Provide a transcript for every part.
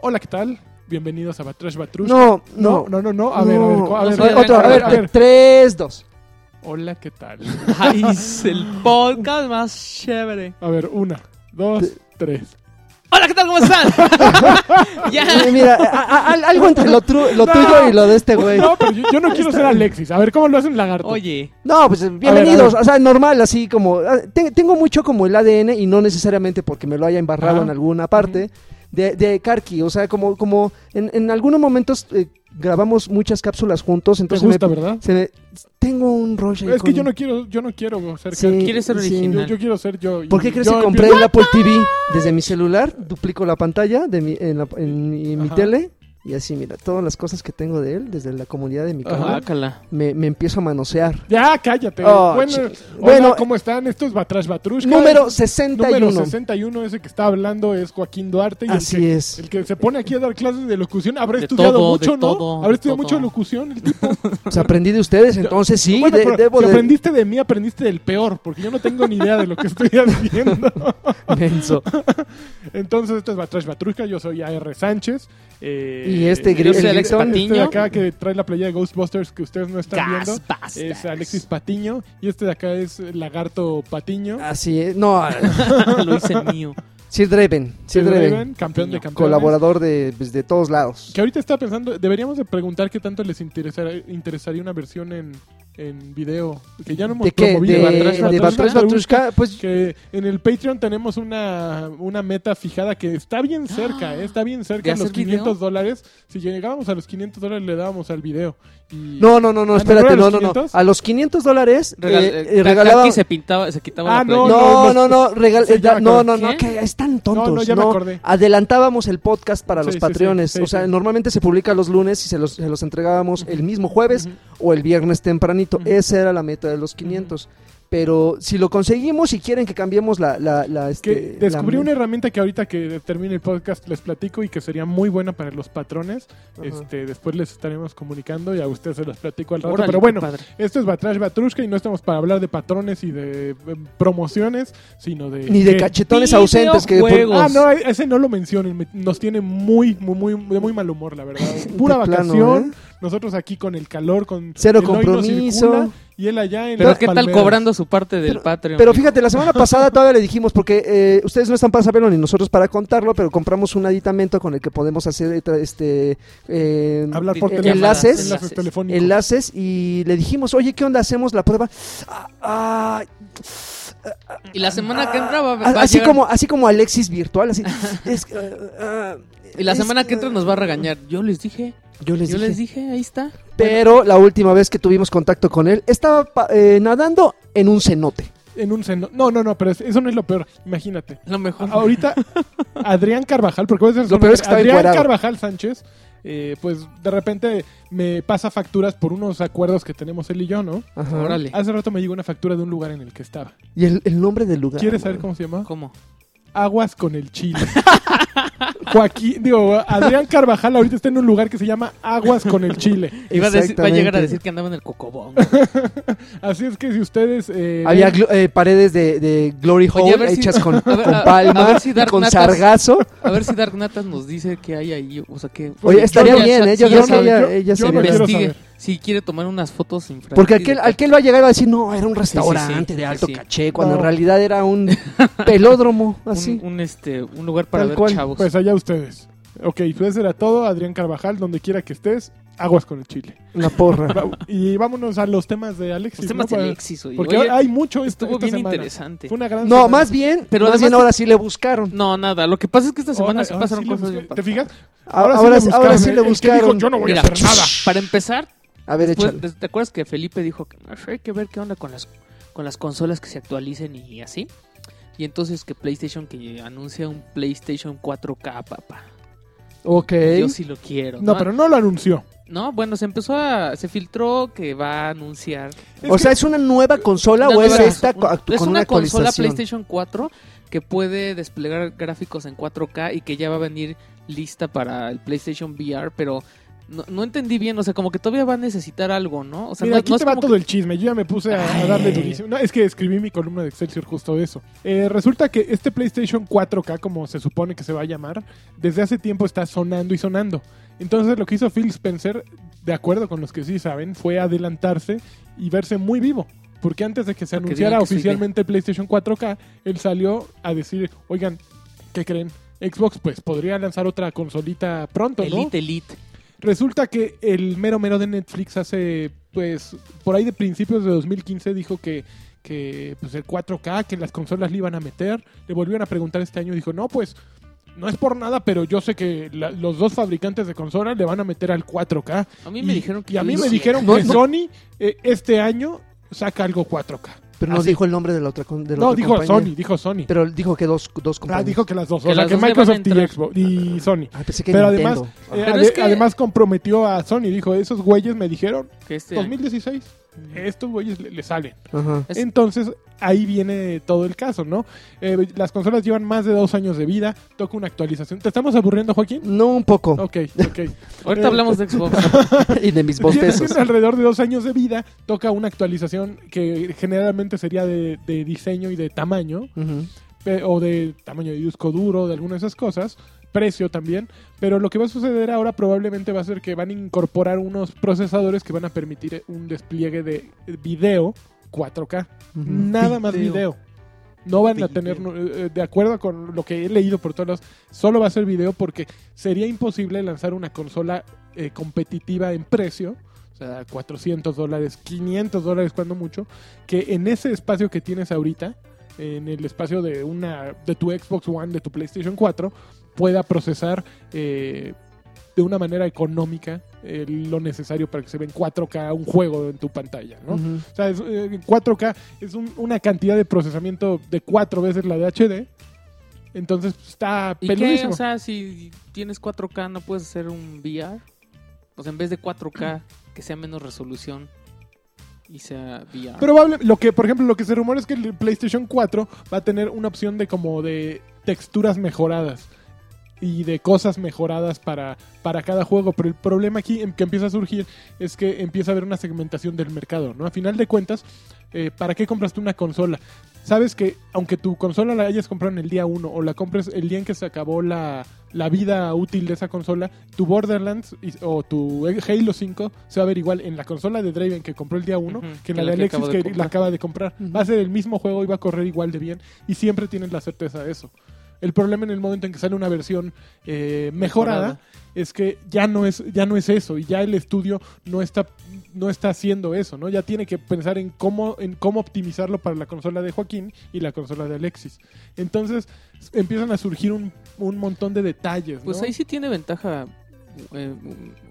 Hola, ¿qué tal? Bienvenidos a Batrash Batrush. No, no, no. no, no, no. A ver, a ver, No. a ver, Otra, a ver, otra, a ver, a ver. 3, 2. Hola, ¿qué tal? Ay, es el podcast más chévere. A ver, una, dos, tres. Hola, ¿qué tal? ¿Cómo están? ya. Eh, Mira, a- a- a- algo entre lo, tru- lo No. tuyo y lo de este güey. No, pero yo, yo no quiero ser Alexis. A ver, ¿cómo lo hace un lagarto? Oye, No, pues eh, a bienvenidos. ver. O sea, normal, así como. ah, te- tengo mucho como el ADN y no necesariamente porque me lo haya embarrado Ajá. en alguna parte. De, de Karki, o sea, como, como en, en algunos momentos eh, grabamos muchas cápsulas juntos, ¿Te entonces me- gusta, verdad? pues se me- tengo un rush ahí Es que con- yo no quiero, yo no quiero ser Sí, Karki. ¿Quieres ser sí. Yo, original? yo quiero ser yo. y ¿Por qué crees yo que compré empiezo- el Apple TV desde mi celular? Duplico la pantalla de mi, en la- en mi- en mi Ajá. tele y así, mira, todas las cosas que tengo de él desde la comunidad de mi Ajá. cama, guácala. me, me empiezo a manosear. Ya, cállate. Oh, bueno, chi- hola, bueno. eh, ¿cómo están? Esto es Batrash Batrushka. Número Número 61. 61, ese que está hablando es Joaquín Duarte. Y el Así que- es. El que se pone aquí a dar clases de locución habrá De estudiado todo, mucho, de ¿no? todo, habrá de estudiado todo. mucho locución. El tipo. Pues aprendí de ustedes, entonces sí, Bueno, de- pero debo si de... aprendiste de mí, aprendiste del peor, porque yo no tengo ni idea de lo que estoy haciendo. Menso. Entonces, esto es Batrash Batrushka, yo soy AR Sánchez. eh, Y este gri- Yo soy el Alex gritón, Este de Patiño. acá que trae la playa de Ghostbusters que ustedes no están viendo Gaspas. es Alexis Patiño y este de acá es Lagarto Patiño. Así es. No, eh, Lo hice mío. Sir Draven. Sir Sir Draven, Draven, campeón de campeones. Colaborador de, pues, de todos lados. Que ahorita está pensando, deberíamos de preguntar qué tanto les interesara- interesaría una versión en, en video. Que ya no hemos ¿De qué? promovido. ¿De, Batrash de Batrushka. Batrash Batrushka? Pues Que en el Patreon tenemos una, una meta fijada que está bien cerca, ¿eh? está bien cerca, Ah. ¿De a los hacer video? 500 dólares. Si llegábamos a los 500 dólares le dábamos al video. Y- No, no, no, no, Ah, ¿no espérate, era no, los no, no. 500? A los 500 dólares Regal- eh, eh, eh, regalaba. Taki se pintaba, se quitaba Ah, la playera. No, No, no, no, regal- eh, Sí, ya me no, acordé. no, no, ¿Qué? que están tontos. No, no, ya me acordé. Adelantábamos el podcast para Sí, los sí, sí, patreones. sí, o sea, sí. normalmente se publica los lunes y se los, se los entregábamos el mismo jueves Ujú. o el viernes tempranito. Ujú. Esa era la meta de los 500. Pero si lo conseguimos y quieren que cambiemos la. la, la, Que este, descubrí la- una herramienta que ahorita que termine el podcast les platico y que sería muy buena para los patrones. Ajá. Este, después les estaremos comunicando y a ustedes se los platico al rato. Órale, pero qué bueno, padre. esto es Batrash Batrushka y no estamos para hablar de patrones y de eh, promociones, sino de... Ni de que- cachetones ausentes que. Videojuegos. Ah, no, ese no lo mencionen. me- Nos tiene muy, muy, muy, de muy mal humor, la verdad. Pura De plano, ¿eh? vacación. Nosotros aquí con el calor, con Cero el hoy no compromiso. circula, y él allá en Pero las qué tal palmeras. cobrando su parte del Patreon. Pero fíjate, la semana pasada todavía le dijimos, porque eh, ustedes no están para saberlo ni nosotros para contarlo, pero compramos un aditamento con el que podemos hacer eh, tra- este eh, Hablar por eh, teléfono. enlaces. Enlaces telefónicos. enlaces y le dijimos, oye, ¿qué onda? Hacemos la prueba. Ah, ah, y la semana que entra va, va a- a ah, así, llegar- como, así como Alexis virtual, así. Es que, ah, ah, Y la es semana que, que entra nos va a regañar. Yo les dije, Yo les yo dije. les dije, ahí está. Pero la última vez que tuvimos contacto con él, estaba pa- eh, nadando en un cenote. En un seno. No, no, no, pero es- eso no es lo peor. Imagínate. Lo mejor. Ah, Ahorita, Adrián Carvajal, porque voy a decir Lo su peor nombre, es que estaba Adrián encuerado. Carvajal Sánchez, eh, pues de repente me pasa facturas por unos acuerdos que tenemos él y yo, ¿no? Ajá. Órale. Hace rato me llegó una factura de un lugar en el que estaba. Y el, el nombre del lugar. ¿Quieres saber mano. cómo se llama? ¿Cómo? Aguas con el chile. Joaquín, digo, Adrián Carvajal ahorita está en un lugar que se llama Aguas con el chile. Iba a, decir- va a llegar Exactamente. a decir que andaba en el cocobón. Así es que si ustedes... eh, Había glo- eh, paredes de, de Glory Oye, Hole a ver si- hechas con, a ver, con a- palma a ver si y Dark con Natas- sargazo. A ver si Dark Natas nos dice qué hay ahí. O sea, que. Oye, estaría Pues ya bien, sa- ¿eh? Yo sí, creo ya que sabe. ella- yo- ella yo se no ve. quiero Investigue. saber. Si quiere tomar unas fotos infravertidas. Porque aquel, al que lo llegaba iba a decir, no, era un restaurante sí, de sí, alto sí. caché, cuando No. en realidad era un pelódromo, Un- así. Un, este, un lugar para Tal ver cual, chavos. Pues allá ustedes. Ok, pues era todo. Adrián Carvajal, donde quiera que estés, Aguas con el chile. Una porra. Va- y vámonos a los temas de Alexis. Los Pues, temas ¿no? de Para- Alexis, oye. Porque Oye, hay mucho esto, estuvo esta bien semana. interesante. Fue una gran No, semana. más bien, Pero pero más además bien te- ahora sí le buscaron. No, nada. Lo que pasa es que esta semana Ahora- se ahora pasaron sí le cosas. busqué- bien ¿Te padres. fijas? Ahora, ahora, sí, ahora sí buscaron. El que le dijo, buscaron. yo no voy Mira, a hacer nada. para empezar, A ver, después- échale. des- ¿te acuerdas que Felipe dijo que "Ah, hay que ver qué onda con las, con las consolas que se actualicen y así? Y entonces que PlayStation que anuncia un PlayStation 4K, papá. Ok. Yo sí lo quiero. No, pero no lo anunció. No, bueno, se empezó a... Se filtró que va a anunciar... Es O que- sea, ¿es una nueva consola Una o es nueva- esta co- un- con es una una consola actualización? PlayStation 4 que puede desplegar gráficos en 4K y que ya va a venir lista para el PlayStation VR, pero No, no entendí bien, o sea, como que todavía va a necesitar algo, ¿no? O sea, Mira, no, aquí no es te va como todo el chisme. Yo ya me puse a, a darle Ay. durísimo. No, es que escribí mi columna de Excelsior justo de eso. Eh, resulta que este PlayStation 4K, como se supone que se va a llamar, desde hace tiempo está sonando y sonando. Entonces lo que hizo Phil Spencer, de acuerdo con los que sí saben, fue adelantarse y verse muy vivo. Porque antes de que se Porque anunciara digan que soy oficialmente PlayStation 4K, él salió a decir, oigan, ¿qué creen? Xbox pues podría lanzar otra consolita pronto, ¿no? Elite Elite. Resulta que el mero mero de Netflix hace, pues, por ahí de principios de 2015 dijo que, que pues, el 4K, que las consolas le iban a meter. Le volvieron a preguntar este año y dijo, no, pues, no es por nada, pero yo sé que la- los dos fabricantes de consolas le van a meter al 4K. A mí me Y- dijeron que y a yo mí me hiciera. dijeron No, que no. Sony eh, este año saca algo 4K. Pero no Así. dijo el nombre de la otra, con- de la No, otra dijo compañía. Sony, dijo Sony. Pero dijo que dos, dos Ah, compañías. dijo que las dos, o Que sea, las que dos le van a Microsoft y entrar. Xbox y Sony. Ah, pensé que Pero además, Nintendo. eh, Pero ade- es que- además comprometió a Sony, dijo, esos güeyes me dijeron que este año- 2016. Estos güeyes le, le salen. Ajá. Es- Entonces, ahí viene todo el caso, ¿no? Eh, las consolas llevan más de dos años de vida. Toca una actualización. ¿Te estamos aburriendo, Joaquín? No un poco. Ok, ok. Ahorita Eh, hablamos de Xbox. y de mis Tiene- bostezos. tiene alrededor de dos años de vida. Toca una actualización que generalmente sería de, de diseño y de tamaño. Ujú. pe- o de tamaño de disco duro, de alguna de esas cosas, precio también, pero lo que va a suceder ahora probablemente va a ser que van a incorporar unos procesadores que van a permitir un despliegue de video 4K, Ujú. nada más Video. video. No van a Video. tener, eh, eh, de acuerdo con lo que he leído por todos lados, solo va a ser video porque sería imposible lanzar una consola eh, competitiva en precio, o sea, 400 dólares, 500 dólares cuando mucho, que en ese espacio que tienes ahorita, en el espacio de una de tu Xbox One, de tu PlayStation 4, pueda procesar eh, de una manera económica eh, lo necesario para que se vea en 4K un juego en tu pantalla, ¿no? Ujú. O sea, es, eh, 4K es un- una cantidad de procesamiento de cuatro veces la de HD. Entonces pues, está ¿Y qué? peludísimo. O sea, si tienes 4K, ¿no puedes hacer un VR? O sea, en vez de 4K, que sea menos resolución y sea VR. Probable, lo que, por ejemplo, lo que se rumora es que el PlayStation 4 va a tener una opción de como de texturas mejoradas y de cosas mejoradas para, para cada juego. Pero el problema aquí em- que empieza a surgir es que empieza a haber una segmentación del mercado, ¿no? A final de cuentas, eh, ¿para qué compraste una consola? Sabes que aunque tu consola la hayas comprado en el día 1 o la compres el día en que se acabó la, la vida útil de esa consola, tu Borderlands y- o tu Halo 5 se va a ver igual en la consola de Draven que compró el día 1 Ujú, que que en la la de Alexis que acabo que de la comprar. acaba de comprar. Ujú. Va a ser el mismo juego y va a correr igual de bien y siempre tienes la certeza de eso. El problema en el momento en que sale una versión eh, mejorada, Mejorada. es que ya no es ya no es eso y ya el estudio no está no está haciendo eso, ¿no? Ya tiene que pensar en cómo en cómo optimizarlo para la consola de Joaquín y la consola de Alexis. Entonces s- empiezan a surgir un, un montón de detalles, Pues ¿no? ahí sí tiene ventaja eh,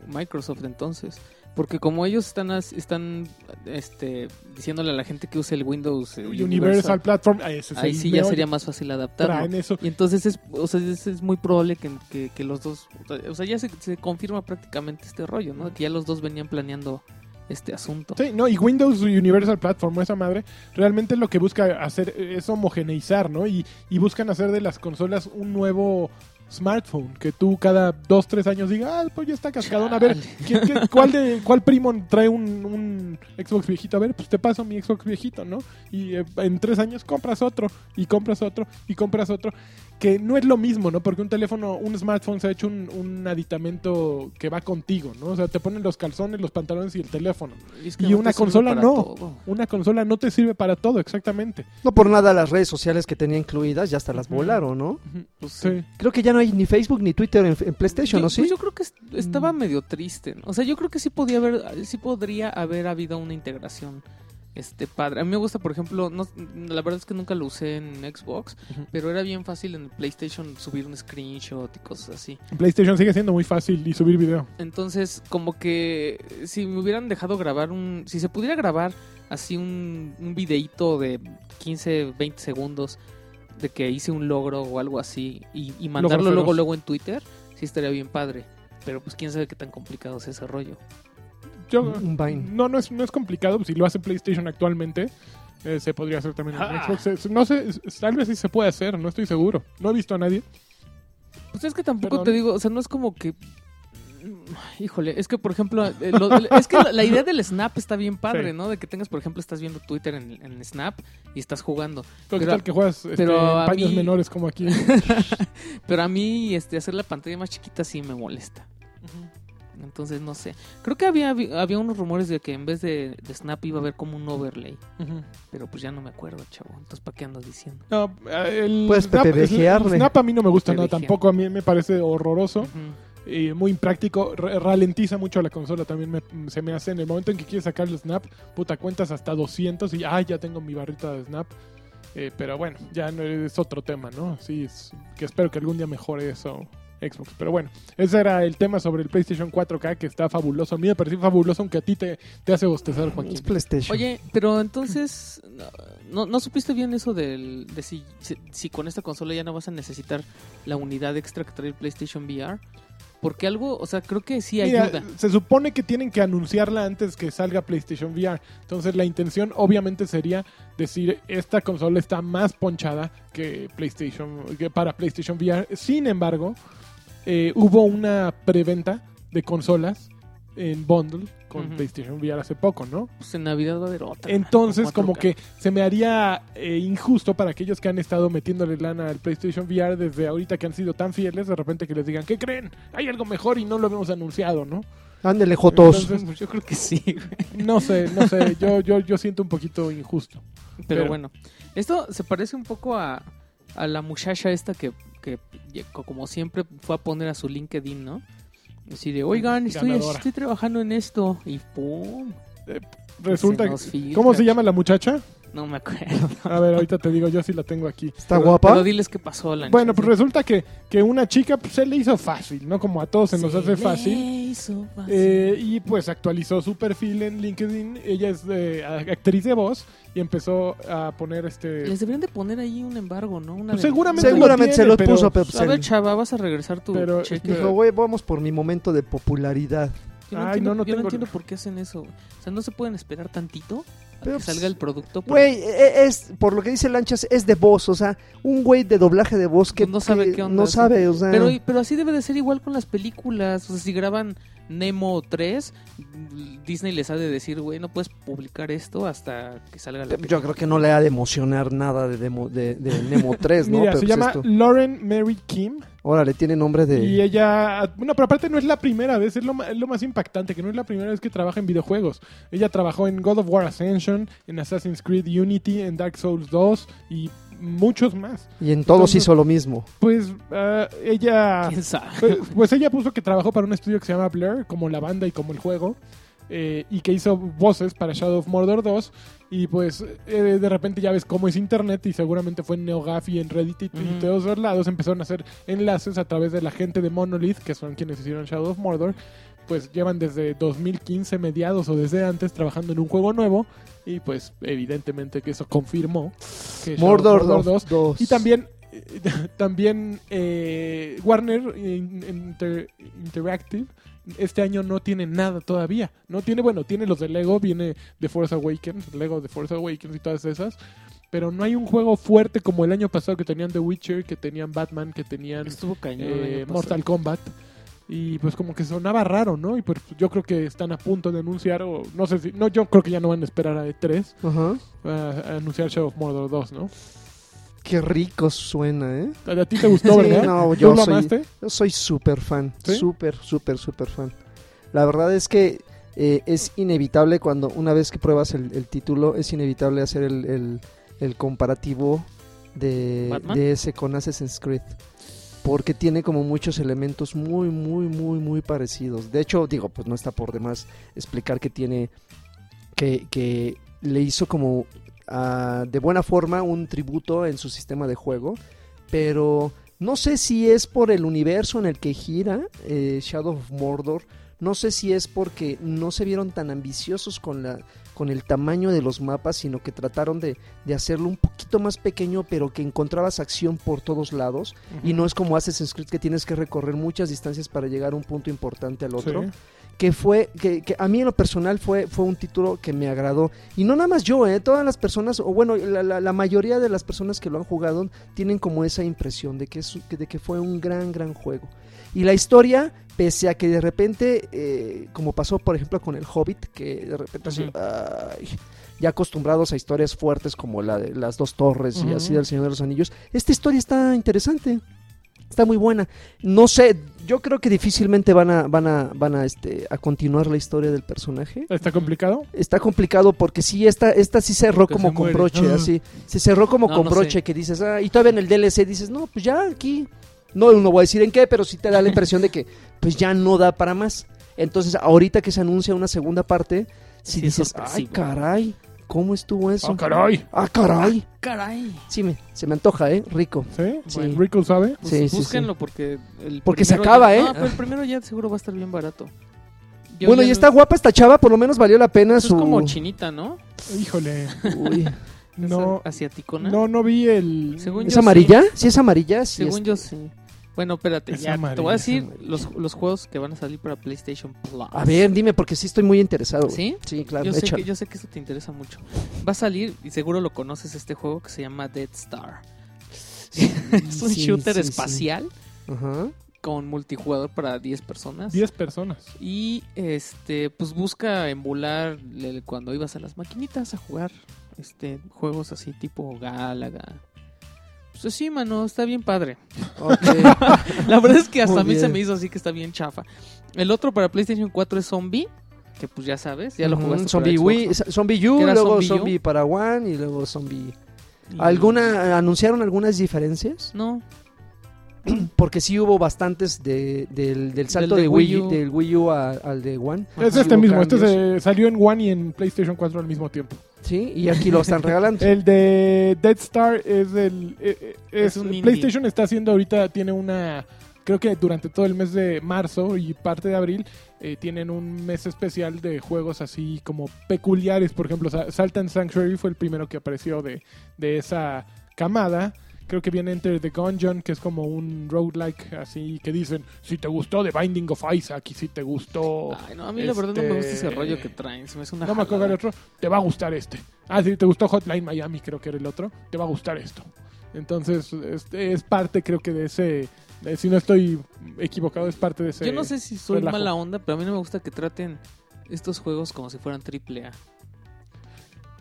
Microsoft entonces. Porque como ellos están, as- están este, diciéndole a la gente que use el Windows eh, Universal, Universal, Platform, ah, ese es ahí el sí ya meollo. sería más fácil adaptarlo. traen eso. Y entonces es, o sea, es, es muy probable que, que- que los dos, o sea, ya se, se confirma prácticamente este rollo, ¿no? Que ya los dos venían planeando este asunto. Sí, no, y Windows Universal Platform, esa madre, realmente lo que busca hacer es homogeneizar, ¿no? Y, y buscan hacer de las consolas un nuevo smartphone, que tú cada dos, tres años digas, ah, pues ya está cascadón, a ver, ¿qué- qué- cuál, de, ¿cuál primo trae un, un Xbox viejito? A ver, pues te paso mi Xbox viejito, ¿no? Y eh, en tres años compras otro, y compras otro, y compras otro, que no es lo mismo, ¿no? Porque un teléfono, un smartphone se ha hecho un, un aditamento que va contigo, ¿no? O sea, te ponen los calzones, los pantalones y el teléfono. es y no una te sirve consola para no. todo. Una consola no te sirve para todo, exactamente. No por nada las redes sociales que tenía incluidas ya hasta las Ujú. volaron, ¿no? Pues sí. Sí. Creo que ya no hay ni Facebook ni Twitter en, en PlayStation, yo, ¿no? Sí. pues yo creo que es- estaba Mm. medio triste. ¿no? O sea, yo creo que sí podía haber, sí podría haber habido una integración. Este padre. A mí me gusta, por ejemplo, no, la verdad es que nunca lo usé en Xbox, Ujú. pero era bien fácil en PlayStation subir un screenshot y cosas así. En PlayStation sigue siendo muy fácil y subir video. Entonces, como que eh, si me hubieran dejado grabar un. Si se pudiera grabar así un, un videíto de 15, 20 segundos de que hice un logro o algo así y, y mandarlo Logro luego, feroz. luego en Twitter, sí estaría bien padre. Pero pues quién sabe qué tan complicado es ese rollo. Yo, Un Vine. no, no es, no es complicado. pues, Si lo hace PlayStation actualmente, eh, se podría hacer también en Ah. Xbox. Es- No sé, es- tal vez sí se puede hacer, no estoy seguro. No he visto a nadie. Pues es que tampoco Perdón. te digo, o sea, no es como que. mm, Híjole, es que por ejemplo, eh, lo- es que la, la idea del Snap está bien padre, Sí. ¿no? De que tengas, por ejemplo, estás viendo Twitter en, en Snap y estás jugando. Pero, ¿qué Pero- tal que juegas este, pero a en paños mí- menores como aquí? Pero a mí este, hacer la pantalla más chiquita sí me molesta. Entonces no sé. Creo que había, había unos rumores de que en vez de, de Snap iba a haber como un overlay. Ujú. Pero pues ya no me acuerdo, chavo. Entonces, ¿para qué ando diciendo? No, eh, el Puedes snap, PPVGearle. el snap a mí no me gusta, no, PPVGear. tampoco a mí me parece horroroso, Ujú. eh, muy impráctico, re- ralentiza mucho la consola, también me- se me hace en el momento en que quieres sacar el snap, puta, cuentas hasta 200 y, ay, ya tengo mi barrita de snap, Eh, pero bueno, ya no es otro tema, ¿no? Sí, es, que espero que algún día mejore eso. Xbox, pero bueno, ese era el tema sobre el PlayStation 4K que está fabuloso. A mí me pareció fabuloso, aunque a ti te, te hace bostezar, Joaquín. Es PlayStation. Oye, pero entonces, no, no, no supiste bien eso del, de si, si- si con esta consola ya no vas a necesitar la unidad extra que trae el PlayStation VR? Porque algo, o sea, creo que sí Mira, ayuda. se supone que tienen que anunciarla antes que salga PlayStation VR. Entonces la intención obviamente sería decir esta consola está más ponchada que PlayStation que para PlayStation VR. Sin embargo, eh, hubo una preventa de consolas en bundle con Ujú. PlayStation VR hace poco, ¿no? Pues en Navidad va a haber otra. Entonces, Cuatro como K. que se me haría eh, injusto para aquellos que han estado metiéndole lana al PlayStation VR desde ahorita que han sido tan fieles, de repente que les digan, ¿qué creen? Hay algo mejor y no lo habíamos anunciado, ¿no? Ándele, Jotos. Entonces, Pues Yo creo que sí, güey. No sé, no sé, yo, yo, yo siento un poquito injusto. Pero, Pero- bueno, esto se parece un poco a, a la muchacha esta que, que ye- co- como siempre fue a poner a su LinkedIn, ¿no? Así de, oigan, estoy, Mm, Ganadora. estoy trabajando en esto. Y pum. Resulta Se que... nos filtra. ¿Cómo se llama la muchacha? No me acuerdo. A ver, ahorita te digo, yo sí la tengo aquí. ¿Está Pero- guapa? Pero diles qué pasó, la Bueno, pues resulta que, que una chica pues, se le hizo fácil, ¿no? Como a todos se nos hace fácil. Eh, y pues actualizó su perfil en LinkedIn. Ella es eh, actriz de voz y empezó a poner este... Les deberían de poner ahí un embargo, ¿no? Una Pues de- seguramente tiene, Seguramente se lo pero- puso, pero... pues, A ver, el- chava, vas a regresar tu Pero- este, cheque. Dijo, güey, vamos por mi momento de popularidad. Yo no, Ay, entiendo, no, no yo no tengo- entiendo por qué hacen eso. O sea, ¿no se pueden esperar tantito a Pero, que pues salga el producto? Güey, e- es, por lo que dice Lanchas, es de voz, o sea, un güey de doblaje de voz que No sabe que qué onda, No sí. sabe, o sea. Pero, pero así debe de ser igual con las películas. O sea, si graban Nemo 3, Disney les ha de decir, güey, no puedes publicar esto hasta que salga la película. yo creo que no le ha de emocionar nada de, demo- de, de Nemo 3, ¿no? Mira, Pero se pues llama esto- Lauren Mary Kim. Órale, tiene nombre de. Y ella, bueno, pero aparte no es la primera vez, es lo, ma- es lo más impactante, que no es la primera vez que trabaja en videojuegos. Ella trabajó en God of War Ascension, en Assassin's Creed Unity, en Dark Souls 2 y muchos más. Y en todos Entonces- hizo lo mismo. Pues ah, ella... ¿Quién sabe? Pues, pues ella puso que trabajó para un estudio que se llama Blur, como la banda y como el juego, eh, y que hizo voces para Shadow of Mordor 2. Y pues eh, de repente ya ves cómo es internet, y seguramente fue en NeoGAF y en Reddit y, y Ujú. todos los lados empezaron a hacer enlaces a través de la gente de Monolith, que son quienes hicieron Shadow of Mordor. Pues llevan desde 2015 mediados o desde antes trabajando en un juego nuevo. Y pues evidentemente que eso confirmó que Shadow of Mordor Mordor 2. y también, eh, también eh, Warner in- Inter- Interactive este año no tiene nada todavía. No tiene, bueno, tiene los de Lego, viene de Force Awakens, Lego de Force Awakens y todas esas. Pero no hay un juego fuerte como el año pasado que tenían The Witcher, que tenían Batman, que tenían Estuvo cañón. el eh, Este año pasado. Mortal Kombat. Y pues como que sonaba raro, ¿no? Y pues yo creo que están a punto de anunciar, o no sé si, no, yo creo que ya no van a esperar a E3 Ajá. a, a anunciar Shadow of Mordor 2, ¿no? Qué rico suena, ¿eh? A a ti te gustó, Sí, ¿verdad? no, ¿Tú yo lo soy- amaste? Yo soy súper fan, ¿Sí? súper, súper, súper fan. La verdad es que eh, es inevitable cuando una vez que pruebas el, el título, es inevitable hacer el, el- el comparativo de, ¿Batman? de ese con Assassin's Creed. Porque tiene como muchos elementos muy, muy, muy, muy parecidos. De hecho, digo, pues no está por demás explicar que tiene, que, que le hizo como ah, de buena forma un tributo en su sistema de juego, pero no sé si es por el universo en el que gira eh, Shadow of Mordor, no sé si es porque no se vieron tan ambiciosos con la con el tamaño de los mapas, sino que trataron de, de hacerlo un poquito más pequeño, pero que encontrabas acción por todos lados, y no es como Assassin's Creed que tienes que recorrer muchas distancias para llegar a un punto importante al otro. Sí. que fue, que, que a mí en lo personal fue, fue un título que me agradó. Y no nada más yo, ¿eh? todas las personas, o bueno, la, la- la mayoría de las personas que lo han jugado tienen como esa impresión de que, es, que- de que fue un gran, gran juego. Y la historia, pese a que de repente, eh, como pasó por ejemplo con el Hobbit, que de repente así, Ujú. "Ay", ya acostumbrados a historias fuertes como la de las dos torres y Ujú. así del Señor de los Anillos, esta historia está interesante. Está muy buena. No sé, yo creo que difícilmente van a, van a, van a, este, a continuar la historia del personaje. ¿Está complicado? Está complicado porque sí, esta, esta sí cerró Que como se con muere. broche, Ah. así. Se cerró como No, con no broche sé. que dices, ah, y todavía en el DLC dices, no, pues ya aquí. No, no voy a decir en qué, pero sí te da la impresión de que pues ya no da para más. Entonces, ahorita que se anuncia una segunda parte, si Sí, es dices, ay, sorpresivo. caray, ¿cómo estuvo eso? ¡Ah, caray! Ah, caray. Caray. Sí, me, se me antoja, ¿eh? Rico. ¿Sí? Sí. Bueno, Rico sabe. Pues Sí, sí, búsquenlo porque el Porque se primero acaba, ya- ¿eh? No, pero el primero ya seguro va a estar bien barato. Yo bueno, ya y no- está guapa esta chava, por lo menos valió la pena Es su... como chinita, ¿no? Híjole. Uy. No, Es asiaticona. no, no vi el... Según ¿Es Yo amarilla? Sí. es amarilla, sí. Según es- yo sí. Bueno, espérate, Es ya te amarillo, voy a es decir amarillo. los, los juegos que van a salir para PlayStation Plus. A ver, dime, porque sí estoy muy interesado. güey. ¿Sí? Sí, claro, Yo sé, échale. que, yo sé que eso te interesa mucho. Va a salir, y seguro lo conoces, este juego que se llama Dead Star. es un sí, shooter sí, sí. espacial Ajá. con multijugador para 10 personas. 10 personas. Y este, pues busca emular el- cuando ibas a las maquinitas a jugar este juegos así tipo Galaga. Pues sí, mano, está bien padre. Ok. La verdad es que hasta Muy a mí se bien. me hizo así que está bien chafa. El otro para PlayStation 4 es Zombie, que pues ya sabes, ya lo Ujú, jugaste. para Zombie Xbox, Wii, ¿no? z- Zombie U, Que era luego Zombie U. Zombie para One y luego Zombie... Y- ¿Alguna... ¿Anunciaron algunas diferencias? No, Porque sí hubo bastantes de- del, del salto Mm. Del de de Wii, Wii U- U. del Wii U a- al de One. Ajá. Es este Hubo mismo. Este cambios. se- salió en One y en PlayStation 4 al mismo tiempo. Sí, y aquí lo están regalando. El de Dead Star es del. eh, eh, es- Es un indie. PlayStation está haciendo ahorita, tiene una. Creo que durante todo el mes de marzo y parte de abril eh, tienen un mes especial de juegos así como peculiares. Por ejemplo, Sa- Salt and Sanctuary fue el primero que apareció de, de esa camada. Creo que viene Enter the Gungeon, que es como un roguelike así que dicen, si te gustó The Binding of Isaac y si te gustó... Ay, no, a mí la verdad no me gusta este- ese rollo que traen. Se me hace una No me acuerdo el jalada. otro. Te va a gustar este. Ah, sí, te gustó Hotline Miami, creo que era el otro. Te va a gustar esto. Entonces, este es parte, creo que, de ese. eh, si no estoy equivocado, es parte de ese. Yo no sé si soy relajo. mala onda, pero a mí no me gusta que traten estos juegos como si fueran triple A.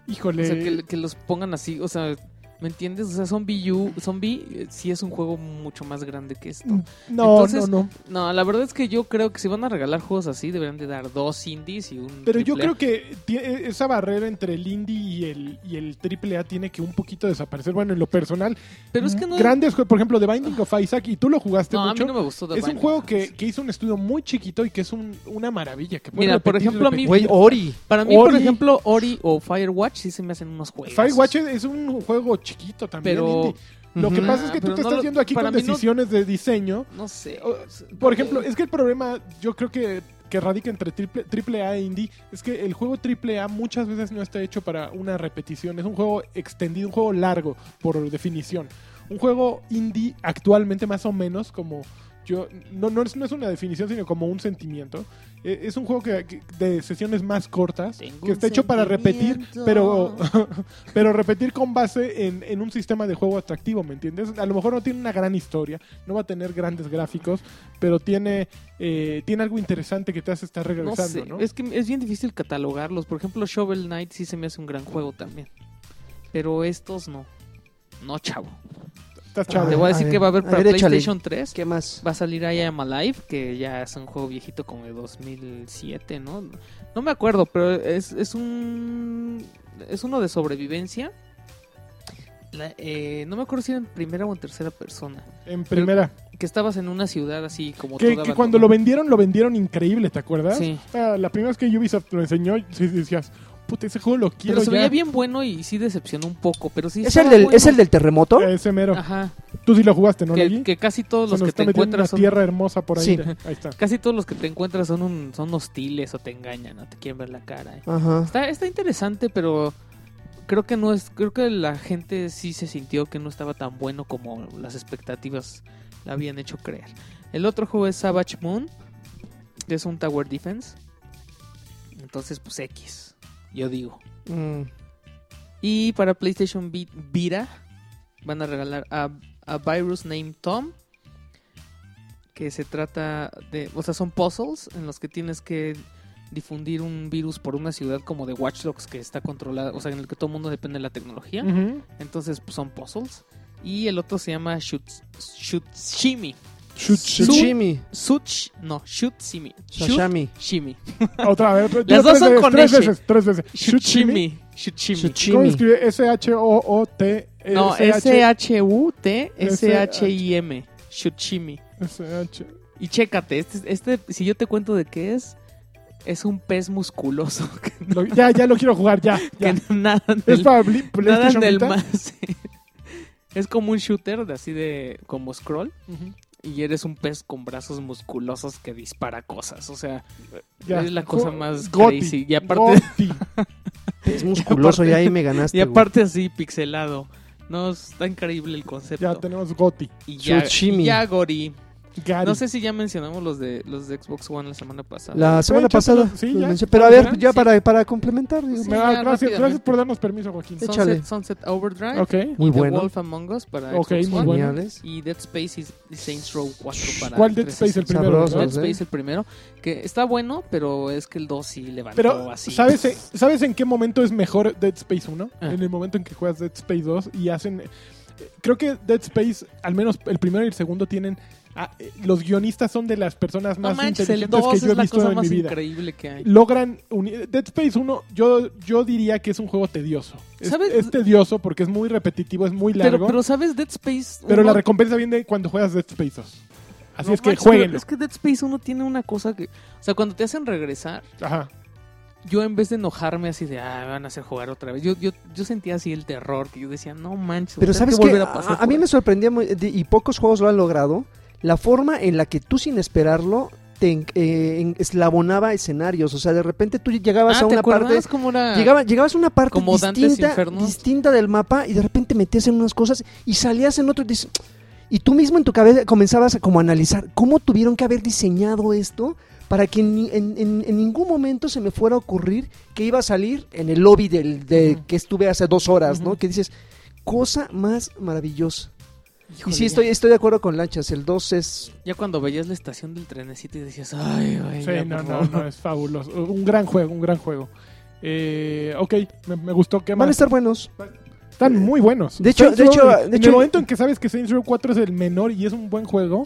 Híjole. O sea, que, que los pongan así, o sea, ¿me entiendes? O sea, Zombie U, Zombie eh, sí es un juego mucho más grande que esto. Mm, No, Entonces- no, no. No, la verdad es que yo creo que si van a regalar juegos así, deberían de dar dos indies y un Pero yo triple A. creo que tie- e, esa barrera entre el indie y el, y el triple A tiene que un poquito desaparecer. Bueno, en lo personal. mm, Pero es que no... Grandes juegos, por ejemplo, The Binding of Isaac, y tú lo jugaste no, a mucho. mí no me gustó The es un Binding juego of que, Isaac. que hizo un estudio muy chiquito y que es un- una maravilla. Que puede Mira, por repetir, ejemplo, a mí- Güey, repetir. Ori. Para mí, por Ori. ejemplo, Ori o Firewatch sí se me hacen unos juegos. Firewatch es es un juego chiquito también. Pero- indie. Lo que Ujú. pasa es que tú pero te no estás lo- viendo aquí para con mí no- decisiones de diseño. No sé. O- Por ejemplo, es que el problema, yo creo que, que radica entre triple, triple A e indie, es que el juego triple A muchas veces no está hecho para una repetición. Es un juego extendido, un juego largo, por definición. Un juego indie actualmente más o menos como... Yo, no, no, es, no es una definición, sino como un sentimiento. E- Es un juego que, que- de sesiones más cortas, Tengo que un está hecho para repetir, sentimiento. pero, pero repetir con base en, en un sistema de juego atractivo, ¿me entiendes? A lo mejor no tiene una gran historia, no va a tener grandes gráficos, pero tiene, eh, tiene algo interesante que te hace estar No regresando, sé, ¿no? es que es bien difícil catalogarlos. Por ejemplo, Shovel Knight sí se me hace un gran juego también. Pero estos no. No, chavo. Estás A chavo. Te voy a ver, decir a que ver, va a haber a para ver, échale. PlayStation 3. ¿Qué más? Va a salir I Am Alive, que ya es un juego viejito como de 2007, ¿no? No me acuerdo, pero es, es un... Es uno de sobrevivencia. La- eh, no me acuerdo si era en primera o en tercera persona. En primera. Que estabas en una ciudad así como Que, toda que cuando lo abandonada. vendieron, lo vendieron increíble, ¿te acuerdas? Sí. Ah, la primera vez que Ubisoft lo enseñó, sí, decías, puta, ese juego lo quiero Pero se ya". veía bien bueno y sí decepcionó un poco, pero sí ¿Es estaba el, del, bueno. ¿Es el del terremoto? Ah, Ese mero. Ajá, Tú sí lo jugaste, ¿no, que, Lagui? que casi todos Se los nos que está te metiendo una encuentras son tierra hermosa por ahí. Sí. de- Ahí está. casi todos los que te encuentras son un- son hostiles o te engañan, no te quieren ver la cara. ¿eh? Ajá. Está está interesante, pero creo que no es creo que la gente sí se sintió que no estaba tan bueno como las expectativas la habían hecho creer. El otro juego es Savage Moon, que es un tower defense. Entonces, pues X, yo digo. Mm, Y para PlayStation Vi- Vita van a regalar a, a Virus Named Tom. Que se trata de. O sea, son puzzles en los que tienes que difundir un virus por una ciudad como de Watch Dogs que está controlada. O sea, en el que todo el mundo depende de la tecnología. Ujú. Entonces, pues, son puzzles. Y el otro se llama Shuts- Shutshimi. Shoot, shoot. Su- Sushimi, Such. No, Shutshimi. sashimi, Shutshimi. Otra vez. pero- Las dos tres son veces, con Tres S. veces, tres veces. Shutshimi. Shutshimi. ¿Cómo se sushimi. escribe? S-H-O-O-T. No, S-H-U-T-S-H-I-M. Shuchimi. S-H. Y chécate, este, este, si yo te cuento de qué es, es un pez musculoso. Que, no- Lo- Ya, ya lo quiero jugar, ya. ya. que nada en Es el, para Bli- nada PlayStation en el Vita. mar, sí. Es como un shooter de así de como scroll. Ujú. Y eres un pez con brazos musculosos que dispara cosas. O sea, Ya. es la cosa Ju- más Goti, crazy. Y aparte, Goti. Es musculoso aparte- y ahí me ganaste. Este y güey. aparte así pixelado. No, está increíble el concepto. Ya tenemos Goti. y ya, Shuchimi. y ya Gori. Gary. No sé si ya mencionamos los de los de Xbox One la semana pasada. La semana hecho, pasada. pero- sí, lo ya. mencioné, pero a ver, Sí. ya para, para complementar. digo, Sí. Me da- ya, gracias, rápidamente. gracias por darnos permiso, Joaquín. Sí. Sunset, échale. Sunset Overdrive, Ok. Muy The bueno. Wolf Among Us para Ok, Xbox muy One bueno. Geniales. y Dead Space y y Saints Row 4 para ¿Cuál Dead 360? Space el primero? Sabroso. verdad? ¿eh? Dead Space el primero, que está bueno, pero es que el 2 sí levantó Pero, así. ¿sabes, eh, ¿sabes en qué momento es mejor Dead Space 1? Ah. En el momento en que juegas Dead Space 2 y hacen... eh, Creo que Dead Space, al menos el primero y el segundo, tienen... ah, eh, los guionistas son de las personas No más manches, el inteligentes 2 que yo es he la visto cosa en mi más vida. increíble que hay. Logran unir... Dead Space 1, yo, yo diría que es un juego tedioso. Es, ¿Sabes? es tedioso porque es muy repetitivo, es muy largo. Pero, Pero, pero ¿sabes Dead Space? la uno- recompensa viene cuando juegas Dead Space 2. Así no es que manches, pero jueguenlo. Es que Dead Space 1 tiene una cosa que, o sea, cuando te hacen regresar, Ajá. yo en vez de enojarme así de, ah, me van a hacer jugar otra vez, yo, yo, yo sentía así el terror, que yo decía, no manches, Pero tengo sabes que que volver a, a pasar. a mí por me sorprendía muy- de- y pocos juegos lo han logrado la forma en la que tú sin esperarlo te en- eh, en- eslabonaba escenarios, o sea, de repente tú llegabas a Ah, ¿te una parte acuerdas cómo era? llegaba, llegabas a una parte Ah. Como Dante's distinta, Inferno. distinta del mapa y de repente metías en unas cosas y salías en otro y dices, y tú mismo en tu cabeza comenzabas a como analizar cómo tuvieron que haber diseñado esto para que ni- en, en- en ningún momento se me fuera a ocurrir que iba a salir en el lobby del, de Ujú. que estuve hace dos horas, Ujú. ¿no? Que dices, cosa más maravillosa. Híjole, y sí, estoy, estoy de acuerdo con Lanchas, el 2 es... Ya, ya cuando veías la estación del trenecito y decías, ay, güey. ya, Sí, no, por no, favor". no, es fabuloso. Un gran juego, un gran juego. Eh, ok, me, me gustó. ¿Qué Van a más? estar buenos. Están muy buenos. De hecho- Saints de Row, hecho- de en hecho- el momento en que sabes que Saints Row 4 es el menor y es un buen juego,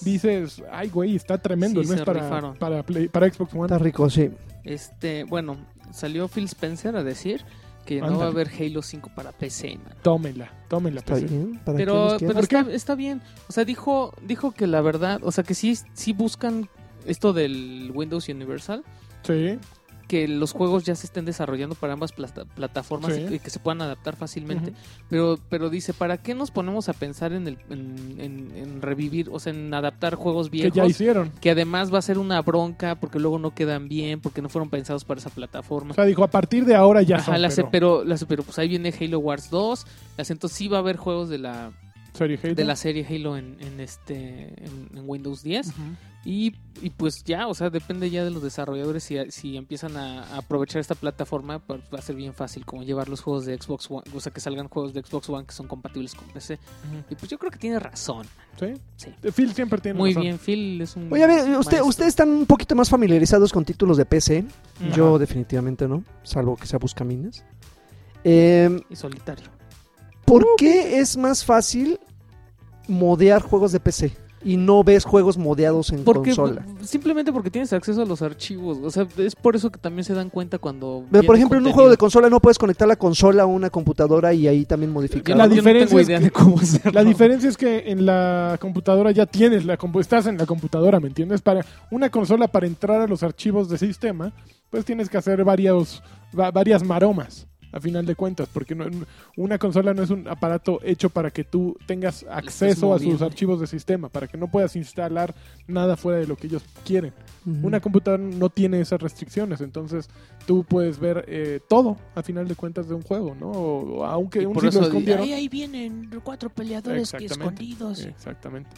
dices, ay, güey, está tremendo. Sí, no es se para, rifaron. para, Play- para Xbox One. Está rico, sí. Este, bueno, salió Phil Spencer a decir que no Ándale. va a haber Halo 5 para PC, man. Tómela, tómela. Está PC. bien. ¿para qué Pero, los pero quieres? está, está bien. O sea, dijo, dijo que la verdad, o sea, que sí, sí buscan esto del Windows Universal, Sí, que los juegos ya se estén desarrollando para ambas plata- plataformas Sí. y que- que se puedan adaptar fácilmente. ujú. Pero, pero dice, ¿para qué nos ponemos a pensar en, el, en, en- en revivir, o sea, en adaptar juegos que ya viejos? Que, hicieron. además va a ser una bronca porque luego no quedan bien, porque no fueron pensados para esa plataforma. O sea, dijo, a partir de ahora ya Ajá, son. la sé, pero, pero, la sé, pero pues ahí viene Halo Wars 2. la sé, Entonces sí va a haber juegos de la, serie Halo. de la serie Halo en, en este en, en Windows 10. Ujú. Y, y pues ya, o sea, depende ya de los desarrolladores. Si, si empiezan a, a aprovechar esta plataforma, pues va a ser bien fácil como llevar los juegos de Xbox One. O sea, que salgan juegos de Xbox One que son compatibles con PC. Y pues yo creo que tiene razón. Sí. Sí. Phil siempre tiene Muy razón. bien, Phil es un. Oye, a ver, usted, maestro. ustedes están un poquito más familiarizados con títulos de PC. Ajá. Yo definitivamente no, salvo que sea Buscaminas. Eh, Y solitario. ¿Por qué es más fácil modear juegos de PC y no ves juegos modeados en Porque, consola? simplemente porque tienes acceso a los archivos. O sea, es por eso que también se dan cuenta cuando. Pero, por ejemplo, viene en un contenido. juego de consola no puedes conectar la consola a una computadora y ahí también Yo modificar. La no- yo no diferencia tengo es idea que- de cómo hacerlo. La diferencia es que en la computadora ya tienes la compu- estás en la computadora, ¿me entiendes? Para una consola para entrar a los archivos de sistema, pues tienes que hacer varios va- varias maromas a final de cuentas, porque no- una consola no es un aparato hecho para que tú tengas acceso a sus moviendo. archivos de sistema, para que no puedas instalar nada fuera de lo que ellos quieren. Ujú. Una computadora no tiene esas restricciones, entonces tú puedes ver eh, todo a final de cuentas de un juego, ¿no? O- o aunque Y un por sí lo eso di- escondieron. Ahí, ahí vienen cuatro peleadores que Exactamente. escondidos. Exactamente.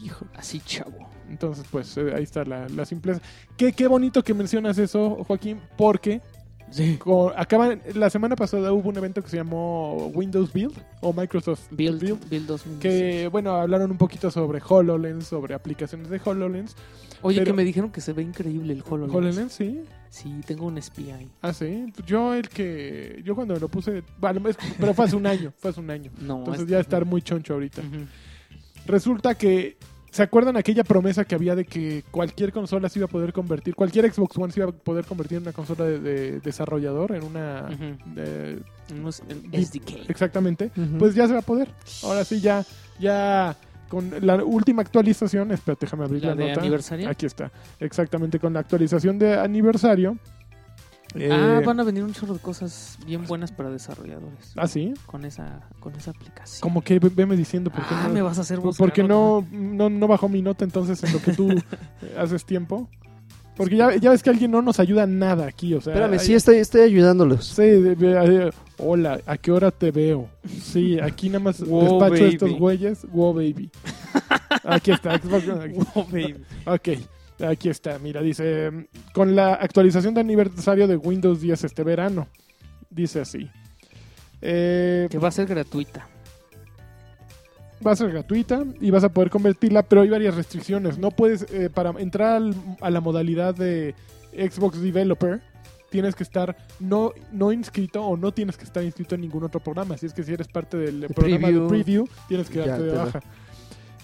Y Hijo. Así, chavo. Entonces, pues eh, ahí está la, la simpleza. Qué, qué bonito que mencionas eso, Joaquín, porque Sí. co- acaban, la semana pasada hubo un evento que se llamó Windows Build o Microsoft Build, Build 2000. Que bueno, hablaron un poquito sobre HoloLens, sobre aplicaciones de HoloLens. Oye, pero- que me dijeron que se ve increíble el HoloLens. HoloLens, sí. Sí, tengo un espía ahí. Ah, sí. Yo el que. Yo cuando me lo puse. Bueno, es- pero fue hace un año. Fue hace un año. No, Entonces es- ya estar muy choncho ahorita. Ujú. Resulta que. ¿Se acuerdan aquella promesa que había de que cualquier consola se iba a poder convertir, cualquier Xbox One se iba a poder convertir en una consola de, de desarrollador, en una... Ujú. eh, Unos- un Deep- SDK. exactamente. Ujú. Pues ya se va a poder. Ahora sí, ya, ya con la última actualización, espera, déjame abrir la, ¿La de nota. aniversario? Aquí está, exactamente, con la actualización de aniversario. Eh, Ah, van a venir un chorro de cosas bien buenas para desarrolladores. ¿ah, sí? Con esa, con esa aplicación. Como que ve- veme diciendo por qué Ah, no, me vas a hacer por- buscar porque otra. no, no, no bajó mi nota entonces en lo que tú eh, haces tiempo. Porque ya, ya ves que alguien no nos ayuda nada aquí, o sea... Espérame, hay- sí estoy, estoy ayudándolos. Sí, de- de- eh, hola, ¿a qué hora te veo? Sí, aquí nada más Wow, despacho a baby. estos güeyes. Wow, baby. Aquí está. Xbox One. Wow, baby. Ok, aquí está. Mira, dice, mm, con la actualización de aniversario de Windows 10 este verano. Dice así. Eh, Que va a ser gratuita. va a ser gratuita y vas a poder convertirla, pero hay varias restricciones. No puedes, eh, para entrar al- a la modalidad de Xbox Developer, tienes que estar no, no inscrito o no tienes que estar inscrito en ningún otro programa. Así es que si eres parte del programa de preview. preview, tienes que Ya, darte de te da. baja.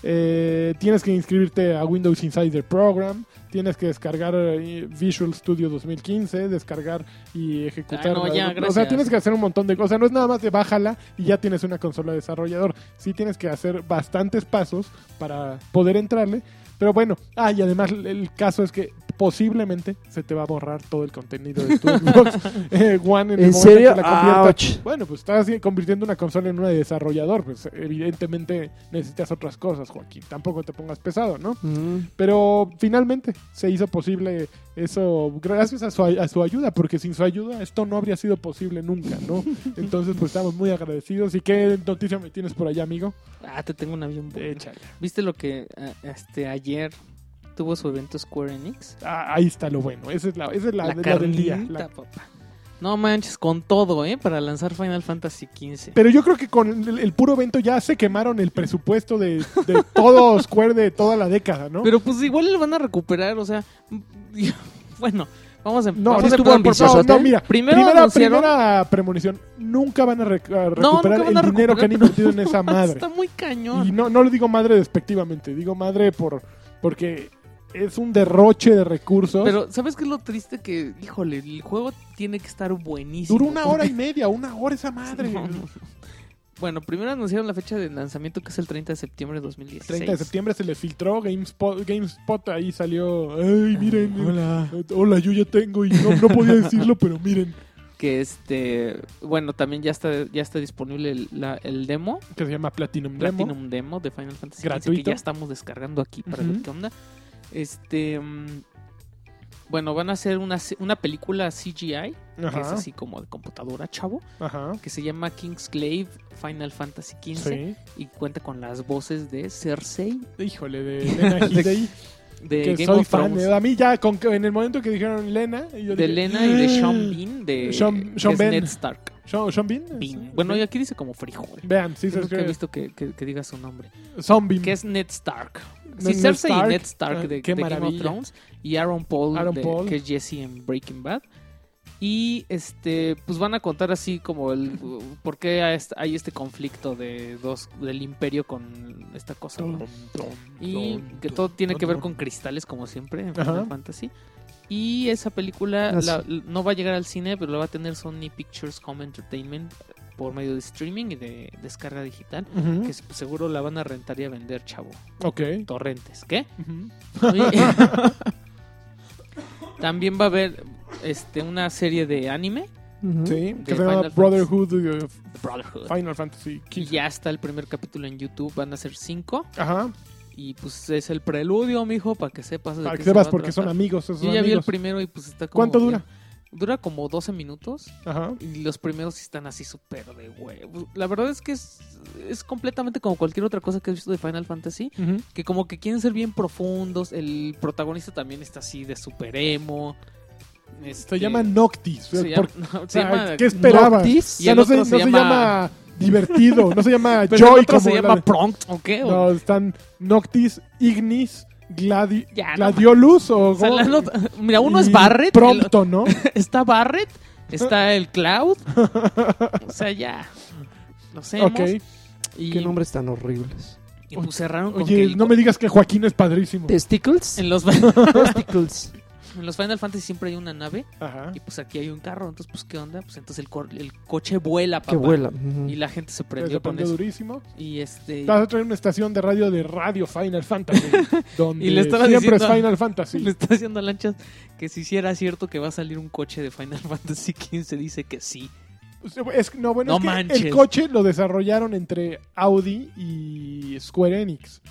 Eh, tienes que inscribirte a Windows Insider Program, tienes que descargar eh, Visual Studio 2015, descargar y ejecutar. Ah, no, la- ya, o sea, gracias. tienes que hacer un montón de cosas. O sea, no es nada más de bájala y ya tienes una consola de desarrollador. Sí tienes que hacer bastantes pasos para poder entrarle. Pero bueno, ah, y además el- el caso es que posiblemente se te va a borrar todo el contenido de tu Xbox eh, One en, el ¿En momento serio? que la conviertas. Ouch. Bueno, pues estás eh, convirtiendo una consola en una de desarrollador. Pues evidentemente necesitas otras cosas, Joaquín. Tampoco te pongas pesado, ¿no? Mm. Pero finalmente se hizo posible eso gracias a su, a su ayuda, porque sin su ayuda esto no habría sido posible nunca, ¿no? Entonces, pues estamos muy agradecidos. ¿Y qué noticia me tienes por allá, amigo? Ah, te tengo una bien buena. Échale. ¿Viste lo que ah, este ayer tuvo su evento Square Enix? Ah, ahí está lo bueno. Esa es la, esa es la, La, la del carnita, día. La- papá. No manches, con todo, ¿eh? Para lanzar Final Fantasy XV. Pero yo creo que con el, el puro evento ya se quemaron el presupuesto de, de todo Square de toda la década, ¿no? Pero pues igual lo van a recuperar, o sea... Bueno, vamos a, No, vamos a estuvo empezar por- ambicioso. no, no, mira. ¿eh? Primero Primera, anunciaron... primera premonición. Nunca van a, rec- a No, nunca recuperar van a el dinero que han recuperar, invertido en pero esa madre. Ah, Está muy Y cañón. no, no le digo madre despectivamente, digo madre por porque es un derroche de recursos. Pero, ¿sabes qué es lo triste? Que, híjole, el juego tiene que estar buenísimo. Duró una hora y media, una hora esa madre. No. Bueno, primero anunciaron la fecha de lanzamiento que es el 30 de septiembre de 2016. 30 de septiembre se le filtró GameSpot, GameSpot ahí salió, ay, miren, eh, Hola. eh, hola, yo ya tengo y no, no podía decirlo, pero miren, Que este, bueno, también ya está, ya está disponible el, la- el demo, que se llama Platinum Demo. Platinum Demo de Final Fantasy XV, Gratuito. que ya estamos descargando aquí para Ujú. ver qué onda. Este, mm, bueno, van a hacer una, se- una película CGI, que es Ajá, así como de computadora, chavo, ajá. que se llama Kingsglaive Final Fantasy XV Sí. y cuenta con las voces de Cersei Híjole, de Lena Headey, de que Game soy of fan. Thrones. eh, A mí ya, con, que- en el momento que dijeron Lena... y yo de dije, Lena y de Sean "Ah". Bean de Sean- que Sean es Bean. Ned Stark. ¿Sean, Sean Bean? Bean. Bueno, y aquí dice como frijol. Vean, sí, se Nunca he escribe visto que, que- que diga su nombre. Sean Bean. Que es Ned Stark. Ned- Sí, Ned Cersei Stark. y Ned Stark Ah, de, qué de Game of maravilla. Thrones. Y Aaron Paul, Aaron de- Paul. que es Jesse en Breaking Bad. Y este, pues van a contar así como el por qué hay este- hay este conflicto de dos, del imperio con esta cosa. ¿no? Y que todo tiene que ver con cristales, como siempre, en Final Ajá. Fantasy. Y esa película Ah, sí. la- l- no va a llegar al cine, pero la va a tener Sony Pictures Home Entertainment por medio de streaming y de descarga digital. Ujú. Que se- seguro la van a rentar y a vender, chavo. Ok. Torrentes, ¿qué? Ujú. Oye, También va a haber este, una serie de anime, Ujú. Sí, De que se llama Final Brotherhood of The Brotherhood. Final Fantasy Y XV. ya está el primer capítulo en YouTube, van a ser cinco. Ajá, Y pues es el preludio, mijo, para que sepas. de para qué que se sepas va a porque son tratar. amigos. esos Yo ya vi el amigos. primero y pues está como. ¿Cuánto dura? bien. Dura como 12 minutos Ajá. y los primeros sí están así súper de huevo. La verdad es que es- es completamente como cualquier otra cosa que has visto de Final Fantasy, Ujú. que como que quieren ser bien profundos, el protagonista también está así de super emo. Se este, llama Noctis. se llama- Por- no, o se sea, llama- ¿Qué esperabas? Noctis. O sea, Y el no, se, otro se no se llama- llama divertido, no se llama pero el Joy otro como se la llama de- Prompt o qué? o- No, están Noctis, Ignis, Gladi... Ya, no Gladiolus o... o sea, la Go- nota- mira, uno es y Barret, el- Prompto, ¿no? está Barret, está el Cloud. O sea, ya. No sé. ok. Y, Qué nombres tan horribles. y pues cerraron con que Oye, el- no me digas que Joaquín es padrísimo. ¿Testicles? en los, en Testicles. los Final Fantasy siempre hay una nave Ajá. y pues aquí hay un carro. Entonces, pues, ¿qué onda? Pues entonces el, cor- el coche vuela, papá. Que vuela. ujú. Ah, Y la gente se Pues, prendió Se con prendió eso. durísimo. Y este... Vas a traer una estación de radio de Radio Final Fantasy. donde Y le estaba siempre diciendo- es Final Fantasy. Le está haciendo a lanchas que si sí era cierto que va a salir un coche de Final Fantasy XV, dice que sí. Es- no, bueno, No es que manches. el coche lo desarrollaron entre Audi y Square Enix.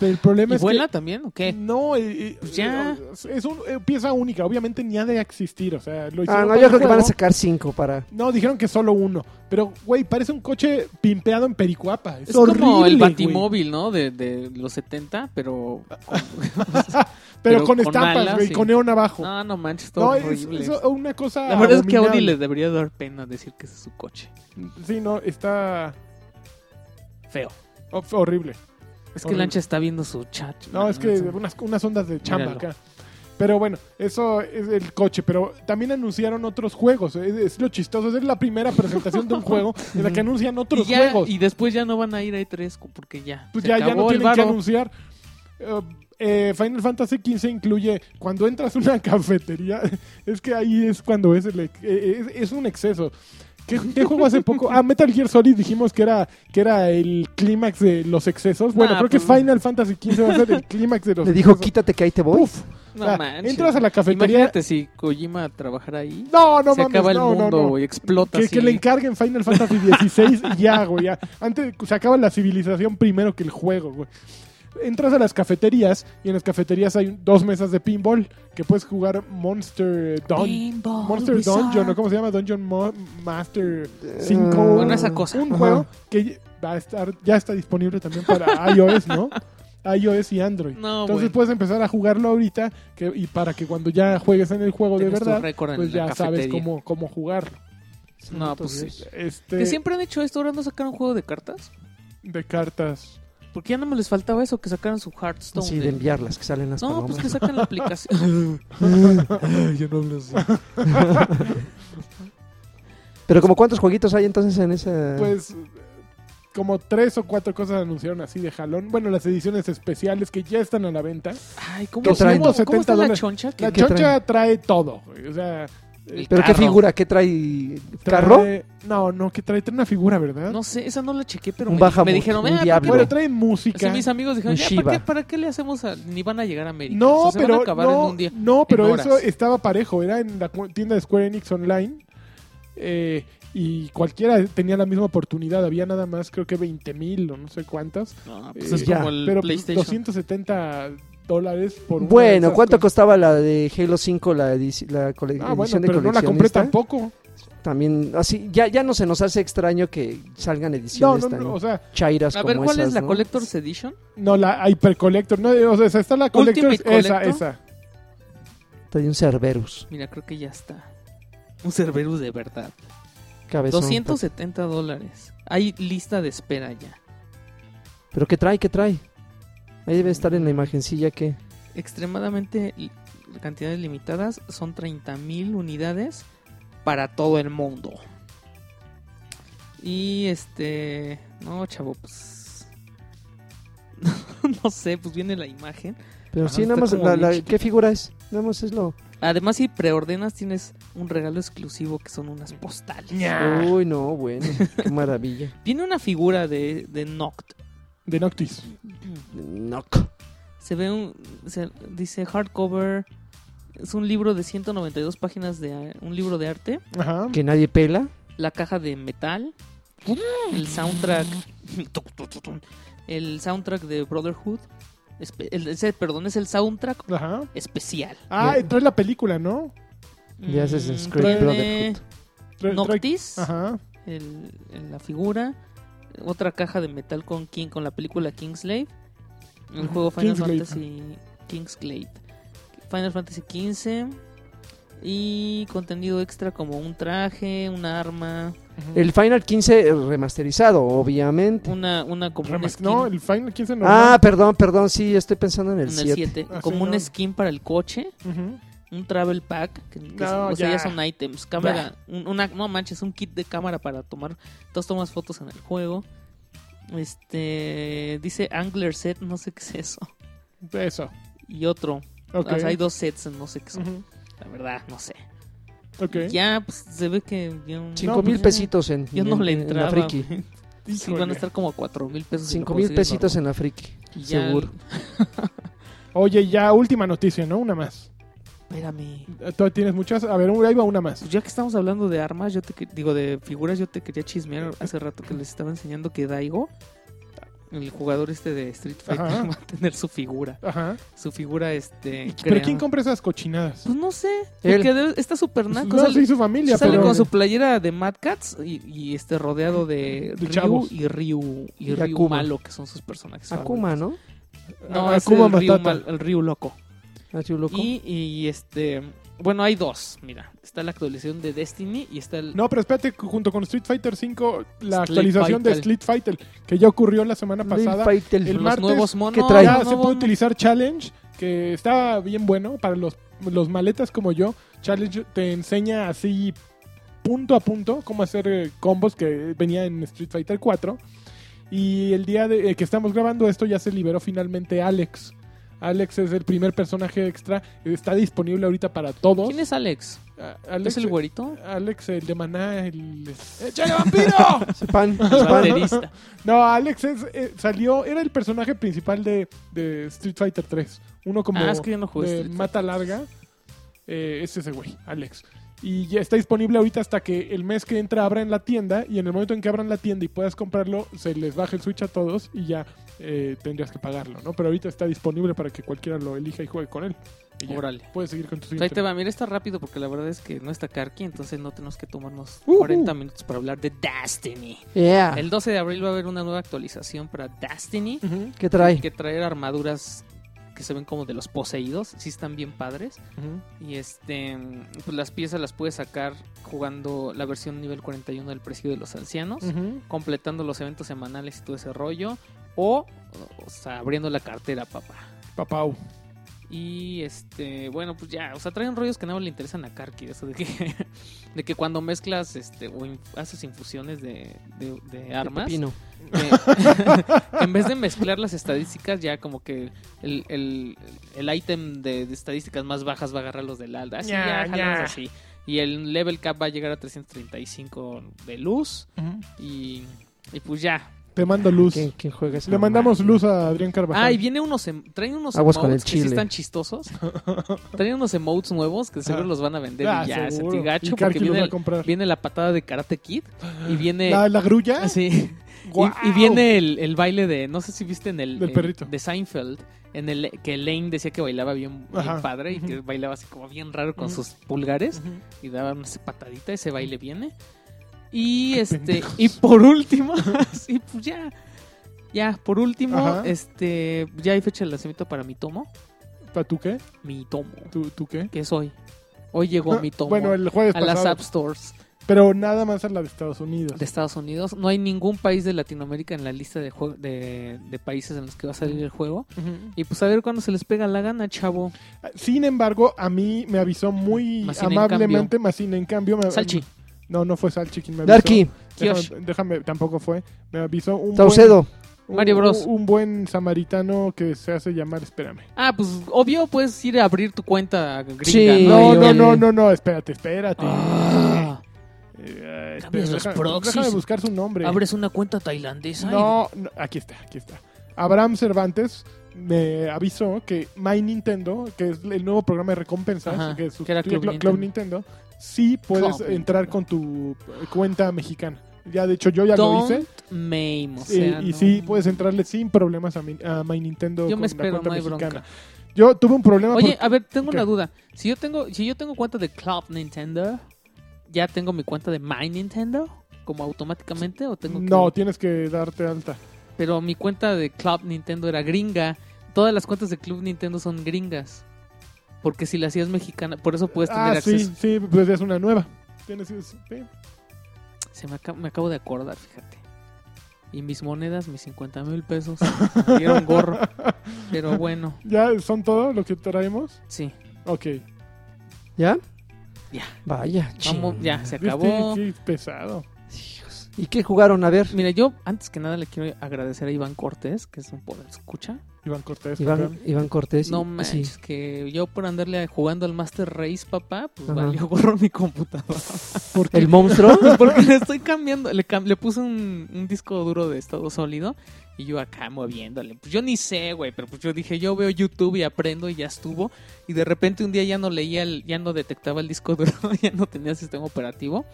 Pero el problema ¿Y es vuela que... también o qué? No, eh, eh, Pues ya. eh, es una pieza única, obviamente ni ha de existir, o sea, lo Ah, hicieron para no, yo el creo que van a Pues, juego. sacar cinco para... No, dijeron que solo uno, pero güey, parece un coche pimpeado en Pericuapa. Es, Es como el horrible, güey. Batimóvil, ¿no? De, de los 70, pero... pero, pero con, con estampas, alas, güey, sí. con neón abajo. Ah, oh. No, No, no manches, está es, horrible. es una cosa La verdad es que a Audi abominable. les debería dar pena decir que ese es su coche. Sí, no, está Feo. oh, fue horrible. Es que Horrible. Lancha está viendo su chat. No, es que Entonces, unas, unas ondas de chamba Míralo. acá. Pero bueno, eso es el coche. Pero también anunciaron otros juegos. Es, es lo chistoso. Es la primera presentación de un juego en la que anuncian Y, otros ya- juegos. y después ya no van a ir a E3 co- porque ya. pues se ya, ya no acabó el tienen que varo. anunciar. Eh, eh, Final Fantasy XV incluye cuando entras a una cafetería. Es que ahí es cuando es, el, ex- eh, es, es un exceso. ¿Qué, qué juego hace poco? Ah, Metal Gear Solid dijimos que era, que era el clímax de los excesos. Bueno, Ah, creo pues- que Final Fantasy XV va a ser el clímax de los Le dijo, excesos. quítate que ahí te voy. pues, Uf. No O sea, manches. entras a la cafetería. Imagínate si Kojima trabajara ahí. No, no se mames, acaba el no, no, mundo, no. güey. Explota. Que, así. que le encarguen Final Fantasy XVI y ya, güey. ya. Antes se acaba la civilización primero que el juego, güey. Entras a las cafeterías y en las cafeterías hay dos mesas de pinball que puedes jugar Monster Dungeon. Pinball Monster Resort. Dungeon, ¿no? ¿Cómo se llama? Dungeon Mo- Master Eh, 5. Bueno, esa cosa. Un Ajá. juego que va a estar, ya está disponible también para iOS, ¿no? iOS y Android. No, Entonces bueno. puedes empezar a jugarlo ahorita que, y para que cuando ya juegues en el juego de Tienes tu verdad, récord en pues la ya sabes cafetería. cómo, cómo jugarlo. No, pues Santo Dios. sí. Este, Que siempre han hecho esto, ahora no sacaron juego de cartas. De cartas. Porque ya no me les faltaba eso, que sacaran su Hearthstone. Así de- de enviarlas, que salen las No, palomas. pues que sacan la aplicación. Yo no hablo así. Pero como cuántos jueguitos hay entonces en esa... Pues como tres o cuatro cosas anunciaron así de jalón. Bueno, las ediciones especiales que ya están a la venta. Ay, ¿cómo, ¿Qué traen? cómo- cómo está la 270 choncha? que- La qué choncha trae todo. güey, O sea, el ¿Pero qué carro? figura? ¿Qué trae? trae- ¿Carro? No, no, que trae, trae una figura, ¿verdad? No sé, esa no la chequé, pero Un me, di- bajamut, me dijeron, un "Ah, ¿para diablo". bueno, Pero- trae qué-" Así música. mis amigos dijeron, Un "Ya, Shiba". ¿para, qué, para qué le hacemos a... ni van a llegar a América? No, O sea, se van a pero, acabar no, en un día. no, pero en eso horas. estaba parejo. Era en la cu- tienda de Square Enix Online. eh, y cualquiera tenía la misma oportunidad. Había nada más, creo que 20 mil o no sé cuántas. No, Eh, pues es ya, como el pero pues, PlayStation. 270 dólares por una de Bueno, esas ¿cuánto cosas. costaba la de Halo 5, la, edici- la cole- Ah, bueno, edición de pero no la compré coleccionista? tampoco. También, así, ya, ya no se nos hace extraño que salgan No, ediciones no, tan no, o sea, chairas A como ver, ¿cuál esas, es la ¿no? Collector's Edition? no la Hyper Collector, no, o sea, está la Collector, Ultimate esa, Collector. esa. Trae un Cerberus, Mira, creo que ya está. Un Cerberus de verdad. cabezón. 270 dólares. Hay lista de espera ya. ¿Pero qué trae? ¿Qué trae? Ahí Mm. debe estar en la imagencilla que... Extremadamente li- cantidades limitadas. Son 30.000 unidades para todo el mundo. Y este... No, chavo, pues... no sé, pues viene la imagen. Pero Ajá, sí, nada Ah, está más, como la- bien la- chiquito. ¿qué figura es? Nada más es lo... Además, si preordenas, tienes un regalo exclusivo que son unas postales. Ña. Uy, no, bueno, qué maravilla. Tiene una figura de, de Noct. De Noctis. Knock. Se ve un. se- dice hardcover. Es un libro de 192 páginas de a- un libro de arte. Ajá. Que nadie pela. La caja de metal. El soundtrack. El soundtrack de Brotherhood. espe- el- ese, perdón, es el soundtrack Ajá. especial. Ah, Ya. y trae la película, ¿no? De Assassin's Mm, Creed tiene Brotherhood. Trae- trae- Noctis. Ajá. el- el- la figura. otra caja de metal con King con la película Kingslave. El Ujú, juego Final Kingsglaive. Fantasy Kingsglaive. Final Fantasy XV y contenido extra como un traje, un arma, El Final 15 remasterizado, obviamente. una una como un Remas- skin no, el Final 15 Ah, normal. perdón, perdón, sí, estoy pensando en el en el 7. 7, Ah, como sí, un no. skin para el coche, Ujú. un travel pack, que, que No, son- o sea, ya. ya son items, cámara, un- una no manches, un kit de cámara para tomar, todos tomas fotos en el juego. Este dice Angler set, no sé qué es eso. Eso. Y otro, Ok. O sea, hay dos sets, no sé qué son. Ujú. La verdad, no sé. Ok. Ya pues, se ve que ya, Cinco 5 No, pues mil ya. pesitos en, ya no en- le en entraba. la friki. Sí, van Híjole. a estar como a cuatro mil pesos. si lo 5 mil consigues pesitos en la friki, normal. Y ya- seguro. Oye, ya última noticia, ¿no? Una más. Espérame. ¿Tú tienes muchas? A ver, ahí va una más. Pues ya que estamos hablando de armas, yo te que- digo de figuras, yo te quería chismear hace rato que les estaba enseñando que Daigo, el jugador este de Street Fighter, Ajá. va a tener su figura. Ajá. Su figura, este. ¿Pero creada. quién compra esas cochinadas? Pues no sé. Él. Porque de- está súper naco. no, sale- sí, su familia, Sale pero... con su playera de Mad Cats y, y este rodeado de, De Ryu chavos. y Ryu y, Y Ryu Akuma. malo, que son sus personajes. Akuma, ¿no? favoritos. A- No, es Akuma el, Ryu Matata. mal- el Ryu loco. Así loco. Y, y, este. Bueno, hay dos. Mira, está la actualización de Destiny y está el. No, pero espérate, junto con Street Fighter 5, la Street actualización de Fighter. Street Fighter, que ya ocurrió la semana Little pasada, Fighter. el los martes nuevos monos. trae? ya los se nuevos- puede utilizar Challenge, que está bien bueno para los, los maletas como yo. Challenge te enseña así punto a punto cómo hacer eh, combos que venía en Street Fighter 4. Y el día de, eh, que estamos grabando esto ya se liberó finalmente Alex. Alex es el primer personaje extra. Está disponible ahorita para todos. ¿Quién es Alex? A- Alex, ¿Es el güerito? Alex, el de Maná, el... ¡Échale vampiro! Pan, El pan. baterista. No, Alex es- eh, salió, era el personaje principal de, de Street Fighter 3. Uno como Ah, es que yo no jugué de Street mata larga. Eh, es ese güey, Alex. Y ya está disponible ahorita hasta que el mes que entra abra en la tienda. Y en el momento en que abran la tienda y puedas comprarlo, se les baja el Switch a todos y ya eh, tendrías que pagarlo, ¿no? Pero ahorita está disponible para que cualquiera lo elija y juegue con él. Y ya. Órale. Puedes seguir con tu Pues Ahí te siguiente. va, mira, está rápido porque la verdad es que no está Karki, entonces no tenemos que tomarnos Ujú. Ah. 40 minutos para hablar de Destiny. Yeah. El 12 de abril va a haber una nueva actualización para Destiny. Ujú, ¿Qué trae? que traer armaduras que se ven como de los poseídos, sí están bien padres. ujú. Y este, pues las piezas las puedes sacar jugando la versión nivel 41 del Presidio de los Ancianos, Ujú. completando los eventos semanales y todo ese rollo, o, o sea, abriendo la cartera, papá. Papau. Y este, bueno, pues ya, o sea, traen rollos que nada más le interesan a Karki, de eso de que, de que cuando mezclas este, o in- haces infusiones de, de- de armas, Pepino. que- que en vez de mezclar las estadísticas, ya como que el, el, el ítem de, de estadísticas más bajas va a agarrar los del alda. Así Ya, ya, jalas ya. así. Y el level cap va a llegar a 335 de luz. Ujú. Y, y pues ya. Te mando luz. ¿Quién, quién juega esa Pues, Le mamá? mandamos luz a Adrián Carvajal. Ah, y viene unos. em- Traen unos Aguas con el emotes que sí chile. están chistosos. Traen unos emotes nuevos que seguro Ah. los van a vender. Ah, y ya, seguro. sentí gacho. Y Karki Porque los viene, va a comprar. viene la patada de Karate Kid. Y viene. ¿La, la grulla? así. Y- ¡Guau! Y, viene el, el baile de, no sé si viste en el Del en- perrito. de Seinfeld, en el que Lane decía que bailaba bien, bien Ajá. padre y que Ujú. bailaba así como bien raro con Ujú. sus pulgares Ujú. y daba una patadita, ese baile viene. Y Qué este, pendejos. y por último, sí, pues ya, ya, por último, Ajá. este, ya hay fecha de lanzamiento para mi tomo, ¿Pa tú qué? mi tomo, ¿Tú, tú qué? Ah, que es hoy. Hoy llegó mi tomo Bueno, el jueves a las pasado. App Stores Pero nada más a la de Estados Unidos. de Estados Unidos. No hay ningún país de Latinoamérica en la lista de, jue- de, de países en los que va a salir el juego. Ujú. Y pues a ver cuándo se les pega la gana, chavo. Sin embargo, a mí me avisó muy Massina en amablemente Massina. En cambio, me- Salchi. No, no fue Salchi quien me avisó. Darky, Kiosh. Déjame, déjame, tampoco fue. Me avisó un Saucedo. buen- un- Mario Bros. Un, buen samaritano que se hace llamar, espérame. Ah, pues obvio puedes ir a abrir tu cuenta gringa. Sí. No, Ay, no, oye. no, no, no, espérate, espérate. Ah, Eh, espera, Cambias los deja- proxies. déjame buscar su nombre. Abres una cuenta tailandesa. No, no, aquí está, aquí está. Abraham Cervantes me avisó que My Nintendo, que es el nuevo programa de recompensas, Ajá, que que era sustituye Club Clo- Club Nintendo. sí puedes Club entrar con tu eh, cuenta mexicana. Ya, de hecho, yo ya lo Don't hice. mame, o eh, sea, y no. sí puedes entrarle sin problemas a, mi- a My Nintendo Yo con me espero, la cuenta no hay mexicana. bronca. Yo tuve un problema Oye, porque- a ver, tengo ¿Qué? una duda. Si yo tengo, si yo tengo cuenta de Club Nintendo, ¿ya tengo mi cuenta de My Nintendo? como automáticamente o tengo que No, tienes que darte alta. pero mi cuenta de Club Nintendo era gringa. Todas las cuentas de Club Nintendo son gringas. Porque si la hacías mexicana, por eso puedes tener Ah, sí, acceso. sí, pues es una nueva. Tienes que- sí. Se me, aca- me acabo de acordar, fíjate. Y mis monedas, mis 50 mil pesos, me dieron gorro. Pero bueno, ¿Ya son todo lo que traemos? sí. Ok. ¿Ya? Ya. Vaya, Vamos, chin. ya, se ¿Viste? acabó. Qué pesado. Hijos. ¿Y qué jugaron? A ver, Mira, yo antes que nada le quiero agradecer a Iván Cortés, que es un poder escucha. Iván Cortés. Iván, campeón. Iván Cortés. No sí. manches, que yo por andarle jugando al Master Race, papá, pues Ajá. valió gorro mi computadora. ¿Por qué? ¿El monstruo? Porque le estoy cambiando, le, cam- le puse un, un disco duro de estado sólido y yo acá moviéndole. Pues yo ni sé, güey, pero pues yo dije, yo veo YouTube y aprendo y ya estuvo. Y de repente un día ya no leía, el- ya no detectaba el disco duro, ya no tenía sistema operativo.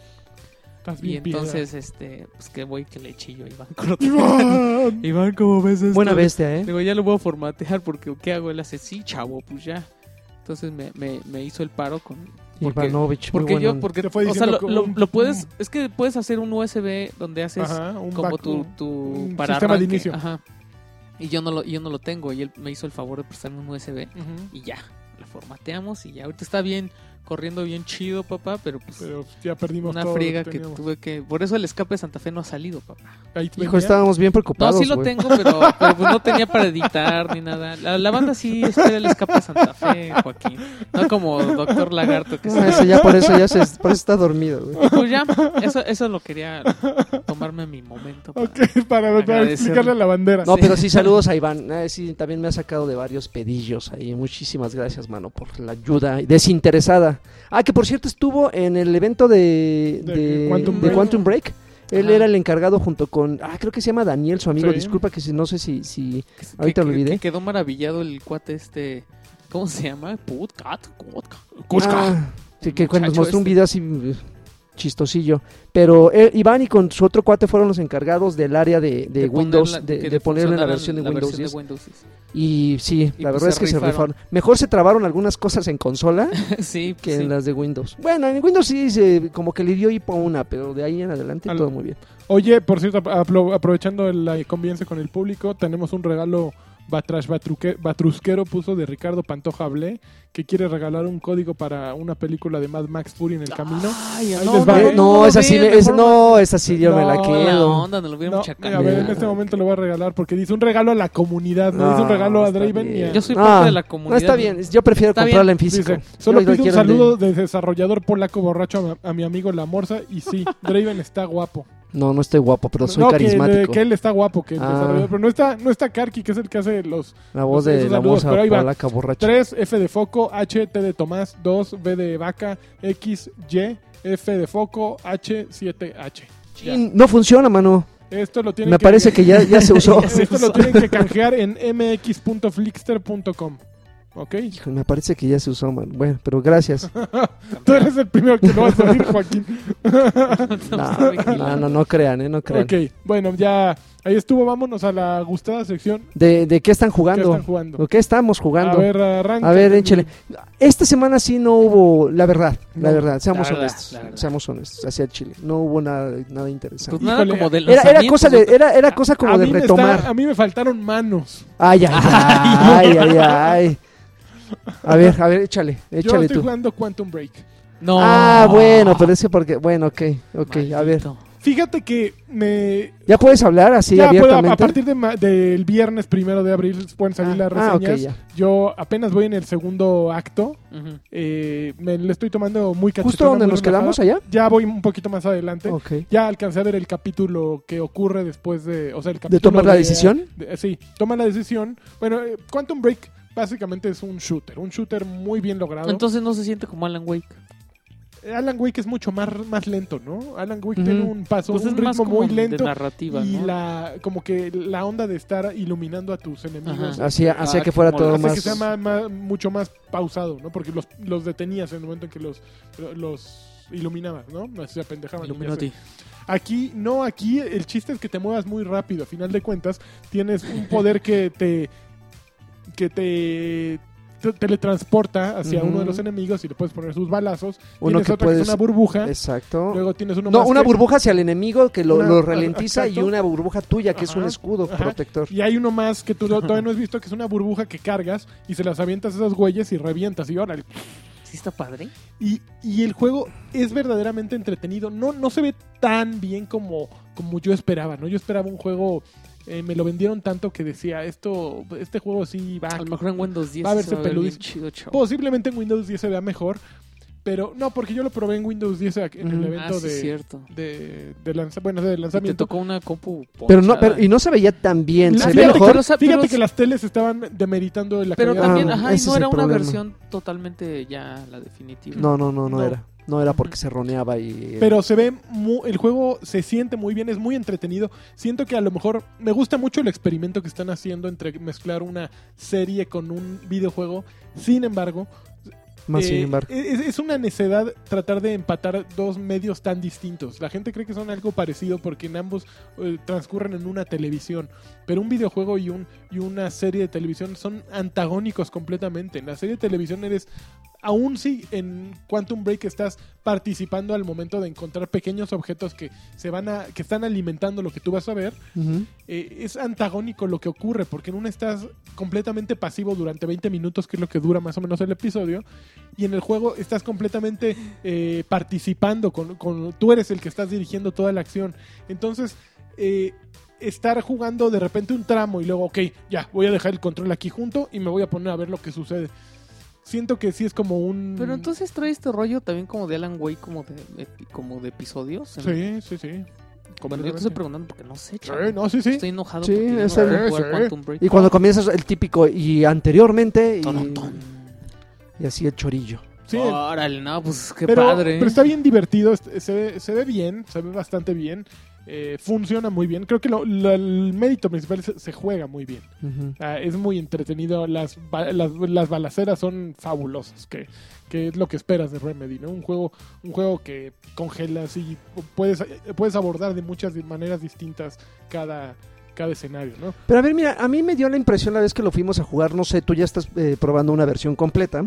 Estás Y bien piedra. entonces, este, pues que voy que le chillo a Iván Cortés. Iván. Iván, ¿cómo ves esto? Buena bestia, ¿eh? Digo, ya lo voy a formatear porque ¿qué hago? Él hace, sí, chavo, pues ya. Entonces me, me, me hizo el paro con... porque- Ivanovich. muy Porque buena yo, onda. porque, Te fue o sea, lo, diciendo lo- como un- lo puedes, es que puedes hacer un USB donde haces Ajá, un como back- tu, un- tu un para sistema de arranque, inicio. ajá. Y yo no lo, yo no lo tengo y él me hizo el favor de prestarme un USB Ujú. y ya, lo formateamos y ya. Ahorita está bien, corriendo bien chido, papá, pero pues Pero ya perdimos una todo lo friega que que teníamos. tuve que, por eso el escape de Santa Fe no ha salido, papá. Ahí Hijo, venía. estábamos bien No, preocupados. sí lo güey. tengo, pero, pero, pues no tenía para editar ni nada. La, la banda sí espera el escape de Santa Fe, Joaquín. No como Doctor Lagarto que se Ah, ese ya por eso ya se, por eso está dormido, güey. Pues ya, eso, eso lo quería tomarme mi momento. para- Ok, para, para Agradecerle. explicarle a la bandera. No, Sí. pero sí, saludos a Iván. Ah, sí, también me ha sacado de varios pedillos ahí. Muchísimas gracias, mano, por la ayuda desinteresada. Ah, que por cierto estuvo en el evento de, De de- de Quantum Quantum, Break. Break. Él Ajá. era el encargado junto con, ah, creo que se llama Daniel, su amigo. Sí. Disculpa que si, no sé si, si que- que- ahorita lo que- olvidé. que quedó maravillado el cuate este. ¿Cómo se llama? Putcat. Cutcat. Ah, sí, que El cuando nos mostró muchacho un este. video así mm, chistosillo. Pero eh, Iván y con su otro cuate fueron los encargados del área de, de Windows, ponerla- de, que de ponerle la funcionara versión de Windows 10. sí. Y sí, Y la verdad pues se es que se rifaron. rifaron. Mejor se trabaron algunas cosas en consola Sí, que sí. en las de Windows. Bueno, en Windows sí se, como que le dio hipo a una, pero de ahí en adelante Al- todo muy bien. Oye, por cierto, apro- aprovechando la convivencia con el público, tenemos un regalo Batrash Batruque- Batrusquero puso de Ricardo Pantoja Ble, que quiere regalar un código para una película de Mad Max Fury Ah, en el camino. Ay, Ahí les va. Eh, Vale. no, lo esa sí, ven, me- es, mejor no, esa sí yo me la No, no, mala quedo. onda, nos lo No, hubiéramos mira, chacado. a ver, en Mira. este momento lo voy a regalar porque dice un regalo a la comunidad, no, No, dice un regalo a está Draven y bien. a- Yo soy Ah, parte de la No, comunidad. está bien, yo prefiero Está bien. comprarla en físico. Dice, solo Yo la pido un quiero en saludo de desarrollador polaco borracho a, ma- a mi amigo La Morsa y sí, Draven está guapo. No, no estoy guapo, pero soy no, que- Que, carismático. él está guapo, que el Ah. desarrollador, pero no está, no está Karki, que es el que hace los la voz esos de la saludos, moza pero ahí va. polaca borracha. 3, F de foco, H, T de Tomás, 2, B de vaca, X, Y, F de foco, H, 7, H. Ya. Chin, No funciona, mano. Esto lo tienen Me parece que ya, ya se usó. Ya se Esto lo usó. tienen que canjear en mx.flixter.com. ¿Ok? Hijo, me parece que ya se usó, man. Bueno, pero gracias. Tú eres el primero que lo va a salir, Joaquín. No, no, no, no crean, ¿eh? No crean. ok, bueno, ya ahí estuvo. Vámonos a la gustada sección ¿De, de qué están que jugando? están jugando. ¿O qué estamos jugando? A ver, arranca. A ver, échele. Esta semana sí no hubo, la verdad, la No. verdad, seamos La verdad, honestos, la verdad. seamos honestos, hacia el Chile, no hubo nada, nada interesante. Pues nada Híjole, como de Era, era lanzamientos, cosa de, eh, ¿no? era, era cosa como a, de mí me está- retomar. a mí me faltaron manos. Ay, ay, ay, ay, ay. A ver, a ver, échale, Yo échale estoy tú. jugando Quantum Break. No. Ah, bueno, pero es que porque, bueno, ok, ok, a ver. Maldito. Fíjate que me ¿Ya puedes hablar así ya puedo, a- a abiertamente? partir de ma- del viernes primero de abril pueden salir las Ah, ah, ok, reseñas. ya. Yo apenas voy en el segundo acto. Ujú. eh, me le estoy tomando muy cachetona, ¿Justo donde muy nos relajada. quedamos allá? Ya voy un poquito más adelante. Ok. Ya alcancé a ver el capítulo que ocurre después de. O sea, el capítulo ¿De tomar la decisión? de- eh, sí, toma la decisión. Bueno, eh, Quantum Break básicamente es un shooter. Un shooter muy bien logrado. Eh, Entonces no se siente como Alan Wake. Alan Wake es mucho más, más lento, ¿no? Alan Wake Ujú. tiene un paso, Pues un es ritmo más como muy de lento. narrativa, y ¿no? la como que la onda de estar iluminando a tus enemigos Ajá. Así, así Ah, que fuera como todo hace más... que sea ma- ma- mucho más pausado no porque los, los detenías en el momento en que los los iluminabas no Así se apendejaban y Illuminati. ya se- aquí no aquí el chiste es que te muevas muy rápido a final de cuentas tienes un poder que te que te te teletransporta hacia Ujú. uno de los enemigos y le puedes poner sus balazos. Uno tienes que otra que puedes- es una burbuja. Exacto. Luego tienes uno No, más una que- burbuja hacia el enemigo que lo, Una- lo ralentiza y exacto. una burbuja tuya que es un Ajá, escudo ajá. protector. Y hay uno más que tú no- todavía no has visto, que es una burbuja que cargas y se las avientas a esos güeyes y revientas. Y órale. ¿Sí está padre? Y, y el juego es verdaderamente entretenido. No, no se ve tan bien como, como yo esperaba, ¿no? Yo esperaba un juego. eh, me lo vendieron tanto que decía, esto, este juego sí va. A lo mejor en Windows 10 Va a sí verse se va a ver bien peludis- chido, chavo. Posiblemente en Windows 10 se vea mejor. Pero no, porque yo lo probé en Windows 10 ac- en el Ujú. evento Ah, sí, es de, cierto. de, de lanza- bueno, de Y te lanzamiento. tocó una compu Pero no, ponchada. pero, y no se veía tan bien. La- Se Ah, ve fíjate, mejor. que, Pero, fíjate pero- que las teles estaban demeritando la Pero calidad. también, Ah, ajá, y ese no es era el una problema. versión totalmente ya la definitiva. No, no, no, no, No. era. No era porque se roneaba y. Pero se ve, mu- el juego se siente muy bien, es muy entretenido. Siento que a lo mejor me gusta mucho el experimento que están haciendo entre mezclar una serie con un videojuego. Sin embargo, más eh, sin embargo. Es, es una necedad tratar de empatar dos medios tan distintos. La gente cree que son algo parecido porque en ambos eh, transcurren en una televisión. Pero un videojuego y, un, y una serie de televisión son antagónicos completamente. En la serie de televisión eres... Aún si en Quantum Break estás participando al momento de encontrar pequeños objetos que se van a, que están alimentando lo que tú vas a ver, Ujú. eh, es antagónico lo que ocurre, porque en una estás completamente pasivo durante 20 minutos, que es lo que dura más o menos el episodio, y en el juego estás completamente eh, participando, con, con- tú eres el que estás dirigiendo toda la acción. Entonces, eh, estar jugando de repente un tramo y luego, ok, ya, voy a dejar el control aquí junto y me voy a poner a ver lo que sucede. Siento que sí es como un... Pero entonces trae este rollo también como de Alan Way, como de, epi- como de episodios. Sí, sí, sí. Bueno, yo te estoy preguntando porque no sé, Sí, chavo. no, sí, sí. Estoy enojado Sí, porque yo no es el- puedo jugar sí. Quantum Break. Y cuando comienzas el típico y anteriormente. Ton, Y, ton. y así el chorillo. Sí, Órale, no, pues qué pero, padre. pero está bien divertido, est- se ve, se ve bien, se ve bastante bien, eh, funciona muy bien. Creo que lo- lo- el mérito principal se, se juega muy bien. Ujú. Ah, es muy entretenido, las, ba- las, las balaceras son fabulosas, que, que es lo que esperas de Remedy, ¿no? Un juego, un juego que congelas y puedes, puedes abordar de muchas di- maneras distintas cada, cada escenario, ¿no? Pero a ver, mira, a mí me dio la impresión la vez que lo fuimos a jugar, no sé, tú ya estás eh, probando una versión completa,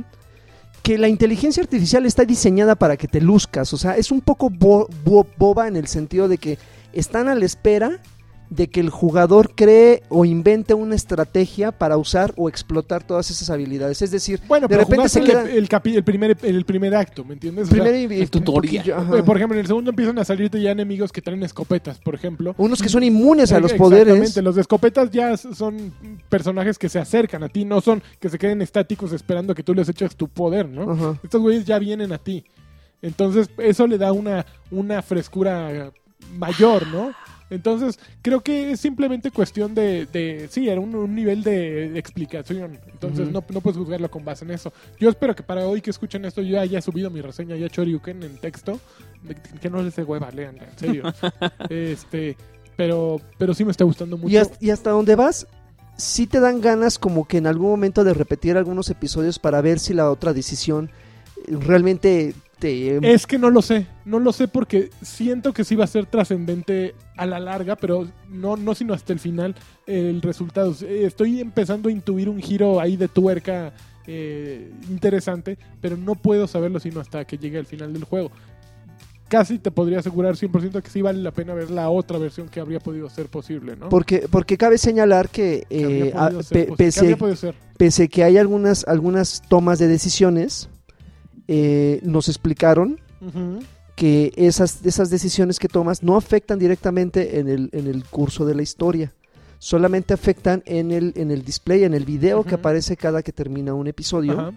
que la inteligencia artificial está diseñada para que te luzcas, o sea, es un poco bo- bo- boba en el sentido de que están a la espera de que el jugador cree o invente una estrategia para usar o explotar todas esas habilidades. Es decir, Bueno, De pero repente jugaste se el- queda- el, capi- el primer, el primer acto, ¿me entiendes? O sea, primero y- el y- tutorial. poquillo, ajá. eh, por ejemplo, en el segundo empiezan a salirte ya enemigos que traen escopetas, por ejemplo. unos que son inmunes a los Exactamente, poderes. los de escopetas ya s- son personajes que se acercan a ti, no son que se queden estáticos esperando que tú les eches tu poder, ¿no? Ajá. Estos güeyes ya vienen a ti. Entonces, eso le da una, una frescura mayor, ¿no? Entonces, creo que es simplemente cuestión de, de sí, era un, un nivel de explicación. Entonces, Ujú. no, no puedes juzgarlo con base en eso. Yo espero que para hoy que escuchen esto yo haya subido mi reseña ya Choryuken en texto. De- Que no les dé hueva, leanla, en serio. este, pero, pero sí me está gustando mucho. Y hasta, y hasta donde vas, sí te dan ganas como que en algún momento de repetir algunos episodios para ver si la otra decisión eh, realmente te... em, Es que no lo sé, no lo sé porque siento que sí va a ser trascendente a la larga, pero no, no sino hasta el final el resultado. Eh, Estoy empezando a intuir un giro ahí de tuerca eh, interesante, pero no puedo saberlo sino hasta que llegue al final del juego. Casi te podría asegurar 100% que sí vale la pena ver la otra versión que habría podido ser posible, ¿no? Porque, porque cabe señalar que, Que habría eh, a- podido ser pe- posi- que pese, habría podido ser. pese que hay algunas, algunas tomas de decisiones, eh, nos explicaron Ujú. que esas, esas decisiones que tomas no afectan directamente en el, en el curso de la historia. Solamente afectan en el, en el display, en el video que Ujú. aparece cada que termina un episodio. Ajá.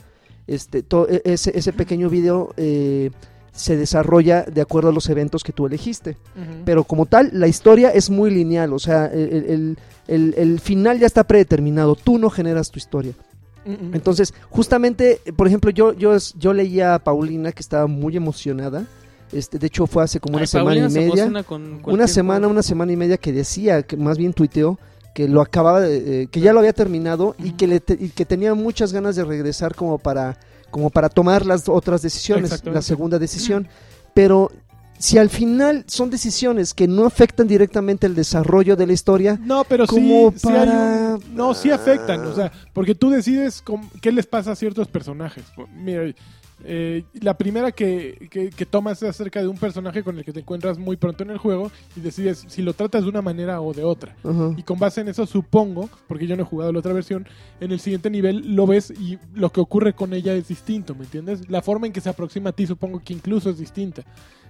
este, to- e- ese, ese pequeño video eh, se desarrolla de acuerdo a los eventos que tú elegiste. Ujú. Pero como tal, la historia es muy lineal, o sea, el, el- el- el final ya está predeterminado, tú no generas tu historia. Ujú. Entonces, justamente, eh, por ejemplo, yo, yo, es- yo leía a Paulina que estaba muy emocionada, este, de hecho fue hace como una Ay, semana Paulina y se media, emociona con una cualquier semana, cosa. una semana y media que decía, que más bien tuiteó, que lo acababa, de- eh, que ya lo había terminado y Ujú. que le te- y que tenía muchas ganas de regresar como para, como para tomar las otras decisiones, la Exactamente. segunda decisión, pero si al final son decisiones que no afectan directamente el desarrollo de la historia, No, pero sí, Como sí hay para- un- no, sí afectan, o sea, porque tú decides com- qué les pasa a ciertos personajes. Mira, eh, la primera que, que- que tomas es acerca de un personaje con el que te encuentras muy pronto en el juego y decides si lo tratas de una manera o de otra. ajá, Y con base en eso supongo, porque yo no he jugado la otra versión, en el siguiente nivel lo ves y lo que ocurre con ella es distinto, ¿me entiendes? La forma en que se aproxima a ti supongo que incluso es distinta.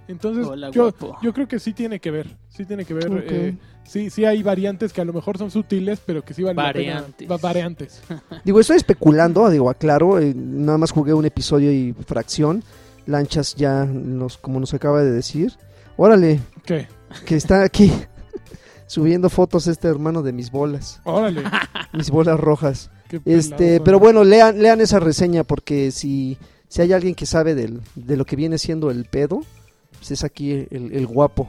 Entonces, Hola, yo, guapo. yo creo que sí tiene que ver, sí tiene que ver. Ok. eh, sí, sí hay variantes que a lo mejor son sutiles, pero que sí valen la Variantes. pena. Va- variantes. Digo, estoy especulando, digo, aclaro, eh, nada más jugué un episodio y fracción. Lanchas ya, nos, como nos acaba de decir. Órale, ¿Qué? que está aquí subiendo fotos este hermano de mis bolas, Órale. mis bolas rojas. qué Este, pelado. pero bueno, lean, lean esa reseña porque si, si hay alguien que sabe del- de lo que viene siendo el pedo, pues es aquí el, el guapo.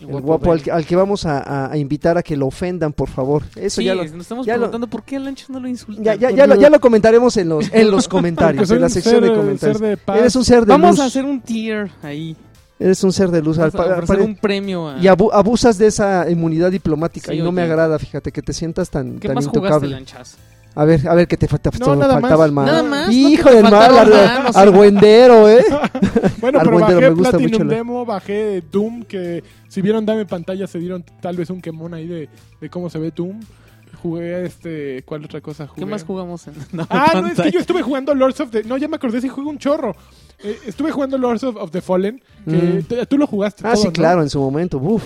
El guapo, al, que, al que vamos a, a- a invitar a que lo ofendan, por favor. Eso Sí, ya lo, nos estamos ya lo- preguntando por qué a Lanchas no lo insultan. ya, ya, ya lo, ya lo comentaremos en los, en los Porque comentarios, soy en la un sección ser, de comentarios. ser de paz. Eres un ser de Vamos luz. a hacer un tier ahí. Eres un ser de luz. Vamos a Al- ofrecer pare- un premio a... Y abu- abusas de esa inmunidad diplomática Sí, y no me oye. agrada, fíjate, que te sientas tan, ¿Qué tan más jugaste, intocable. Lanchas? A ver, a ver, que te, fa- te No, nada faltaba más. el mal. Nada más. Hijo del mal, faltaron argu- manos. argüendero, ¿eh? Bueno, pero Argüendero, bajé me gusta Platinum mucho la- Demo, bajé Doom, que si vieron Dame Pantalla se dieron tal vez un quemón ahí de, de cómo se ve Doom. Jugué este, ¿cuál otra cosa jugué? ¿Qué más jugamos? En... No, Ah, no, es pantalla. que yo estuve jugando Lords of the... No, ya me acordé, sí jugué un chorro. Eh, estuve jugando Lords of, of the Fallen, que Mm. t- tú lo jugaste Ah, todo, sí, ¿no? claro, en su momento. Uf,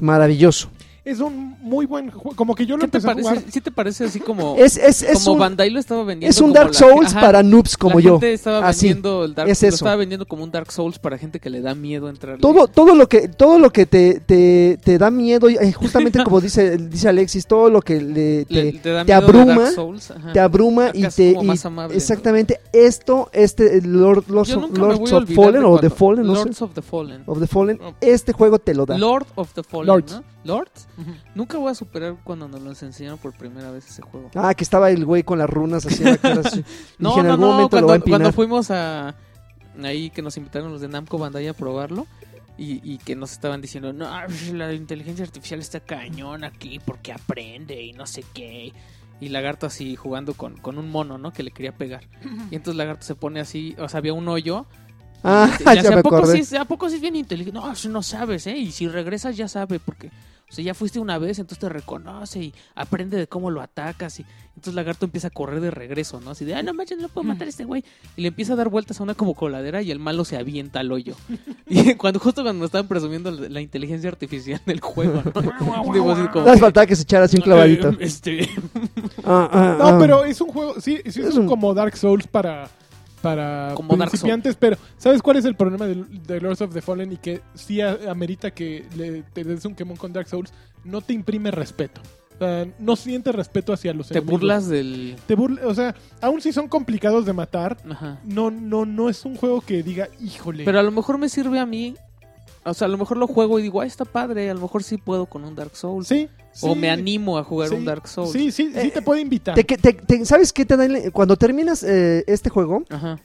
maravilloso. Es un muy buen juego, como que yo lo ¿Qué te empecé a parece? jugar. ¿Sí te parece así como, Es, es, es como un, Bandai lo estaba vendiendo? es un como Dark la- Souls Ajá, para noobs como la yo. Gente estaba Así, vendiendo el Dark, es lo eso. estaba vendiendo como un Dark Souls para gente que le da miedo entrar. Todo, todo lo que, todo lo que te, te, te da miedo, y, eh, justamente como dice, dice Alexis, todo lo que le, te, te, da te miedo de abruma, Dark Souls, ajá. te abruma y Marcas te... como y- más amable, ¿no? exactamente, esto, este eh, Lord, Lords Yo of- nunca me voy Lords a of olvidar Fallen de o The cuando- Fallen, no sé, Lords of the Fallen. of the Fallen, este juego te lo da. Lord of the Fallen, Lords. ¿no? Lords. Nunca voy a superar cuando nos lo enseñaron por primera vez ese juego. Ah, que estaba el güey con las runas haciendo aquellas- Dije, No, en no, algún no, momento lo cuando, va a empinar. cuando fuimos a ahí que nos invitaron los de Namco Bandai a probarlo y, y que nos estaban diciendo, no, ah, pues, la inteligencia artificial está cañón aquí porque aprende y no sé qué. Y Lagarto así jugando con, con un mono, ¿no? Que le quería pegar. Y entonces Lagarto se pone así, o sea, había un hoyo. y Ah, dice, ya "Ya sé, me ¿a poco acordé. sí es- ¿A poco sí es bien inteligente? No, si no sabes, ¿eh? Y si regresas ya sabe porque... O sea, ya fuiste una vez, entonces te reconoce y aprende de cómo lo atacas. Y entonces Lagarto empieza a correr de regreso, ¿no? Así de, ah, no manches, no Mm. puedo matar a este güey. Y le empieza a dar vueltas a una como coladera y el malo se avienta al hoyo. Y cuando justo cuando nos estaban presumiendo la, la inteligencia artificial del juego, ¿no? Digo, así como Nada más que, faltaba que se echara así un clavadito. eh, este, Ah, ah, No, ah. pero es un juego, sí, sí es, Es un un- como Dark Souls para, para Como Dark principiantes, pero ¿sabes cuál es el problema de, de Lords of the Fallen y que sí a- amerita que le, te des un quemón con Dark Souls? No te imprime respeto. O sea, no sientes respeto hacia los te enemigos. burlas del... Te burla, o sea, aún si son complicados de matar, Ajá. no, no, no es un juego que diga, híjole. Pero a lo mejor me sirve a mí. O sea, a lo mejor lo juego y digo, ah, está padre, a lo mejor sí puedo con un Dark Souls. sí, sí, O me animo a jugar sí, un Dark Souls. Sí, sí, sí Eh, te puede invitar. Te que- te- te- ¿Sabes qué te da? el- Cuando terminas eh, este juego, Ajá.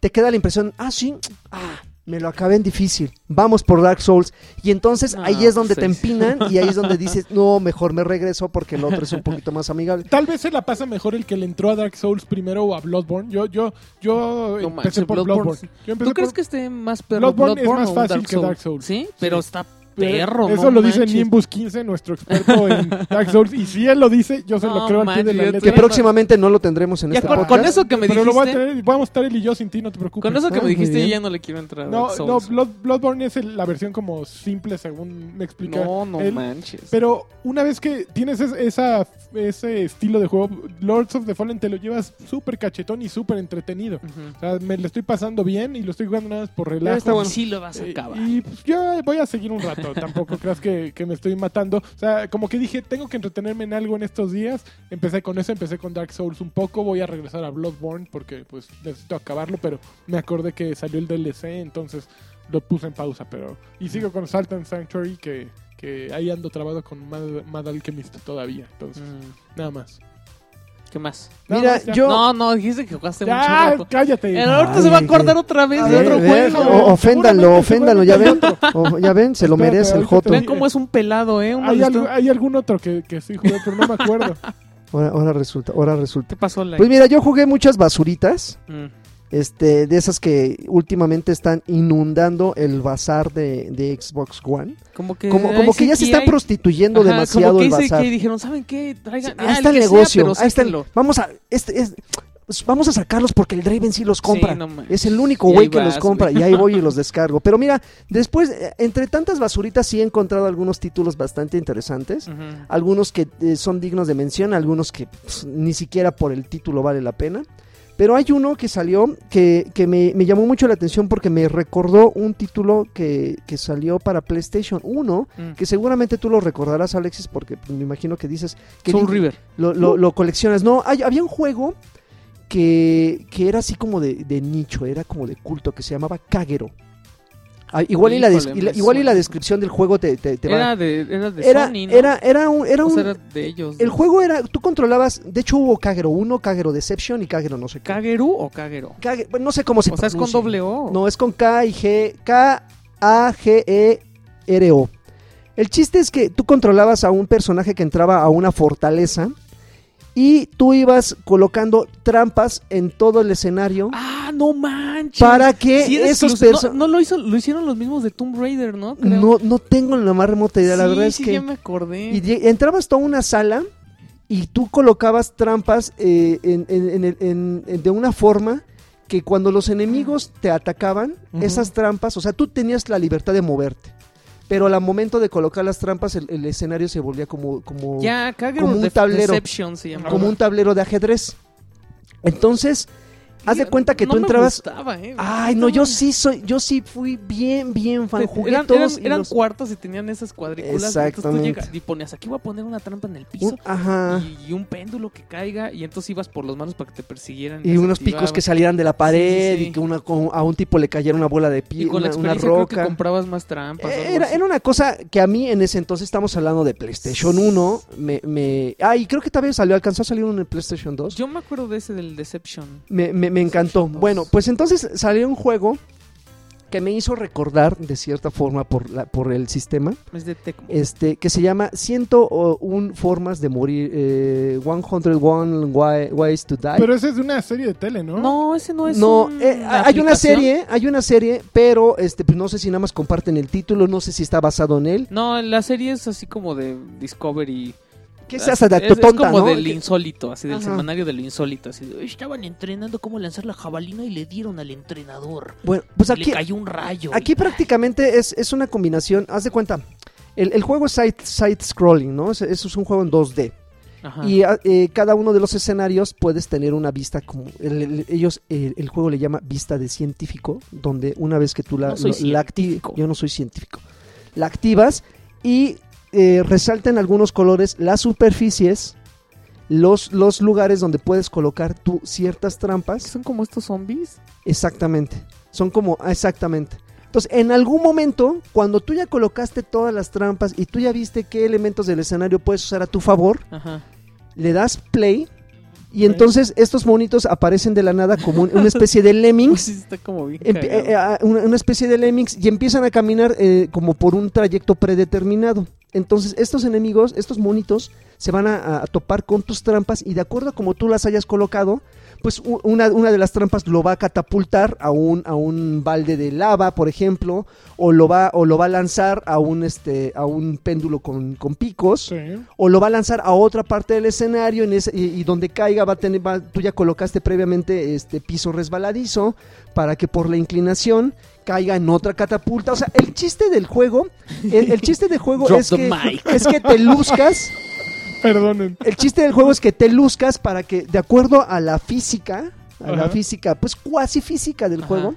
te queda la impresión, ah, sí, ah, me lo acabé en difícil, vamos por Dark Souls. Y entonces No, ahí es donde sí. te empinan y ahí es donde dices, no, mejor me regreso porque el otro es un poquito más amigable. Tal vez se la pasa mejor el que le entró a Dark Souls primero o a Bloodborne. Yo, yo, yo No empecé manches, por Bloodborne. Bloodborne. Yo empecé ¿Tú crees por- que esté más perro Bloodborne es más o un fácil Dark que Dark Souls. Souls? Sí, pero está Pero perro, Eso no lo dice manches. Nimbus 15, nuestro experto en Dark Souls. Y si él lo dice, yo se lo No creo al pie de manches, la yo letra. Que Claro. próximamente no lo tendremos en Ya este con, podcast. con eso que me Pero lo voy a dijiste, tener, vamos a estar él y yo sin ti, no te preocupes. con eso que Ah, me muy dijiste, yo bien. ya no le quiero entrar a no, Dark no, Souls. Blood- Bloodborne es el- la versión como simple, según me explica. no, no él. manches. Pero una vez que tienes es- esa, ese estilo de juego, Lords of the Fallen te lo llevas súper cachetón y súper entretenido. Ujú. O sea, me lo estoy pasando bien y lo estoy jugando nada más por relajo. está bueno. Sí lo vas a Eh, acabar. Y pues, yo voy a seguir un rato, tampoco creas que, que me estoy matando. O sea, como que dije, tengo que entretenerme en algo en estos días. Empecé con eso, empecé con Dark Souls un poco. Voy a regresar a Bloodborne porque pues necesito acabarlo, pero me acordé que salió el DLC, entonces lo puse en pausa. pero Y sigo con Salt and Sanctuary, que, que ahí ando trabado con Mad, Mad Alchemist todavía. Entonces, Mm. nada más. ¿Qué más? Mira, más, ya. yo- No, no, dijiste que jugaste mucho Ya, rato. cállate. El ahorita se va a acordar otra vez A de ver, otro ve, juego. ve, o- Oféndanlo, Seguramente, oféndanlo, ya ven. seguramente hay O- Oh, ya ven, se lo Espérate, merece el ahorita Joto. te- Vean cómo es un pelado, ¿eh? Uno Hay, de algo- estos- hay algún otro que, que sí jugué, pero no me acuerdo. Ahora, ahora resulta, ahora resulta. ¿Qué pasó, la Pues mira, yo jugué muchas basuritas, Mm. este, de esas que últimamente están inundando el bazar de, de Xbox One. Como que, Como, ahí como sí que ya se están hay- prostituyendo Ajá, demasiado como que el dice bazar. que "Ah, dijeron, ¿saben qué? Traigan, ahí está el negocio, ahí está el- lo Vamos a, este, es- vamos a sacarlos porque el Draven sí los compra. no manches. es el único Y ahí güey que los vas, compra güey. y ahí voy y los descargo. Pero mira, después, eh, entre tantas basuritas sí he encontrado algunos títulos bastante interesantes. Algunos que eh, son dignos de mención, algunos que pss, ni siquiera por el título vale la pena. Pero hay uno que salió que, que me, me llamó mucho la atención porque me recordó un título que, que salió para PlayStation 1, que seguramente tú lo recordarás, Alexis, porque me imagino que dices que Soul di- River. lo, lo- lo coleccionas. No, hay- había un juego que, que era así como de, de nicho, era como de culto, que se llamaba Kagero. Ah, igual, y la, des- Híjole, y la- me igual y la suena. descripción del juego te, te, te va- Era de, era de era, Sony, ¿no? era, era un... Era O un- sea, era de ellos. el ¿no? juego era... Tú controlabas... De hecho hubo Kagero 1, Kagero Deception y Kagero no sé qué. ¿Kageru o Kagero? Kage- bueno, no sé cómo se O sea, es con pronuncia. doble O. No, es con K y G. K-A-G-E-R-O. El chiste es que tú controlabas a un personaje que entraba a una fortaleza y tú ibas colocando trampas en todo el escenario Ah, no manches. para que Sí era esos exclusivo. personajes... No, no lo, hizo, lo hicieron los mismos de Tomb Raider, ¿no? Creo. No, no tengo la más remota idea, la Sí, verdad es sí, que... ya me acordé. Y lle- entrabas tú a una sala y tú colocabas trampas eh, en- en- en el- en- en- de una forma que cuando los enemigos te atacaban, Ujú. esas trampas, o sea, tú tenías la libertad de moverte. Pero al momento de colocar las trampas, el, el escenario se volvía como, como, ya, Kagero como un de- tablero. Deception se llamaba. como un tablero de ajedrez. Entonces, haz de Ya, cuenta que no tú me entrabas. gustaba, ¿eh? Ay, no, yo Estaba- sí soy, yo sí fui bien, bien fan. Te- Jugué eran todos eran- y eran los- cuartos y tenían esas cuadrículas. Exactamente. Entonces tú Exactamente. llegas y ponías, aquí voy a poner una trampa en el piso un- ah. ajá. y, y un péndulo que caiga y entonces ibas por los manos para que te persiguieran. Y unos picos que salieran de la pared sí, sí. y que una, con- a un tipo le cayera una bola de pie, Y con la una, una experiencia creo que roca. comprabas más trampas. o algo Era, así. era una cosa que a mí en ese entonces estamos hablando de PlayStation 1. Me, me... Ah, y creo que también salió, alcanzó a salir uno en PlayStation 2. Yo me acuerdo de ese del Deception. Me, me- me encantó. dos. Bueno, pues entonces salió un juego que me hizo recordar de cierta forma por, la, por el sistema, Es de Tecmo. este, que se llama 101 formas de morir, eh, 101 Why- ways to die. Pero ese es de una serie de tele, ¿no? no, ese no es. No, un- eh, hay una aplicación. serie, hay una serie, pero este, pues no sé si nada más comparten el título, no sé si está basado en él. No, la serie es así como de Discovery. Que es hasta de es, es tonta, como ¿no? del Que- insólito, así del Ajá. semanario del insólito. Así de, estaban entrenando cómo lanzar la jabalina y le dieron al entrenador. Bueno, pues aquí, cayó un rayo. aquí prácticamente es, es una combinación, haz de cuenta, el, el juego es side, side scrolling, ¿no? Es, es un juego en 2D. Y ah, eh, cada uno de los escenarios puedes tener una vista como el- el- ellos el, el juego le llama vista de científico, donde una vez que tú la, No soy lo- la acti- científico. yo no soy científico, la activas y eh, resaltan algunos colores las superficies, los los lugares donde puedes colocar tú ciertas trampas, son como estos zombies. exactamente, son como ah, exactamente. Entonces, en algún momento, cuando tú ya colocaste todas las trampas y tú ya viste qué elementos del escenario puedes usar a tu favor, Ajá. le das play y entonces estos monitos aparecen de la nada como un- una especie de lemmings. Pues Sí, está como bien. Empi- cagado. eh, eh, una una especie de lemmings y empiezan a caminar eh, como por un trayecto predeterminado. Entonces estos enemigos, estos monitos, se van a, a topar con tus trampas y de acuerdo a como tú las hayas colocado, pues u- una, una de las trampas lo va a catapultar a un, a un balde de lava, por ejemplo, o lo va, o lo va a lanzar a un, este, a un péndulo con, con picos Sí. o lo va a lanzar a otra parte del escenario en ese- y, y donde caiga va a tener va- tú ya colocaste previamente este piso resbaladizo para que por la inclinación caiga en otra catapulta o sea el chiste del juego el, el chiste del juego Drop es the que mic. es que te luzcas Perdonen. el chiste del juego es que te luzcas para que de acuerdo a la física a la Ajá. física pues cuasi física del Ajá. juego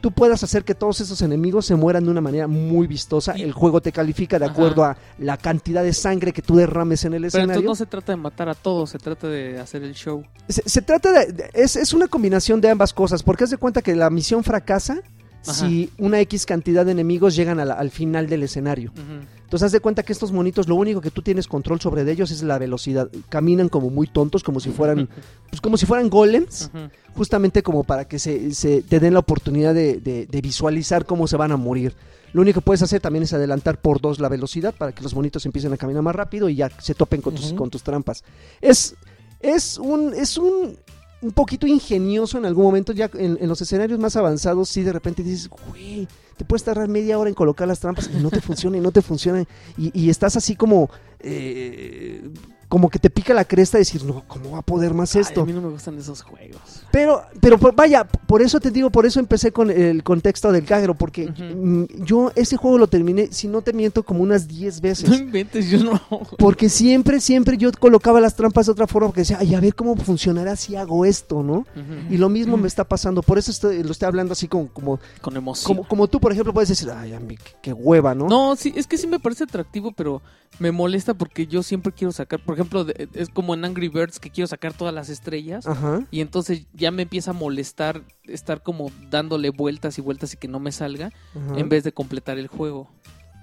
tú puedas hacer que todos esos enemigos se mueran de una manera muy vistosa. Y- El juego te califica de Ajá. acuerdo a la cantidad de sangre que tú derrames en el Pero escenario. entonces no se trata de matar a todos, se trata de hacer el show. Se, se trata de, de- es, es una combinación de ambas cosas, porque haz de cuenta que la misión fracasa Ajá. si una X cantidad de enemigos llegan a la- al final del escenario. Ujú. Entonces haz de cuenta que estos monitos, lo único que tú tienes control sobre de ellos es la velocidad. Caminan como muy tontos, como si fueran, pues como si fueran golems, Ujú. justamente como para que se, se te den la oportunidad de, de- de visualizar cómo se van a morir. Lo único que puedes hacer también es adelantar por dos la velocidad para que los monitos empiecen a caminar más rápido y ya se topen con tus, Ujú. con tus trampas. Es, es un, es un, un poquito ingenioso en algún momento, ya en, en los escenarios más avanzados, sí de repente dices, güey, te puedes tardar media hora en colocar las trampas y no te funciona y no te funciona. Y, y estás así como, eh, como que te pica la cresta de decir, no, ¿cómo va a poder más Ay, esto? a mí no me gustan esos juegos. Pero, pero por- vaya, por eso te digo, por eso empecé con el contexto del Gagro, porque Ujú. mm, yo ese juego lo terminé, si no te miento, como unas 10 No veces. inventes, yo no. Porque siempre, siempre yo colocaba las trampas de otra forma, porque decía, ay, a ver cómo funcionará si hago esto, ¿no? Y Ujú. lo mismo me está pasando, por eso estoy- lo estoy hablando así como, como, Con emoción. como, como tú, por ejemplo, puedes decir, ay, a mí, qué, qué hueva, ¿no? No, sí, es que sí me parece atractivo, pero me molesta porque yo siempre quiero sacar, por ejemplo, de- es como en Angry Birds que quiero sacar todas las estrellas Ajá. y entonces ya me empieza a molestar estar como dándole vueltas y vueltas y que no me salga ajá. en vez de completar el juego.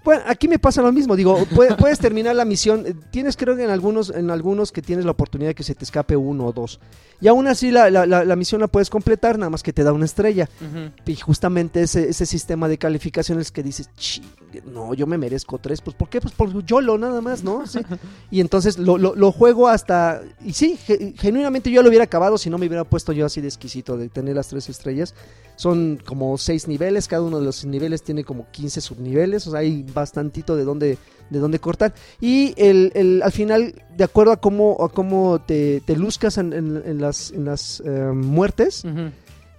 Bueno, Pues, aquí me pasa lo mismo. Digo, pue- puedes, terminar la misión. eh, Tienes, creo que en algunos, en algunos que tienes la oportunidad de que se te escape uno o dos. Y aún así la, la- la- la misión la puedes completar, nada más que te da una estrella. Ujú. Y justamente ese, ese sistema de calificaciones que dices, "Chi, no, yo me merezco tres. Pues, ¿por qué? Pues por YOLO nada más, ¿no? Sí. Y entonces lo, lo- lo juego hasta... Y sí, ge- genuinamente yo lo hubiera acabado si no me hubiera puesto yo así de exquisito de tener las tres estrellas. Son como seis niveles, cada uno de los niveles tiene como 15 subniveles, o sea, hay bastantito de dónde, de dónde cortar. Y el, el- al final, de acuerdo a cómo, a cómo te, te luzcas en, en- en las, en las eh, muertes, Ujú.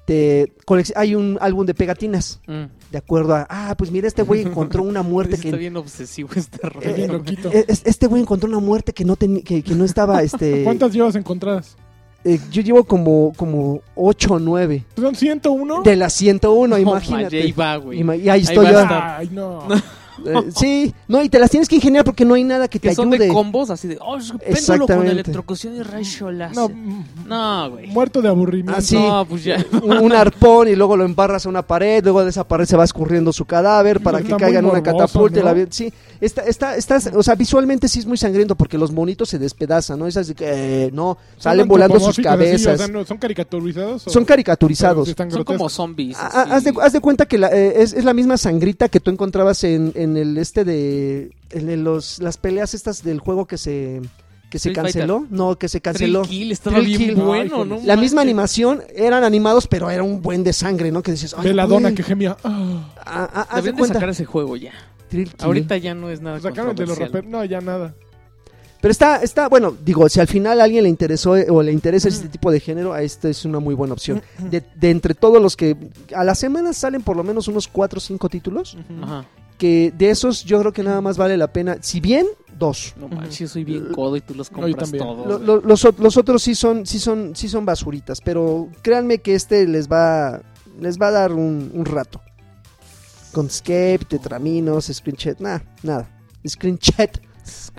te colec- hay un álbum de pegatinas, Mm. de acuerdo a, ah, pues mira, este güey encontró una muerte Está que... eh, bien obsesivo este Está bien rollo. loquito. e- es- Este güey encontró una muerte que no, teni- que, que no estaba, este... ¿Cuántas llevas encontradas? eh, yo llevo como, como 8 o 9. ¿Son 101? De las 101, No, ma, ahí imagínate. va, güey. Ima- y ahí estoy va yo. a estar. Ah, Ay, no. eh, sí, no, y te las tienes que ingeniar porque no hay nada que te Que son ayude. de combos así de, oh, es un péndulo con Exactamente. electrocución y rayo No, láser. mm, No, güey. muerto de aburrimiento. Ah, sí. No, pues ya. un, un arpón y luego lo embarras a una pared, luego de esa pared se va escurriendo su cadáver para Está que caiga en muy una morboso, catapulta. y la ¿no? vi- Sí, está, está, está, o sea, visualmente sí es muy sangriento porque los monitos se despedazan, ¿no? Esas de que, eh, no, salen Son volando sus antropomórficos, así, o cabezas. sea, no- ¿Son caricaturizados? o- Son pero caricaturizados. sí están Son como grotescos? zombies. Ah, ah, así. Haz de, haz de cuenta que la- eh, es, es la misma sangrita que tú encontrabas en, en el este de. En el- los, las peleas estas del juego que se. Que se Street canceló. No, que se Thrill canceló. Kill, estaba Thrill bien Kill. bueno, Ay, ¿no? La misma manches. animación, eran animados, pero era un buen de sangre, ¿no? Que dices. "Ay, Ve la dona güey". que gemía. Ah, Ah, ah, haz de Deberían de cuenta. sacar ese juego ya. Thrill Kill. Ahorita ya no es nada sacaron el Ah, de los controversial. raperos. No, ya nada. Pero está, está, bueno, digo, si al final a alguien le interesó eh, o le interesa este tipo de género, a esta es una muy buena opción. De, de entre todos los que a la semana salen por lo menos unos 4 o 5 títulos, Ajá. que de esos yo creo que nada más vale la pena, si bien, dos. No manches, yo soy bien codo y tú los No, yo compras también. todos. Lo- güey. lo- los, ot- los otros sí son, sí son, sí son basuritas, pero créanme que este les va, les va a dar un, un rato. Con Scape, Tetraminos, Screenshot, nada, nada. Screenshot.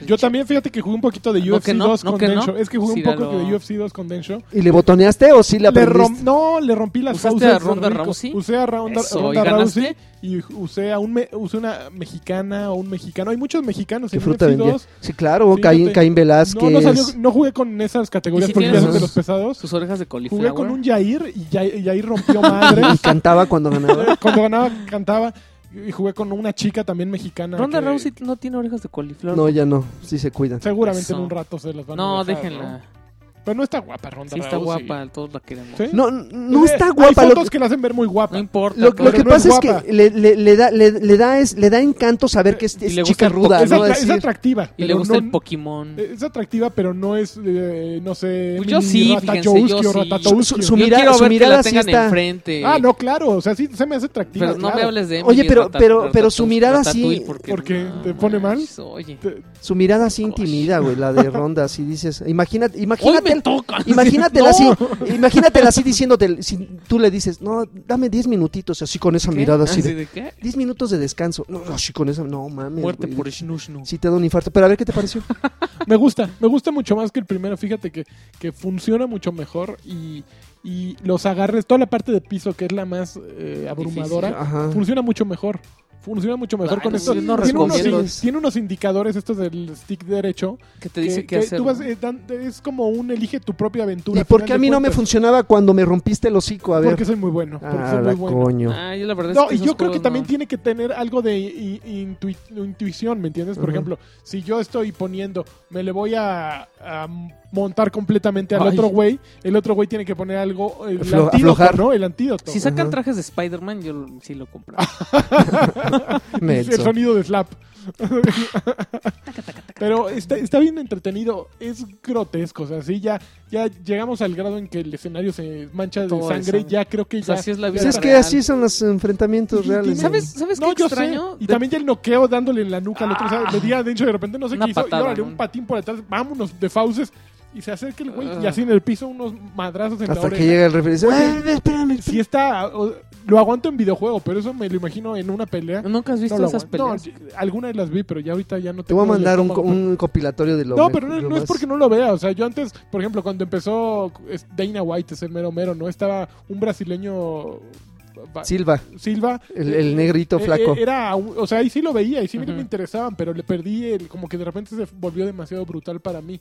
Yo también, fíjate que jugué un poquito de UFC No, que no, 2 no, con que Den no. Show. Es que jugué un Círalo. poco de UFC 2 con Den Show. ¿Y le botoneaste o sí le Le aprendiste? rom- no, le rompí las ¿Usaste fauces a Ronda rico. Rousey? Usé a Ronda, Eso, Ronda ¿y ganaste? Rousey y usé a un me- usé una mexicana o un mexicano. Hay muchos mexicanos ¿Qué en fruta UFC vendía? 2. Sí, claro, Fíjate. Caín, Caín Velázquez. No, no, salió, no jugué con esas categorías ¿Y si porque ya tienes son de los sus- pesados. Sus orejas de Jugué coliflor. con un Jair y Jair, Jair rompió madre. Y cantaba cuando ganaba. Cuando ganaba, cantaba. Y jugué con una chica también mexicana. Ronda que Rousey no tiene orejas de coliflor. No, ya no, sí se cuidan. Seguramente Eso. en un rato se las van No, a dejar, déjenla. Pero no está guapa Ronda Sí está Rousey. guapa, todos la queremos. ¿Sí? No, Eh, no está Hay guapa. Lo, fotos que la hacen ver muy No guapa. importa. lo- lo cabrón. que no es pasa es, guapa. que le, le- le da, le, le da es, le da encanto saber que es, Y es le gusta chica el ruda, es, ¿no? atra- es Decir, atractiva. Y le pero gusta no- el Pokémon. Es atractiva, pero no es, eh, no sé, Pues yo Mini sí, Ratajkowski fíjense, yo o sí. Ratatouski. Su- su- Yo su- mirada- quiero ver que mirada la sí tengan está- enfrente. Ah, no, claro, o sea, sí se me hace atractiva. eh, Pero no claro. me hables de Oye, Emily pero- Ratat- pero- pero su Ratatouille- mirada sí- Ratatouille, porque, Porque no te pone mal. manches, Oye. Te- su mirada así intimida, güey, la de Ronda, así dices. Imagínate, Hoy me imagínate, toca. imagínatela No. así, imagínatela así diciéndote, si tú le dices, no, dame 10 minutitos, así con esa ¿Qué? Ah, mirada así. ¿Así de, de qué? 10 minutos de descanso. No, así con esa, no mames. Muerte güey. por Shnushnu. Sí te da un infarto, pero a ver qué te pareció. Me gusta, me gusta mucho más que el primero. Fíjate que, que funciona mucho mejor y, y los agarres, toda la parte de piso que es la más eh, abrumadora, Ajá. funciona mucho mejor. funciona mucho mejor Ay, con no, esto. yo no tiene, unos, recomiendo in- eso. tiene unos indicadores estos del stick derecho. Que te dice qué hacer. tú vas, ¿no? eh, dan- es como un elige tu propia aventura. ¿Y al por final qué a de mí no me cuentas. funcionaba cuando me rompiste el hocico? A ver. Porque soy muy bueno. Porque Ah, soy muy la bueno. coño. Ah, yo la verdad es No, que y esos yo creo que juegos también no. tiene que tener algo de i- i- intui- intuición, ¿me entiendes? Por Ujú. ejemplo, si yo estoy poniendo, me le voy a, a montar completamente al Ay. otro güey, el otro güey tiene que poner algo, el Aflo- antídoto, aflojar. ¿no? El antídoto. Si sacan Ajá. trajes de Spider-Man, yo lo- sí lo compro. el Nelson. sonido de slap. Pero está, está bien entretenido, es grotesco, o sea, sí, ya, ya llegamos al grado en que el escenario se mancha de Todo de sangre, sangre. ya creo que O sea, ya... así es la vida. Pues es que real. así son los enfrentamientos reales. ¿Sabes, sabes No, qué yo sé. extraño? Y De- también ya el noqueo dándole en la nuca al otro. o sea, Ah. le di a Dencho y de repente no sé Una qué hizo. patada, y órale, ¿no? un patín por atrás. Vámonos de fauces. Y se acerca el güey. Y Ah. así en el piso unos madrazos en la Hasta que oreja. llega el referencia. espérame. Si está... o- lo aguanto en videojuego, pero eso me lo imagino en una pelea. ¿Nunca has visto No lo esas aguanto. peleas? No, yo- algunas las vi, pero ya ahorita ya no Te voy a tengo el mandar un, co- estómago. un compilatorio de lo No, mejor- pero no, lo no es más- porque no lo vea. O sea, yo antes, por ejemplo, cuando empezó es- Dana White, ese mero mero, ¿no? Estaba un brasileño... ba- Silva, Silva. el, el negrito Eh, flaco. eh, Era, un- o sea, ahí sí lo veía y sí me- Ujú. me interesaban, pero le perdí el, como que de repente se volvió demasiado brutal para mí.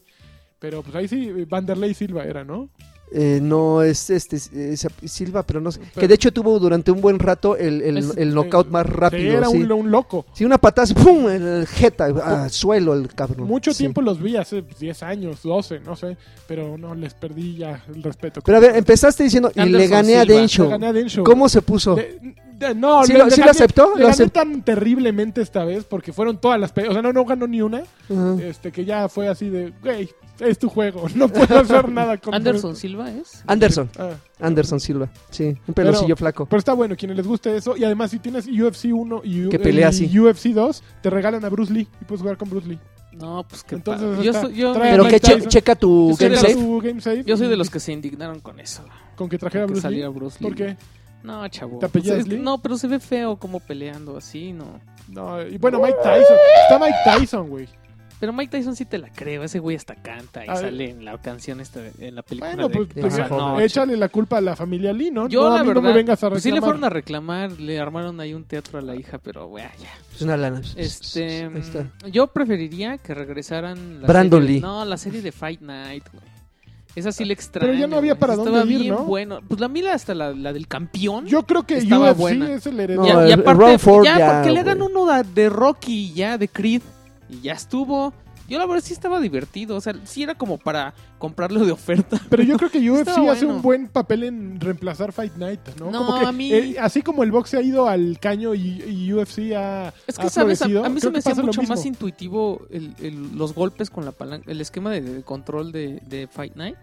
Pero pues ahí sí, eh, Vanderlei Silva era, ¿no? Eh, no, es este es- es Silva, pero no sé. Pero- que de hecho tuvo durante un buen rato el, el, Es- el knockout eh, más Sí, rápido. era sí. un, un loco. Sí, una patada, así, ¡pum! En el jeta, ah, suelo el cabrón. Mucho Sí. tiempo los vi, hace 10 años, 12, no sé, pero no, les perdí ya el respeto. Pero a ver, empezaste diciendo, y Anderson le gané a Silva, Le Dencho. gané a Densho. ¿Cómo se puso? Le- de- no, ¿Sí le- lo- le sí lo gané- aceptó? Le ¿Lo gané acep- tan terriblemente esta vez porque fueron todas las... pe- O sea, no, no ganó ni una. Ajá. Este, que ya fue así de, güey, es tu juego, no puedo hacer nada con Anderson Silva es. Anderson, Ah. Anderson Silva. Sí, un peloncillo flaco. Pero está bueno, quienes les guste eso. Y además, si tienes UFC 1 y, U- Que pelea y así. UFC 2, te regalan a Bruce Lee y puedes jugar con Bruce Lee. No, pues que Entonces Yo, está- soy, yo, trae Pero Mike que che- Tyson. checa tu Yo soy game de Era safe. su game safe yo soy de los que se indignaron con eso. Con que trajera a Que Bruce Lee. saliera Bruce Lee. ¿Por qué? No, chavo. ¿Te apellidas O sea, es que- Lee? no, pero se ve feo como peleando así, no. No, y bueno, Mike Tyson. Está Mike Tyson, güey. Pero Mike Tyson sí te la creo, ese güey hasta canta y A ver. sale en la canción esta de- en la película Bueno, de pues, de pues, esa noche. échale la culpa a la familia Lee, ¿no? Yo no, a la mí verdad, no me vengas a reclamar. pues sí le fueron a reclamar, le armaron ahí un teatro a la hija, pero bueno, ya. Es una lana. Este, Ahí está. yo preferiría que regresaran la Brandon serie- Lee. No, la serie de Fight Night, güey. Esa sí le extraño. ya no había güey. para Estaba dónde ir, bien ¿no? bueno. Pues la mila hasta la, la del campeón. Yo creo que Estaba UFC buena. es el No, heredero. y, a- y el- el aparte, Round Four ya, ya, porque le hagan güey. uno da- de Rocky y ya, de Creed, y ya estuvo. Yo la verdad sí estaba divertido, o sea, sí era como para comprarlo de oferta. Pero yo creo que UFC Estaba hace bueno. un buen papel en reemplazar Fight Night, ¿no? No, Como que, a mí- eh, así como el box se ha ido al caño y, y UFC ha. Es ha que, ¿sabes? A, florecido, a mí se creo me que hacía pasa lo mucho más mismo. intuitivo el- el- los golpes con la palanca, el esquema de, de control de, de Fight Night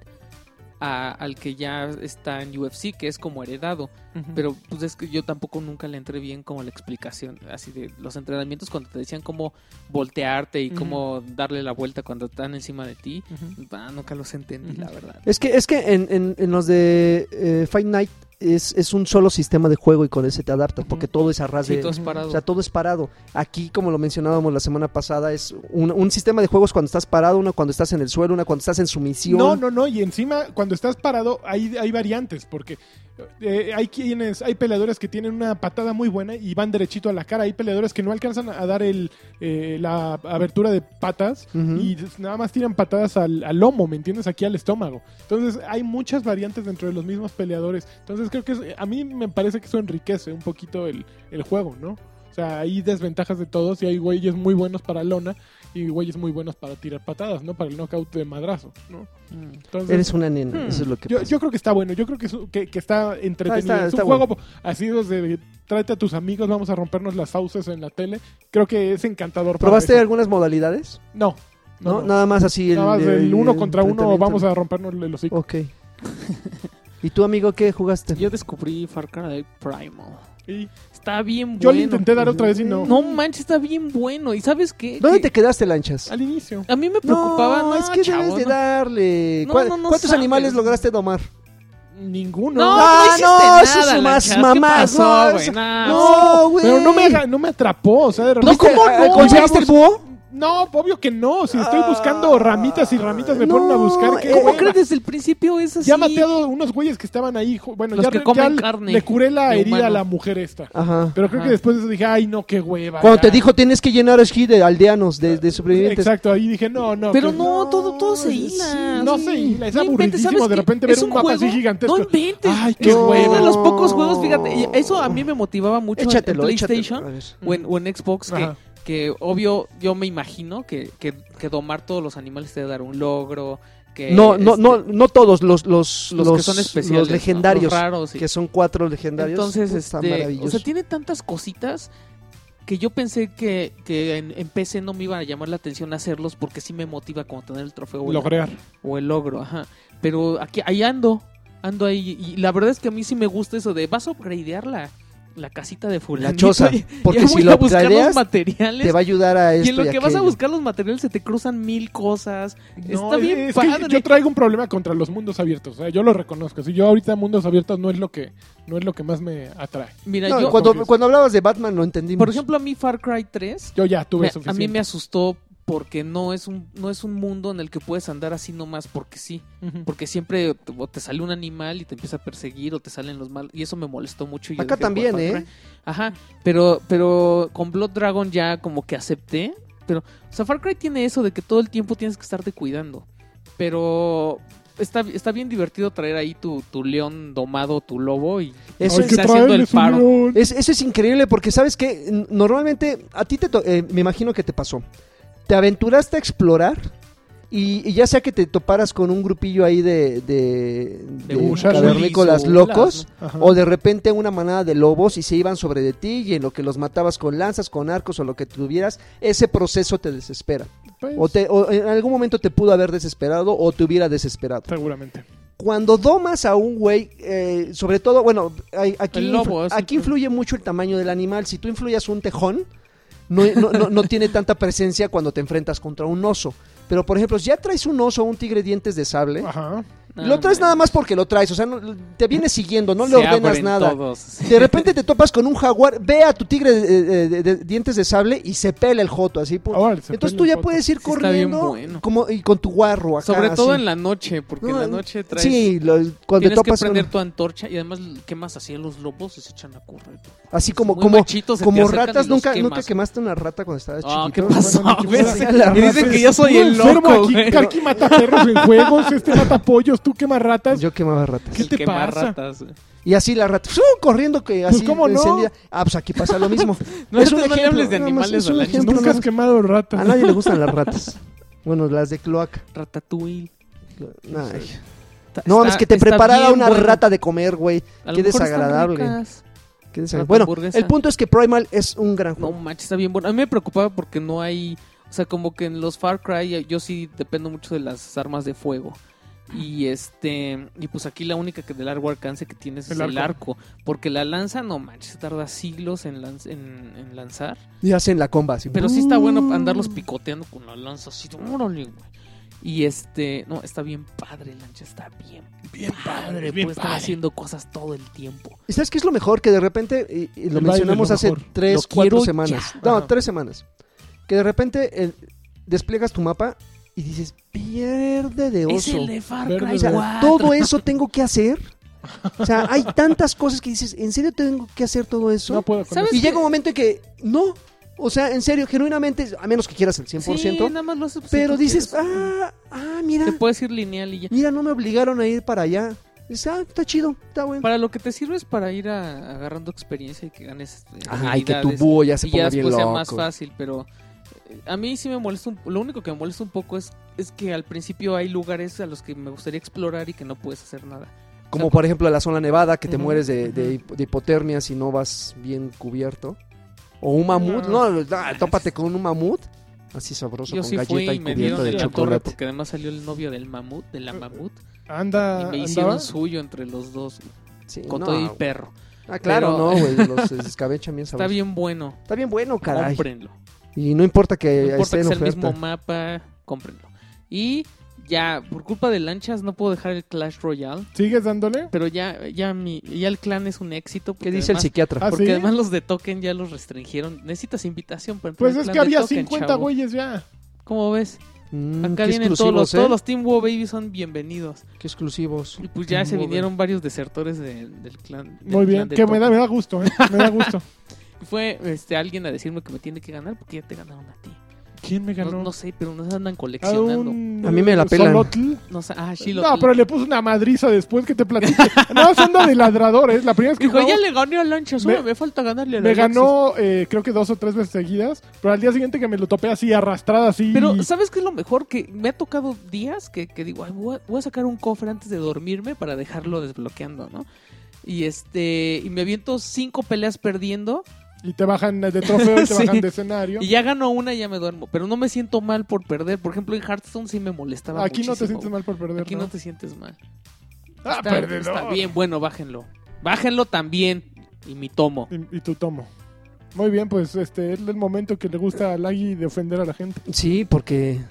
a- al que ya está en UFC, que es como heredado. Ujú. Pero pues es que yo tampoco nunca le entré bien como la explicación, así de los entrenamientos cuando te decían cómo voltearte y Ujú. cómo darle la vuelta cuando están encima de ti. Ujú. Ah, nunca los entendí, Ujú. la verdad. Es que, es que en, en- en los de eh, Fight Night es, es un solo sistema de juego y con ese te adaptas, porque todo es a ras Sí, de... todo es parado. O sea, todo es parado. Aquí, como lo mencionábamos la semana pasada, es un, un sistema de juegos cuando estás parado, uno cuando estás en el suelo, una cuando estás en sumisión. No, no, no, y encima cuando estás parado hay, hay variantes, porque eh, hay quienes, hay peleadores que tienen una patada muy buena y van derechito a la cara, hay peleadores que no alcanzan a dar el, eh, la abertura de patas Ujú. y nada más tiran patadas al, al lomo, ¿me entiendes? Aquí al estómago. Entonces hay muchas variantes dentro de los mismos peleadores, entonces creo que es- a mí me parece que eso enriquece un poquito el, el juego, ¿no? O sea, hay desventajas de todos y hay güeyes muy buenos para lona y güeyes muy buenos para tirar patadas, ¿no? Para el knockout de madrazo, ¿no? Mm. Entonces, Eres una nena, Hmm. eso es lo que yo, pasa. yo creo que está bueno, yo creo que, es un- que, que está entretenido. Está- está- es está un juego así de tráete a tus amigos, vamos a rompernos las fauces en la tele. Creo que es encantador. para ¿Probaste eso. algunas modalidades? No. No, No, no. nada más así el, Nada más del uno el contra uno enfrentamiento. vamos a rompernos el hocico. Ok. ¿Y tú, amigo, qué jugaste? Yo descubrí Far Cry Primal. Y Está bien yo le bueno. intenté dar otra vez y no. No manches, está bien bueno. ¿Y sabes qué? ¿Dónde Que te quedaste, Lanchas? Al inicio. A mí me preocupaba. No, es que chavo, debes de no. darle. No, ¿Cuál- no, no ¿Cuántos sabes. animales lograste domar? Ninguno. No, Ah, no, hiciste no, eso nada, es más Lanchas. ¿Qué mamá, pasó, no, güey? eso- Nah. No, güey. Pero no me, aga- no me atrapó. O sea, de ¿Tuviste- repente- ah, ¿Conseguiste el búho? No, obvio que no. Si estoy buscando ramitas y ramitas me ponen a buscar. ¿qué ¿Cómo hueva? crees desde el principio es así? Ya maté a unos güeyes que estaban ahí. jo- Bueno, Los ya, que re- comen ya carne le curé la de herida a humano. Ah. la mujer esta. Ajá. Pero creo Ajá. que después de eso dije, ay, no, qué hueva. Cuando te ya". dijo tienes que llenar aquí de aldeanos, de, de sobrevivientes. Exacto, ahí dije, no, no. Pero que- no, todo, todo se sí, hila. no sí. se hila, es No inventes, aburridísimo ¿sabes de qué? repente ¿Es ver un mapa así gigantesco. No inventes. Ay, es qué uno huevo. de los pocos juegos, fíjate. y Eso a mí me motivaba mucho en- Échatelo, en échatelo. PlayStation A ver. o en, o en Xbox. Que, Ajá. que obvio, yo me imagino que, que, que domar todos los animales te dará un logro. Que No, no, este, no, no todos, los, los, Los, que son especiales. los ¿no? legendarios, Los raros. sí. que son cuatro legendarios. Entonces, Puta, este, o pues, maravilloso. sea, tiene tantas cositas que yo pensé que, que en, en PC no me iba a llamar la atención hacerlos porque sí me motiva como tener el trofeo o el, Lograr. o el logro, ajá. Pero aquí, ahí ando, ando ahí y la verdad es que a mí sí me gusta eso de vas a upgradear la, la casita de fulanito. La choza, y- porque ya si voy lo a buscar los upgradeas, materiales. te va a ayudar a esto y en lo y que vas a aquello. buscar los materiales se te cruzan mil cosas. No, Está bien es que padre. yo traigo un problema contra los mundos abiertos. o sea, yo lo reconozco. Si yo ahorita mundos abiertos no es lo que no es lo que más me atrae. Mira, No, yo, cuando, confieso. cuando hablabas de Batman lo entendimos. por ejemplo, a mí Far Cry 3 Yo ya tuve Me- a suficiente. mí me asustó porque no es un no es un mundo en el que puedes andar así nomás porque sí Ujú. porque siempre te, o te sale un animal y te empieza a perseguir o te salen los malos y eso me molestó mucho y yo Acá dejé de jugar también, Far ¿eh? Cry. ajá pero pero con Blood Dragon ya como que acepté pero o sea Far Cry tiene eso de que todo el tiempo tienes que estarte cuidando pero está está bien divertido traer ahí tu tu león domado tu lobo y Eso Ay, es- que está haciendo traerle el su paro. Eh, león. Es- eso es increíble porque sabes que normalmente a ti te to- eh, me imagino que te pasó. Te aventuraste a explorar y, y ya sea que te toparas con un grupillo ahí de, de, de muchachos. cavernícolas Bullies o locos Ajá. o de repente una manada de lobos y se iban sobre de ti y en lo que los matabas con lanzas, con arcos o lo que tuvieras, ese proceso te desespera. Pues, O, te- o en algún momento te pudo haber desesperado o te hubiera desesperado. Seguramente. Cuando domas a un güey, eh, sobre todo, bueno, hay- aquí, El lobo, influ- es- aquí influye mucho el tamaño del animal. Si tú influyas un tejón, no, no- no- no tiene tanta presencia cuando te enfrentas contra un oso. Pero, por ejemplo, si ya traes un oso o un tigre dientes de sable, Ah, Ajá. lo traes nada más porque lo traes, o sea, no- te viene siguiendo, no le Se ordenas abren nada. todos. De repente te topas con un jaguar, ve a tu tigre de, de- de- de dientes de sable y se pela el joto, así. pu- Ahora, se prende Entonces tú el ya foco. puedes ir Sí, está bien corriendo bueno. como, y con tu guarro acá. Sobre todo así. en la noche, porque No, en la noche traes... Sí, lo- cuando te Tienes que topas con- prender tu antorcha y además quemas así a los lobos y se echan a correr. así como Muy como, machitos, se te como acercan ratas, y los nunca nunca quemas. quemaste una rata cuando estabas Ah, chiquito. ¿qué pasó? bueno, güey? quizás sea la Y dicen rata que yo soy Puro el enfermo loco, aquí, güey. Karki mata perros en juegos, este mata pollos, tú quemas ratas. Yo quemaba ratas. ¿Qué El te quema pasa? ratas. Y así la rata, ¡fuu! corriendo que así ¿cómo no? encendida. Ah, pues aquí pasa lo mismo. No, es no un le ejemplo, hables de nada más, animales es un al año. ejemplo, Nunca nada has más. quemado ratas. A nadie le gustan las ratas. Bueno, las de cloaca. Ratatouille. Ay. Está- No, está- es que te está preparara bien una bueno. rata de comer, güey. A lo qué mejor están desagradable. ricas. Qué Rata desagradable. Bueno, hamburguesa. el punto es que Primal es un gran No juego. manches, está bien bueno. A mí me preocupaba porque no hay. O sea, como que en los Far Cry yo sí dependo mucho de las armas de fuego. Y este. Y pues aquí la única que de largo alcance que tienes El es el arco. Porque la lanza, no manches, tarda siglos en, lanz- en- en lanzar. Y hacen la comba así. Pero sí está bueno andarlos picoteando con la lanza así. órale, güey. Y este. No, está bien padre, lancha. Está bien, Bien padre. bien Puede estar padre. pues, haciendo cosas todo el tiempo. ¿Y sabes qué es lo mejor? Que de repente, y- y lo El baile mencionamos es lo hace mejor. tres, Lo cuatro quiero semanas. ya. No, Ajá. tres semanas. Que de repente eh, despliegas tu mapa y dices, pierde de Es oso. el de Far Verde O Cry de sea, 4. todo eso tengo que hacer. O sea, hay tantas cosas que dices, ¿en serio tengo que hacer todo eso? No pues, puedo con ¿Sabes? eso. y que- llega un momento en que, no. O sea, en serio, genuinamente, a menos que quieras el 100%, Sí, nada más lo haces, pues, si pero tú dices, quieres. ah, ah, mira, Te puedes ir lineal y ya. mira, no me obligaron a ir para allá. Dices, ah, está chido, está bueno. Para lo que te sirve es para ir a- agarrando experiencia y que ganes. este, Ajá, y que tu habilidades. búho ya se Y ya ponga bien después sea más loco. fácil, pero eh, a mí sí me molesta un Lo único que me molesta un poco es, es que al principio hay lugares a los que me gustaría explorar y que no puedes hacer nada. Como por ejemplo la zona nevada, que te Ujú, mueres de, de ujú. hip- de hipotermia si no vas bien cubierto. O un mamut, no, No. no, tópate con un mamut. Así sabroso, Yo con sí fui galleta y y me cubierto dieron en de la torre chocolate. porque además salió el novio del mamut, de la mamut, y Anda, me ah, andaba. hicieron suyo entre los dos, Sí, con no. todo y perro. Ah, claro, pero- no, güey, los se escabechan bien Está sabroso. bien bueno, Está bien bueno, caray. cómprenlo. Y no importa que No importa esté que en sea el oferta. mismo mapa, cómprenlo. Y ya, por culpa de lanchas no puedo dejar el Clash Royale. ¿Sigues dándole? Pero ya, ya, mi, ya el clan es un éxito. ¿Qué porque dice el además- psiquiatra? ¿Ah, Porque sí? además los de token ya los restringieron. Necesitas invitación para entrar Pues al es clan que de había Token, 50 chavo. güeyes ya. ¿Cómo ves? Mm, Acá qué vienen todos los, exclusivos, ¿eh? todos los Team WoW Baby son bienvenidos. Qué exclusivos. Y pues ya Team se WoW vinieron varios desertores de- del clan. del Muy bien. clan de Que me da, Token. me da gusto, ¿eh? Me da gusto. Fue este, alguien a decirme que me tiene que ganar porque ya te ganaron a ti. ¿Quién me No, ganó? no sé, pero nos andan A, coleccionando. un... A mí me la pelan. Solotl. No sé- ah, sí, lo- No, pero le puso una madriza después que te platiqué. No, es onda de ladradores. La primera vez que Dijo, ya jugamos, le gané a Lancha, solo me, falta ganarle a me Alexis". ganó eh, creo que dos o tres veces seguidas. Pero al día siguiente que me lo topé así, arrastrada así. Pero, ¿sabes qué es lo mejor? Que me ha tocado días que, que digo, "Ay, voy, a, voy a sacar un cofre antes de dormirme para dejarlo desbloqueando, ¿no? Y este, y me aviento cinco peleas perdiendo Y te bajan de trofeo y te Sí. bajan de escenario. y ya gano una y ya me duermo. Pero no me siento mal por perder. Por ejemplo, en Hearthstone sí me molestaba Aquí no te muchísimo. sientes mal por perder. Aquí ¿no? no te sientes mal. Ah, está, perdedor. está bien, bueno, bájenlo. Bájenlo también. Y mi tomo. Y, y tu tomo. Muy bien, pues este es el momento que le gusta a Lagui de ofender a la gente. Sí, porque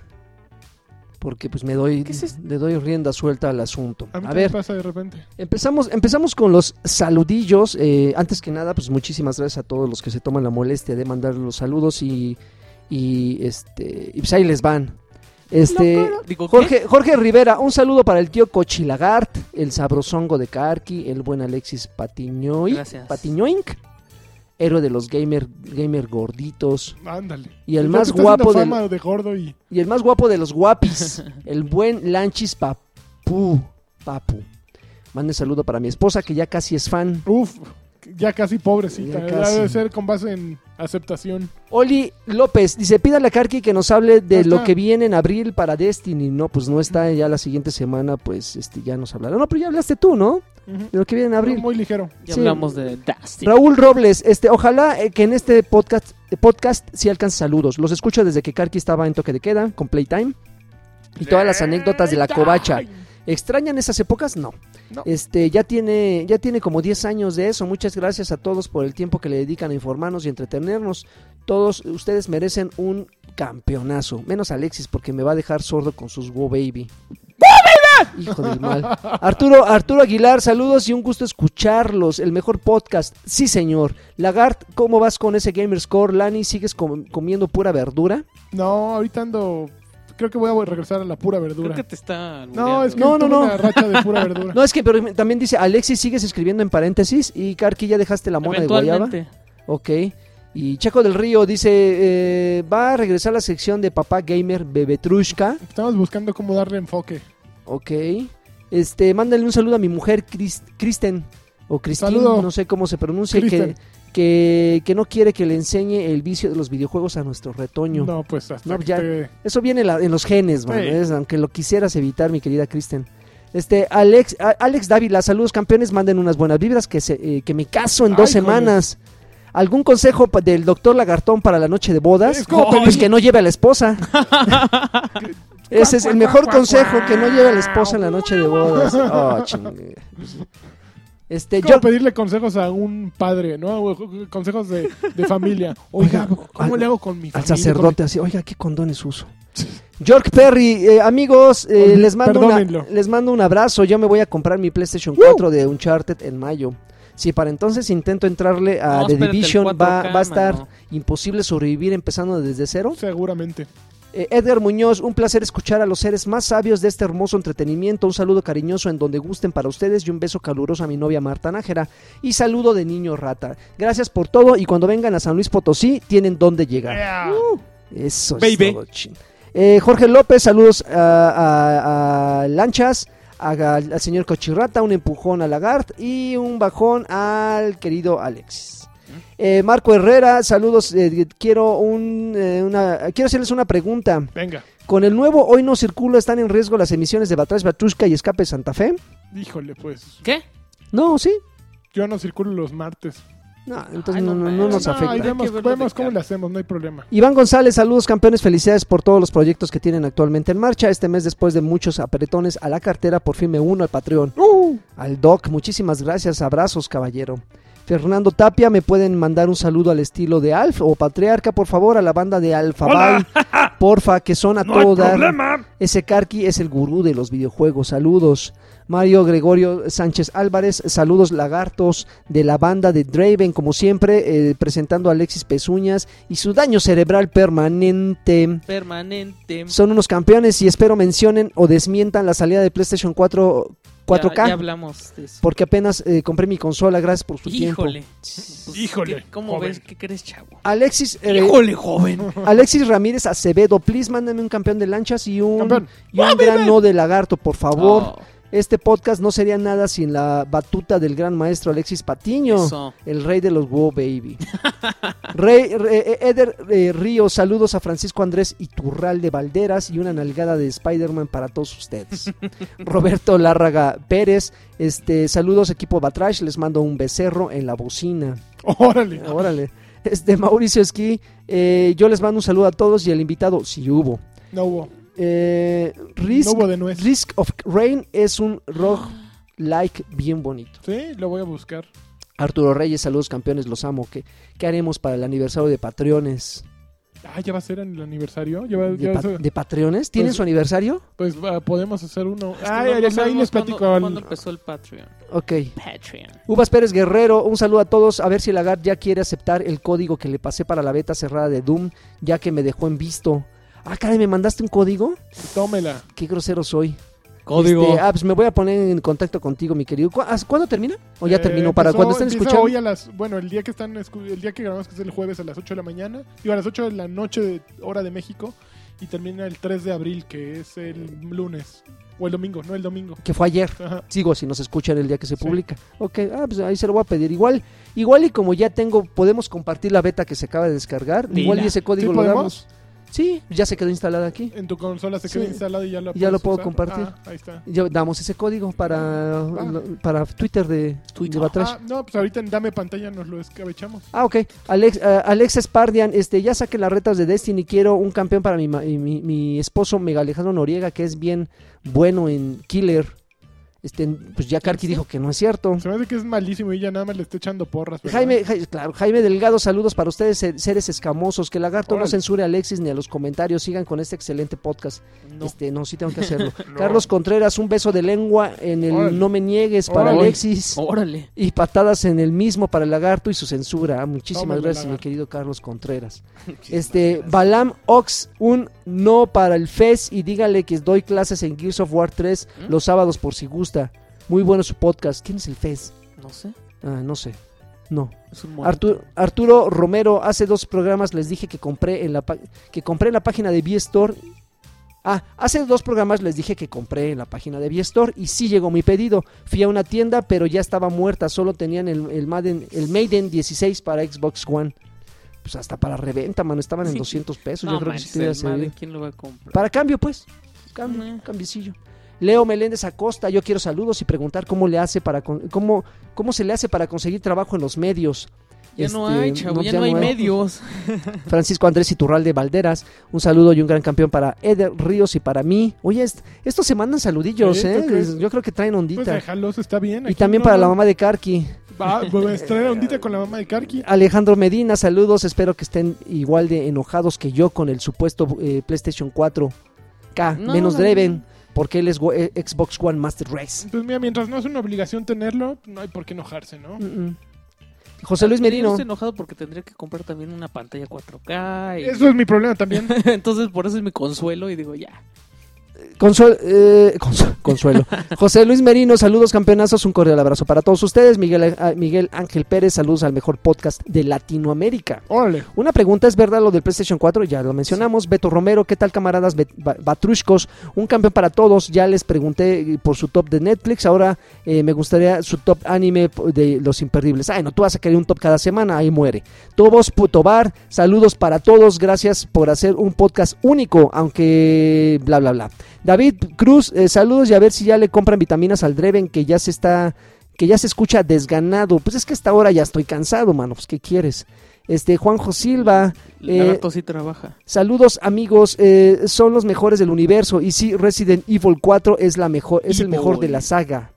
porque pues me doy ¿Qué es esto? le doy rienda suelta al asunto. A mí A también ver, pasa de repente. empezamos empezamos con los saludillos. Eh, antes que nada, pues muchísimas gracias a todos los que se toman la molestia de mandar los saludos y y este y pues ahí les van. Este Digo, ¿qué? Jorge, Jorge Rivera, un saludo para el tío Cochilagart, el sabrosongo de Karki, el buen Alexis Patiñoy, Gracias. Patiñoink, héroe de los gamer, gamer gorditos, Ándale. Y el Ya más te está haciendo guapo del- fama de gordo y y el más guapo de los guapis, el buen Lanchis Papu. Papu. Mande saludo para mi esposa que ya casi es fan. uf, ya casi pobrecita. Ya Ya casi. Debe ser con base en aceptación. Oli López dice, pídale a Karki que nos hable de Ya lo está. que viene en abril para Destiny. No, pues no está, ya la siguiente semana pues este, ya nos hablará. No, pero ya hablaste tú, ¿no? Ujú. De lo que viene en abril. Muy ligero. Ya sí. hablamos de Dusty. Raúl Robles, este, ojalá eh, que en este podcast, eh, podcast sí alcance saludos. Los escucho desde que Karki estaba en toque de queda, con Playtime. Y todas las anécdotas de la covacha. ¿Extrañan esas épocas? No. No. Este, ya tiene, ya tiene como 10 años de eso. Muchas gracias a todos por el tiempo que le dedican a informarnos y entretenernos. Todos ustedes merecen un campeonazo. Menos Alexis, porque me va a dejar sordo con sus Wo Baby. Hijo del mal. Arturo, Arturo Aguilar, saludos y un gusto escucharlos. El mejor podcast. Sí, señor. Lagart, ¿cómo vas con ese Gamerscore? Lani, ¿sigues com- comiendo pura verdura? No, ahorita ando. Creo que voy a regresar a la pura Creo verdura. que te está. No, es que No, no, tuve no. una racha de pura verdura. No, es que pero también dice, Alexis, ¿sigues escribiendo en paréntesis? Y Karki, ¿ya dejaste la mona de guayaba? Eventualmente. Ok. Y Chaco del Río dice, eh, va a regresar la sección de Papá Gamer Bebetrushka. Estamos buscando cómo darle enfoque. Ok. Este, mándale un saludo a mi mujer Cris- Kristen. O Cristin, Saludo. no sé cómo se pronuncia. Que, Kristen. que, que no quiere que le enseñe el vicio de los videojuegos a nuestro retoño. No, pues hasta No, que ya. te- Eso viene en la- en los genes, mano, Sí. es, aunque lo quisieras evitar, mi querida Kristen. Este, Alex, a- Alex Dávila, saludos campeones, manden unas buenas vibras que, se- eh, que me caso en dos Ay, semanas. ¿Algún consejo pa- del doctor Lagartón para la noche de bodas? Es como Pues pedir- que no lleve a la esposa. Ese es el mejor Cuac, cuac, consejo, cuac. que no lleve a la esposa en la noche de bodas. Oh, chingue. Este, Es yo, como pedirle consejos a un padre, ¿no? O- Consejos de, de familia. Oiga, Oiga, ¿cómo al- le hago con mi al familia? sacerdote así, oiga, ¿qué condones uso? York Perry, eh, amigos, eh, Oye, les, mando una- perdónenlo. les mando un abrazo. Yo me voy a comprar mi PlayStation 4 de Uncharted en mayo. Si para entonces intento entrarle a No, The espérate, el Division, va, 4K, va a estar mano. imposible sobrevivir empezando desde cero. Seguramente. Eh, Edgar Muñoz, un placer escuchar a los seres más sabios de este hermoso entretenimiento. Un saludo cariñoso en donde gusten para ustedes y un beso caluroso a mi novia Marta Nájera. Y saludo de niño rata. Gracias por todo y cuando vengan a San Luis Potosí, tienen dónde llegar. Yeah. Uh. Eso Baby. es todo, chin. Eh, Jorge López, saludos a, a- a Lanchas, a- a- al señor Cochirrata, un empujón a Lagart y un bajón al querido Alex. Eh, Marco Herrera, saludos. eh, quiero un, eh, una, quiero hacerles una pregunta. Venga. Con el nuevo Hoy no circulo están en riesgo las emisiones de Batrás Batrushka y Escape Santa Fe. Híjole, pues. ¿Qué? No, sí. Yo no circulo los martes. No, entonces Ay, no no, no- no mames. nos No, afecta. ahí Hay vemos, que verlo vemos de cómo cara. le hacemos, no hay problema. Iván González, saludos campeones, felicidades por todos los proyectos que tienen actualmente en marcha. Este mes, después de muchos apretones a la cartera, por fin me uno al Patreon. Al Doc, muchísimas gracias, abrazos, caballero. Fernando Tapia, me pueden mandar un saludo al estilo de Alf o Patriarca, por favor, a la banda de Alfabal. Porfa, que son a ¡No hay todo dar. problema! Ese Karki es el gurú de los videojuegos. Saludos. Mario Gregorio Sánchez Álvarez, saludos lagartos de la banda de Draven, como siempre, eh, presentando a Alexis Pezuñas y su daño cerebral permanente. Permanente. Son unos campeones y espero mencionen o desmientan la salida de PlayStation 4 4K, Ya, ya hablamos de eso. porque apenas eh, compré mi consola, gracias por su Híjole. tiempo. Pues, Híjole, ¿qué- ¿Cómo joven. ves? ¿Qué crees, chavo? Alexis, eh, joven. Alexis Ramírez Acevedo, please mándame un campeón de lanchas y un, Campeón. y un gran no de lagarto, por favor. Oh, Este podcast no sería nada sin la batuta del gran maestro Alexis Patiño, eso. el rey de los Wow Baby. Rey, re- Eder eh, Ríos, saludos a Francisco Andrés Iturral de Valderas y una nalgada de Spider-Man para todos ustedes. Roberto Lárraga Pérez, este, saludos equipo Batrash, les mando un becerro en la bocina. Órale. Órale. Este, Mauricio Esquí, eh, yo les mando un saludo a todos y al invitado, si hubo. No hubo. Eh, Risk- No hubo de nuez. Risk of Rain es un rock like bien bonito. Sí, lo voy a buscar. Arturo Reyes, saludos campeones, los amo. ¿Qué, qué haremos para el aniversario de Patreones? Ah, ya va a ser en el aniversario. Ya va, ¿De, ya pa- va a ser- de Patreones? ¿Tienen Pues- su aniversario? Pues ah, podemos hacer uno. Ah, Es que no- no ahí sabemos les cuándo- platico ¿Cuándo al... empezó el Patreon? Ok. Patreon. Uvas Pérez Guerrero, un saludo a todos. A ver si Lagarde ya quiere aceptar el código que le pasé para la beta cerrada de Doom, ya que me dejó en visto. Ah, caray, ¿me mandaste un código? Tómela. Qué grosero soy. Código. Este, ah, pues me voy a poner en contacto contigo, mi querido. ¿Cu- ah, ¿Cuándo termina? ¿O ya Eh, terminó? Para empezó- cuando estén empieza escuchando. Hoy a las, bueno, el día que están escu- el día que grabamos que es el jueves a las 8 de la mañana, digo a las 8 de la noche de hora de México y termina el 3 de abril, que es el lunes o el domingo, no el domingo. Que fue ayer. Ajá. Sigo si nos escuchan el día que se Sí. publica. Ok, ah, pues ahí se lo voy a pedir. Igual, igual y como ya tengo, podemos compartir la beta que se acaba de descargar. Mira. Igual y ese ¿Sí código lo damos. podemos? Sí, ya se quedó instalada aquí. En tu consola se queda Sí. instalado y ya lo Y ya lo puedes puedo usar. compartir. Ah, ahí está. Ya damos ese código para, Va. para Twitter de, de Twitter. Batrash. Ah, no, pues ahorita en dame pantalla nos lo escabechamos. Ah, ok. Alex, eh, Alex Spardian, este, ya saqué las retas de Destiny. Quiero un campeón para mi, ma- y mi, mi esposo, Mega Alejandro Noriega, que es bien bueno en Killer. Este, pues ya Karki dijo que no es cierto. Se me hace que es malísimo y ya nada más le está echando porras. ¿verdad? Jaime, Jai- claro, Jaime Delgado, saludos para ustedes, se- seres escamosos. Que Lagarto no Órale. censure a Alexis ni a los comentarios. Sigan con este excelente podcast. No. Este, no, sí tengo que hacerlo. Carlos Contreras, un beso de lengua en el Órale. No me niegues para Órale. Oh. Alexis. Órale. Y patadas en el mismo para el lagarto y su censura. Ah, Muchísimas Tómale, gracias, mi lagarto. querido Carlos Contreras. este, Balam Ox, un no para el FES y dígale que doy clases en Gears of War 3 ¿Mm? los sábados por si gusta. Muy bueno su podcast. ¿Quién es el FES? No sé. Ah, no sé. No. Es un mono. Artu- Arturo Romero, hace dos programas les dije que compré en la pa- que compré en la página de Store. Ah, hace dos programas les dije que compré en la página de Store y sí llegó mi pedido. Fui a una tienda, pero ya estaba muerta, solo tenían el, el Madden, el Maiden 16 para Xbox One. Pues hasta para reventa, mano, estaban en Sí. 200 pesos, No, yo creo que sí manches, te hubiera el Madden, servido. ¿Quién lo va a comprar? Para cambio, pues. Cambio, Mm. cambiecillo. Leo Meléndez Acosta, yo quiero saludos y preguntar cómo le hace para con- cómo, cómo se le hace para conseguir trabajo en los medios. Ya no Este, hay, chavo. ya, ya no hay medios. Francisco Andrés Iturralde Valderas, un saludo y un gran campeón para Eder Ríos y para mí. Oye, est- estos se mandan saludillos, Sí, ¿tú ¿eh? crees? Yo creo que traen Pues ondita. déjalos, está bien. y aquí también no- para la mamá de Karki. Va, pues traer a ondita con la mamá de Karki. Alejandro Medina, saludos. Espero que estén igual de enojados que yo con el supuesto eh, PlayStation 4K, No, menos no, Dreven, porque él es wo- eh, Xbox One Master Race. Pues mira, mientras no es una obligación tenerlo, no hay por qué enojarse, ¿no? Mm, mm. José Luis Merino. Ah, Yo estoy enojado porque tendría que comprar también una pantalla 4K. y- Eso es mi problema también. Entonces, por eso es mi consuelo y digo, ya. Consol- eh, cons- consuelo. José Luis Merino, saludos campeonazos, un cordial abrazo para todos ustedes. Miguel, ah, Miguel Ángel Pérez, saludos al mejor podcast de Latinoamérica. Órale. Una pregunta, ¿es verdad lo del PlayStation 4? Ya lo mencionamos. Beto Romero, ¿qué tal camaradas bet- ba- batrushcos? Un campeón para todos. Ya les pregunté eh, por su top de Netflix. Ahora eh, me gustaría su top anime po- de Los Imperdibles. Ay, no, tú vas a querer un top cada semana. Ahí muere. Tobos Putobar, saludos para todos. Gracias por hacer un podcast único, aunque bla, bla, bla. David Cruz, eh, saludos y a ver si ya le compran vitaminas al Dreven que ya se está... Que ya se escucha desganado. Pues es que hasta ahora ya estoy cansado, mano. Pues, ¿qué quieres? Este, Juanjo Silva, Eh, Lagarto sí trabaja. Saludos amigos, eh, son los mejores del universo y sí, Resident Evil 4 es, la mejor, es el Evil. mejor de la saga.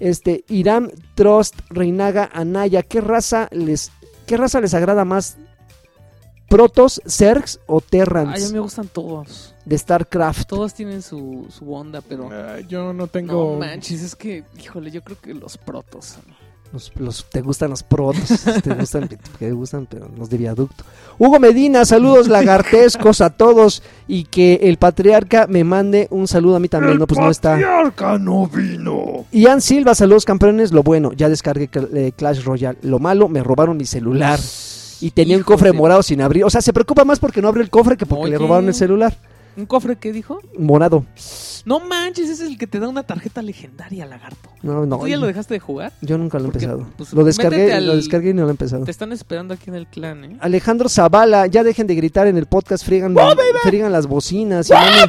Este, Iram, Trost, Reinaga, Anaya, ¿qué raza les, qué raza les agrada más? Protos, Zergs o Ay, a mí Terrans me gustan todos. de StarCraft. Todos tienen su, su onda, pero. Ah, yo no No tengo. manches, es que, híjole, yo creo que los protos. Los, los- te gustan los protos, te gustan, te gustan pero los de viaducto. Hugo Medina, saludos lagartescos a todos y que el patriarca me mande un saludo a mí también, no pues no está. patriarca no vino. Ian Silva, saludos campeones, lo bueno, ya descargué cl- eh, Clash Royale, lo malo, me robaron mi celular y tenía un Híjole. cofre morado sin abrir, o sea, se preocupa más porque no abrió el cofre que porque le Oye. robaron el celular ¿Un cofre qué dijo? morado. No manches, ese es el que te da una tarjeta legendaria, lagarto. No, no. ¿Tú ya lo dejaste de jugar? Yo nunca lo he Porque, empezado. pues, lo descargué, métete al- lo descargué y no Ah, lo he empezado. Te están esperando aquí en el clan, ¿eh? Alejandro Zavala, ya dejen de gritar en el podcast, friegan, friegan las bocinas. Y manden,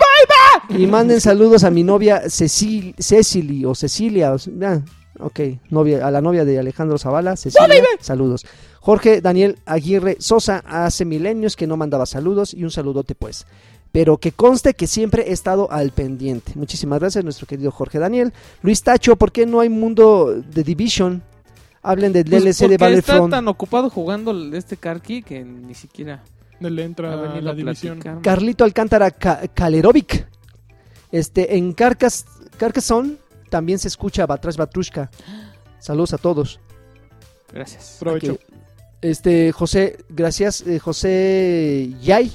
y manden saludos a mi novia Cecil, Cecily o Cecilia. o- ah, ok, novia, a la novia de Alejandro Zavala, Cecilia. saludos. Jorge Daniel Aguirre Sosa, hace milenios que no mandaba saludos y un saludote pues. Pero que conste que siempre he estado al pendiente. Muchísimas gracias, nuestro querido Jorge Daniel. Luis Tacho, ¿por qué no hay mundo de Division? Hablen del Pues DLC de porque está Battlefront. tan ocupado jugando el- este Karki que ni siquiera Le ha entra a venido la a división. platicar. Carlito Alcántara Ca- Kalerovic. Este, en Carcas, Carcassonne también se escucha Batrash Batrushka. Saludos a todos. Gracias. Provecho. Aquí, Este, José, gracias, eh, José Yay.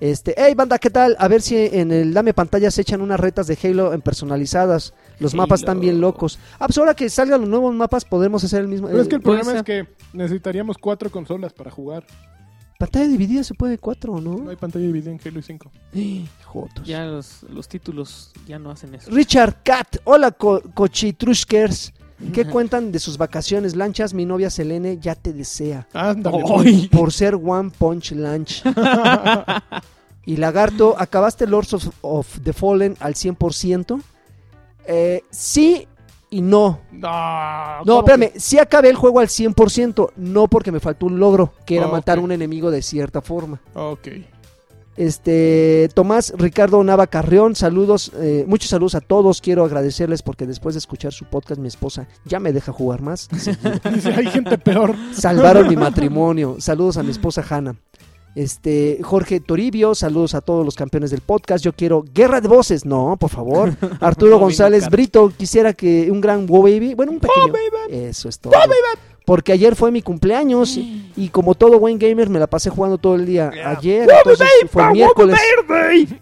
Este, hey banda, ¿qué tal? A ver si en el Dame Pantalla se echan unas retas de Halo en personalizadas. Los mapas están bien Halo. locos. Ah, pues ahora que salgan los nuevos mapas podemos hacer el mismo. Pero es que el eh, puede problema es que necesitaríamos cuatro consolas para jugar. Pantalla dividida se puede cuatro, No ¿no? hay pantalla dividida en Halo 5. Jotos. Ya los, los títulos ya no hacen eso. Richard Cat, hola co- cochitrushkers. ¿Qué cuentan de sus vacaciones lanchas? Mi novia Selene ya te desea. Ándale. pues. ¡Ay! Por ser One Punch Lunch. y Lagarto, ¿acabaste Lords of, of the Fallen al 100%? Eh, sí y no. No, No, ¿cómo espérame, sí acabé el juego al 100%, no porque me faltó un logro, que era Ah, matar a ok. un enemigo de cierta forma. que? Ok. Este, Tomás Ricardo Nava Carrión, saludos, eh, muchos saludos a todos. Quiero agradecerles porque después de escuchar su podcast, mi esposa ya me deja jugar más. seguido. Dice, hay gente peor. Salvaron mi matrimonio. Saludos a mi esposa Hanna. Este, Jorge Toribio, saludos a todos los campeones del podcast. Yo quiero guerra de voces. No, por favor. Arturo No vino González Carlos. Brito, quisiera que un gran wow baby. Bueno, un pequeño. Eso es todo. Porque ayer fue mi cumpleaños y y como todo buen gamer me la pasé jugando todo el día. Yeah. Ayer, entonces fue el miércoles.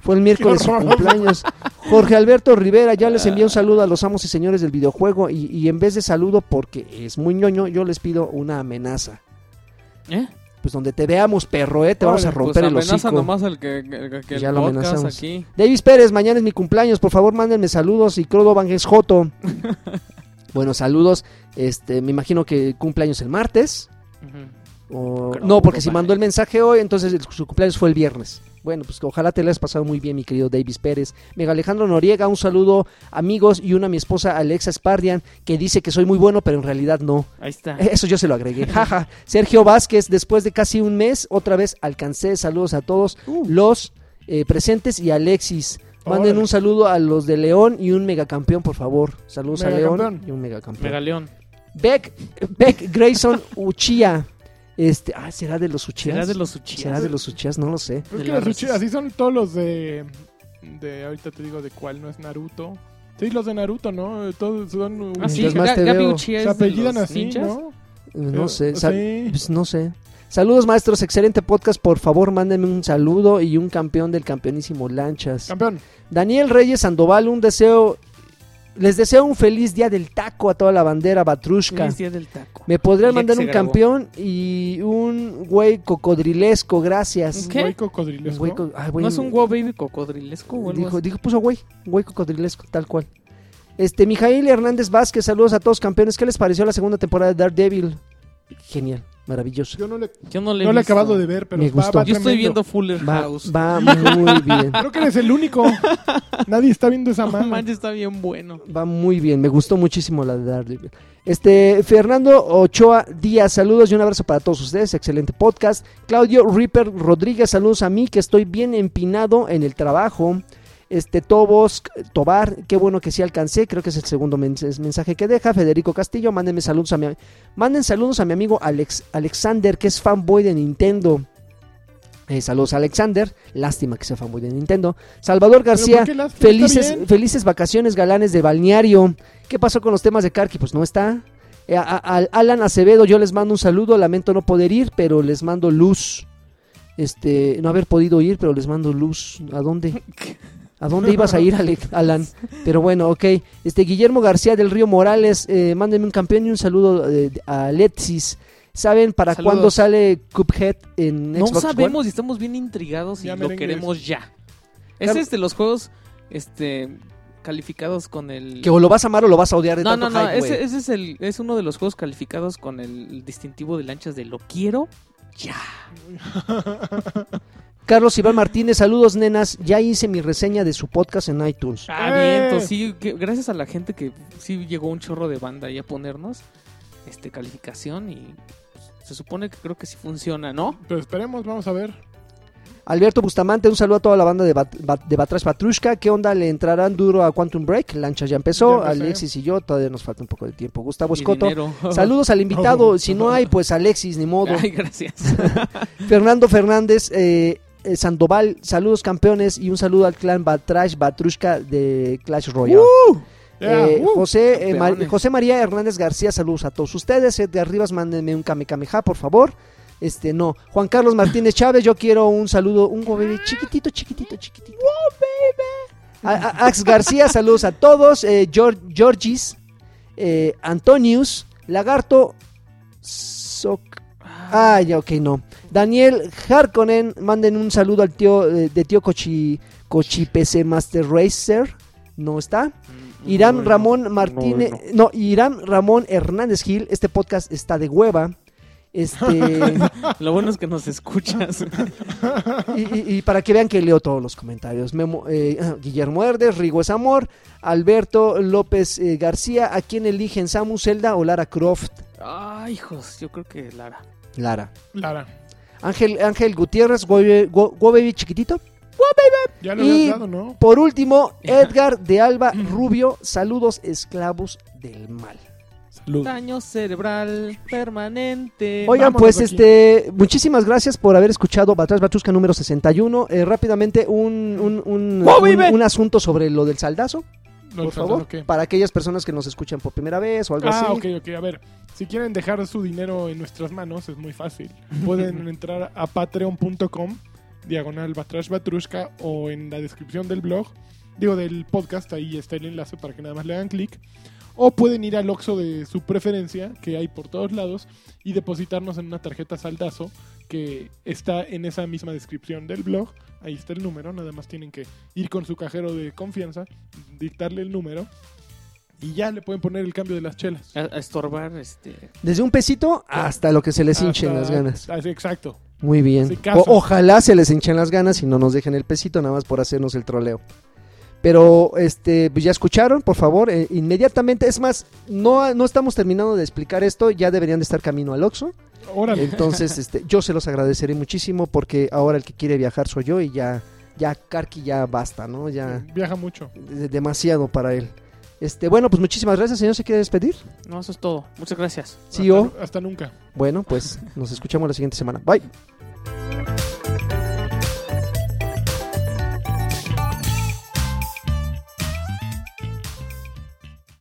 Fue el miércoles Qué su horror. cumpleaños. Jorge Alberto Rivera, ya les envío un saludo a los amos y señores del videojuego. Y, y en vez de saludo, porque es muy ñoño, yo les pido una amenaza. ¿Eh? Pues donde te veamos, perro, ¿eh? te vamos a Órale, romper el pues amenaza hocico. nomás al que, al que el Ya lo podcast amenazamos. aquí. Davis Pérez, mañana es mi cumpleaños, por favor mándenme saludos y Crodo Vanges Joto. bueno, saludos. Este, me imagino que cumpleaños el martes. Ujú. o- Crodo No, porque si Vanges. mandó el mensaje hoy, entonces el- su cumpleaños fue el viernes. Bueno, pues ojalá te lo hayas pasado muy bien, mi querido Davis Pérez. Mega Alejandro Noriega, un saludo, amigos, y una a mi esposa Alexa Spardian, que dice que soy muy bueno, pero en realidad no. Ahí está. Eso yo se lo agregué. Jaja. Sergio Vázquez, después de casi un mes, otra vez alcancé. Saludos a todos Uh, los eh, presentes y a Alexis. Manden Órale. un saludo a los de León y un megacampeón, por favor. Saludos a León Megacampeón. y un megacampeón. Megaleón. Beck, Beck Grayson Uchía. Este, ah, ¿será de los Uchías? ¿Será de los Uchías? ¿Será de los Uchías? No lo sé. Pero De es que la los Uchi- raza. así son todos los de, de. Ahorita te digo de cuál, no es Naruto. Sí, los de Naruto, ¿no? Todos son. Ah, sí, Mientras más Ga- te Gabi veo. Uchiha Se es de apellidan los así, ninjas. ¿no? No Eh, sé. sí. sal- pues no sé. Saludos, maestros. Excelente podcast. Por favor, mándenme un saludo y un campeón del campeonísimo Lanchas. Campeón. Daniel Reyes Sandoval, un deseo. Les deseo un feliz día del taco a toda la bandera Batrushka. Feliz día del taco. Me podrían El día mandar que un se grabó. campeón y un güey cocodrilesco, gracias. ¿Un ¿Qué? ¿Qué? Güey Un cocodrilesco. güey co- ah, güey, ¿No es un wow baby cocodrilesco o algo Dijo, así? dijo, puso güey, güey cocodrilesco, tal cual. Este, Mijail Hernández Vázquez, saludos a todos campeones. ¿Qué les pareció la segunda temporada de Daredevil? Genial, maravilloso. Yo no le, Yo no le he no le he visto. acabado de ver, pero Me va- gustó. va Yo estoy tremendo. viendo Fuller Va, House. va muy bien, Creo que eres el único. Nadie está viendo esa No mano. manches, está bien bueno. va muy bien. Me gustó muchísimo la de Daredevil. Este, Fernando Ochoa Díaz, saludos y un abrazo para todos ustedes. Excelente podcast. Claudio Ripper Rodríguez, saludos a mí que estoy bien empinado en el trabajo. Este Tobos Tobar, qué bueno que sí alcancé, creo que es el segundo mens- mensaje que deja. Federico Castillo, mándenme saludos a mi manden saludos a mi amigo Alex Alexander, que es fanboy de Nintendo. Eh, saludos a Alexander, lástima que sea fanboy de Nintendo. Salvador García, ¿por qué lástima? felices, Está bien. felices vacaciones galanes de balneario. ¿Qué pasó con los temas de Karki? Pues no está. Eh, a- a- al Alan Acevedo, yo les mando un saludo, lamento no poder ir, pero les mando luz. Este, no haber podido ir, pero les mando luz. ¿A dónde? ¿A dónde ibas a ir, Alec- Alan? Pero bueno, ok. Este, Guillermo García del Río Morales, eh, mándenme un campeón y un saludo eh, a Alexis. ¿Saben para Saludos. cuándo sale Cuphead en No Xbox One? sabemos y estamos bien intrigados y Ya lo merengues. queremos ya. Claro. Ese es de los juegos este, calificados con el... Que o lo vas a amar o lo vas a odiar de no, tanto no, no, hype, güey. ese, ese es, el, es uno de los juegos calificados con el distintivo de lanchas de lo quiero ya. Carlos Iván Martínez, saludos nenas. Ya hice mi reseña de su podcast en iTunes. Ah, ¡Eh! bien, entonces, sí, que- gracias a la gente que sí llegó un chorro de banda ahí a ponernos este calificación y pues, se supone que creo que sí funciona, ¿no? Pero Pues esperemos, vamos a ver. Alberto Bustamante, un saludo a toda la banda de, Bat- Bat- de Batrash Patrushka. ¿Qué onda? ¿Le entrarán duro a Quantum Break? Lancha ya empezó. Ya empecé. Alexis y yo, todavía nos falta un poco de tiempo. Gustavo Y Escoto. dinero. Saludos al invitado. Oh. Si no hay, pues Alexis, ni modo. Ay, gracias. Fernando Fernández, eh, eh, Sandoval, saludos campeones y un saludo al clan Batrash Batrushka de Clash Royale. Ya, Eh, uh. José, eh, Ma- campeones. José María Hernández García, saludos a todos ustedes. Edgar Rivas, mándenme un kamehameha, por favor. Este, no. Juan Carlos Martínez Chávez, yo quiero un saludo, un go baby chiquitito, chiquitito, chiquitito. A- a- Ax García, saludos a todos. Eh, Gior- Georgis, eh, Antonius, Lagarto, Soc. Ah, ya, ok, no. Daniel Harkonnen, manden un saludo al tío eh, de tío Cochi, Cochi PC Master Racer. No está. Irán Ramón Martínez, no, Irán Ramón Hernández Gil, este podcast está de hueva. Este, Lo bueno es que nos escuchas. y, y- y para que vean que leo todos los comentarios. Memo- eh, ah, Guillermo Herdes, Rigo es Amor, Alberto López eh, García, ¿a quién eligen Samu Zelda o Lara Croft? Ay, hijos, yo creo que Lara. Lara. Lara. Ángel, Ángel Gutiérrez, Go, Go- Go Baby chiquitito. Ya lo Y- habías dado, ¿no? Por último, Edgar de Alba Rubio, saludos esclavos del mal. Salud. Daño cerebral permanente. Oigan, Eh, Vámonos pues de aquí. este, muchísimas gracias por haber escuchado Batrás Batrusca número 61. Eh, rápidamente, un, un, un, ¡Oh, un- vive! un asunto sobre lo del saldazo, por favor, ¿qué? para aquellas personas que nos escuchan por primera vez o algo así. Ah, ok, ok. A ver, si quieren dejar su dinero en nuestras manos, es muy fácil. Pueden entrar a patreon.com, diagonal batrash batrushka, o en la descripción del blog, digo, del podcast, ahí está el enlace para que nada más le hagan clic. O pueden ir al Oxxo de su preferencia, que hay por todos lados, y depositarnos en una tarjeta saldazo, que está en esa misma descripción del blog. Ahí está el número, nada más tienen que ir con su cajero de confianza, dictarle el número, y ya le pueden poner el cambio de las chelas. A, a estorbar, este. Desde un pesito hasta lo que se les hinchen Hasta- las ganas. así, exacto. Muy bien. se casan. O- ojalá se les hinchen las ganas y no nos dejen el pesito nada más por hacernos el troleo. Pero este, pues ya escucharon, por favor, eh, inmediatamente. Es más, no, no estamos terminando de explicar esto, ya deberían de estar camino al Oxxo. Órale. Entonces, este, yo se los agradeceré muchísimo porque ahora el que quiere viajar soy yo y ya, ya Karki ya basta, ¿no? Ya Viaja mucho. de- demasiado para él. Este, bueno, pues muchísimas gracias, señor. ¿Se quiere despedir? No, eso es todo. Muchas gracias. Sí, o Hasta, hasta nunca. bueno, pues nos escuchamos la siguiente semana. Bye.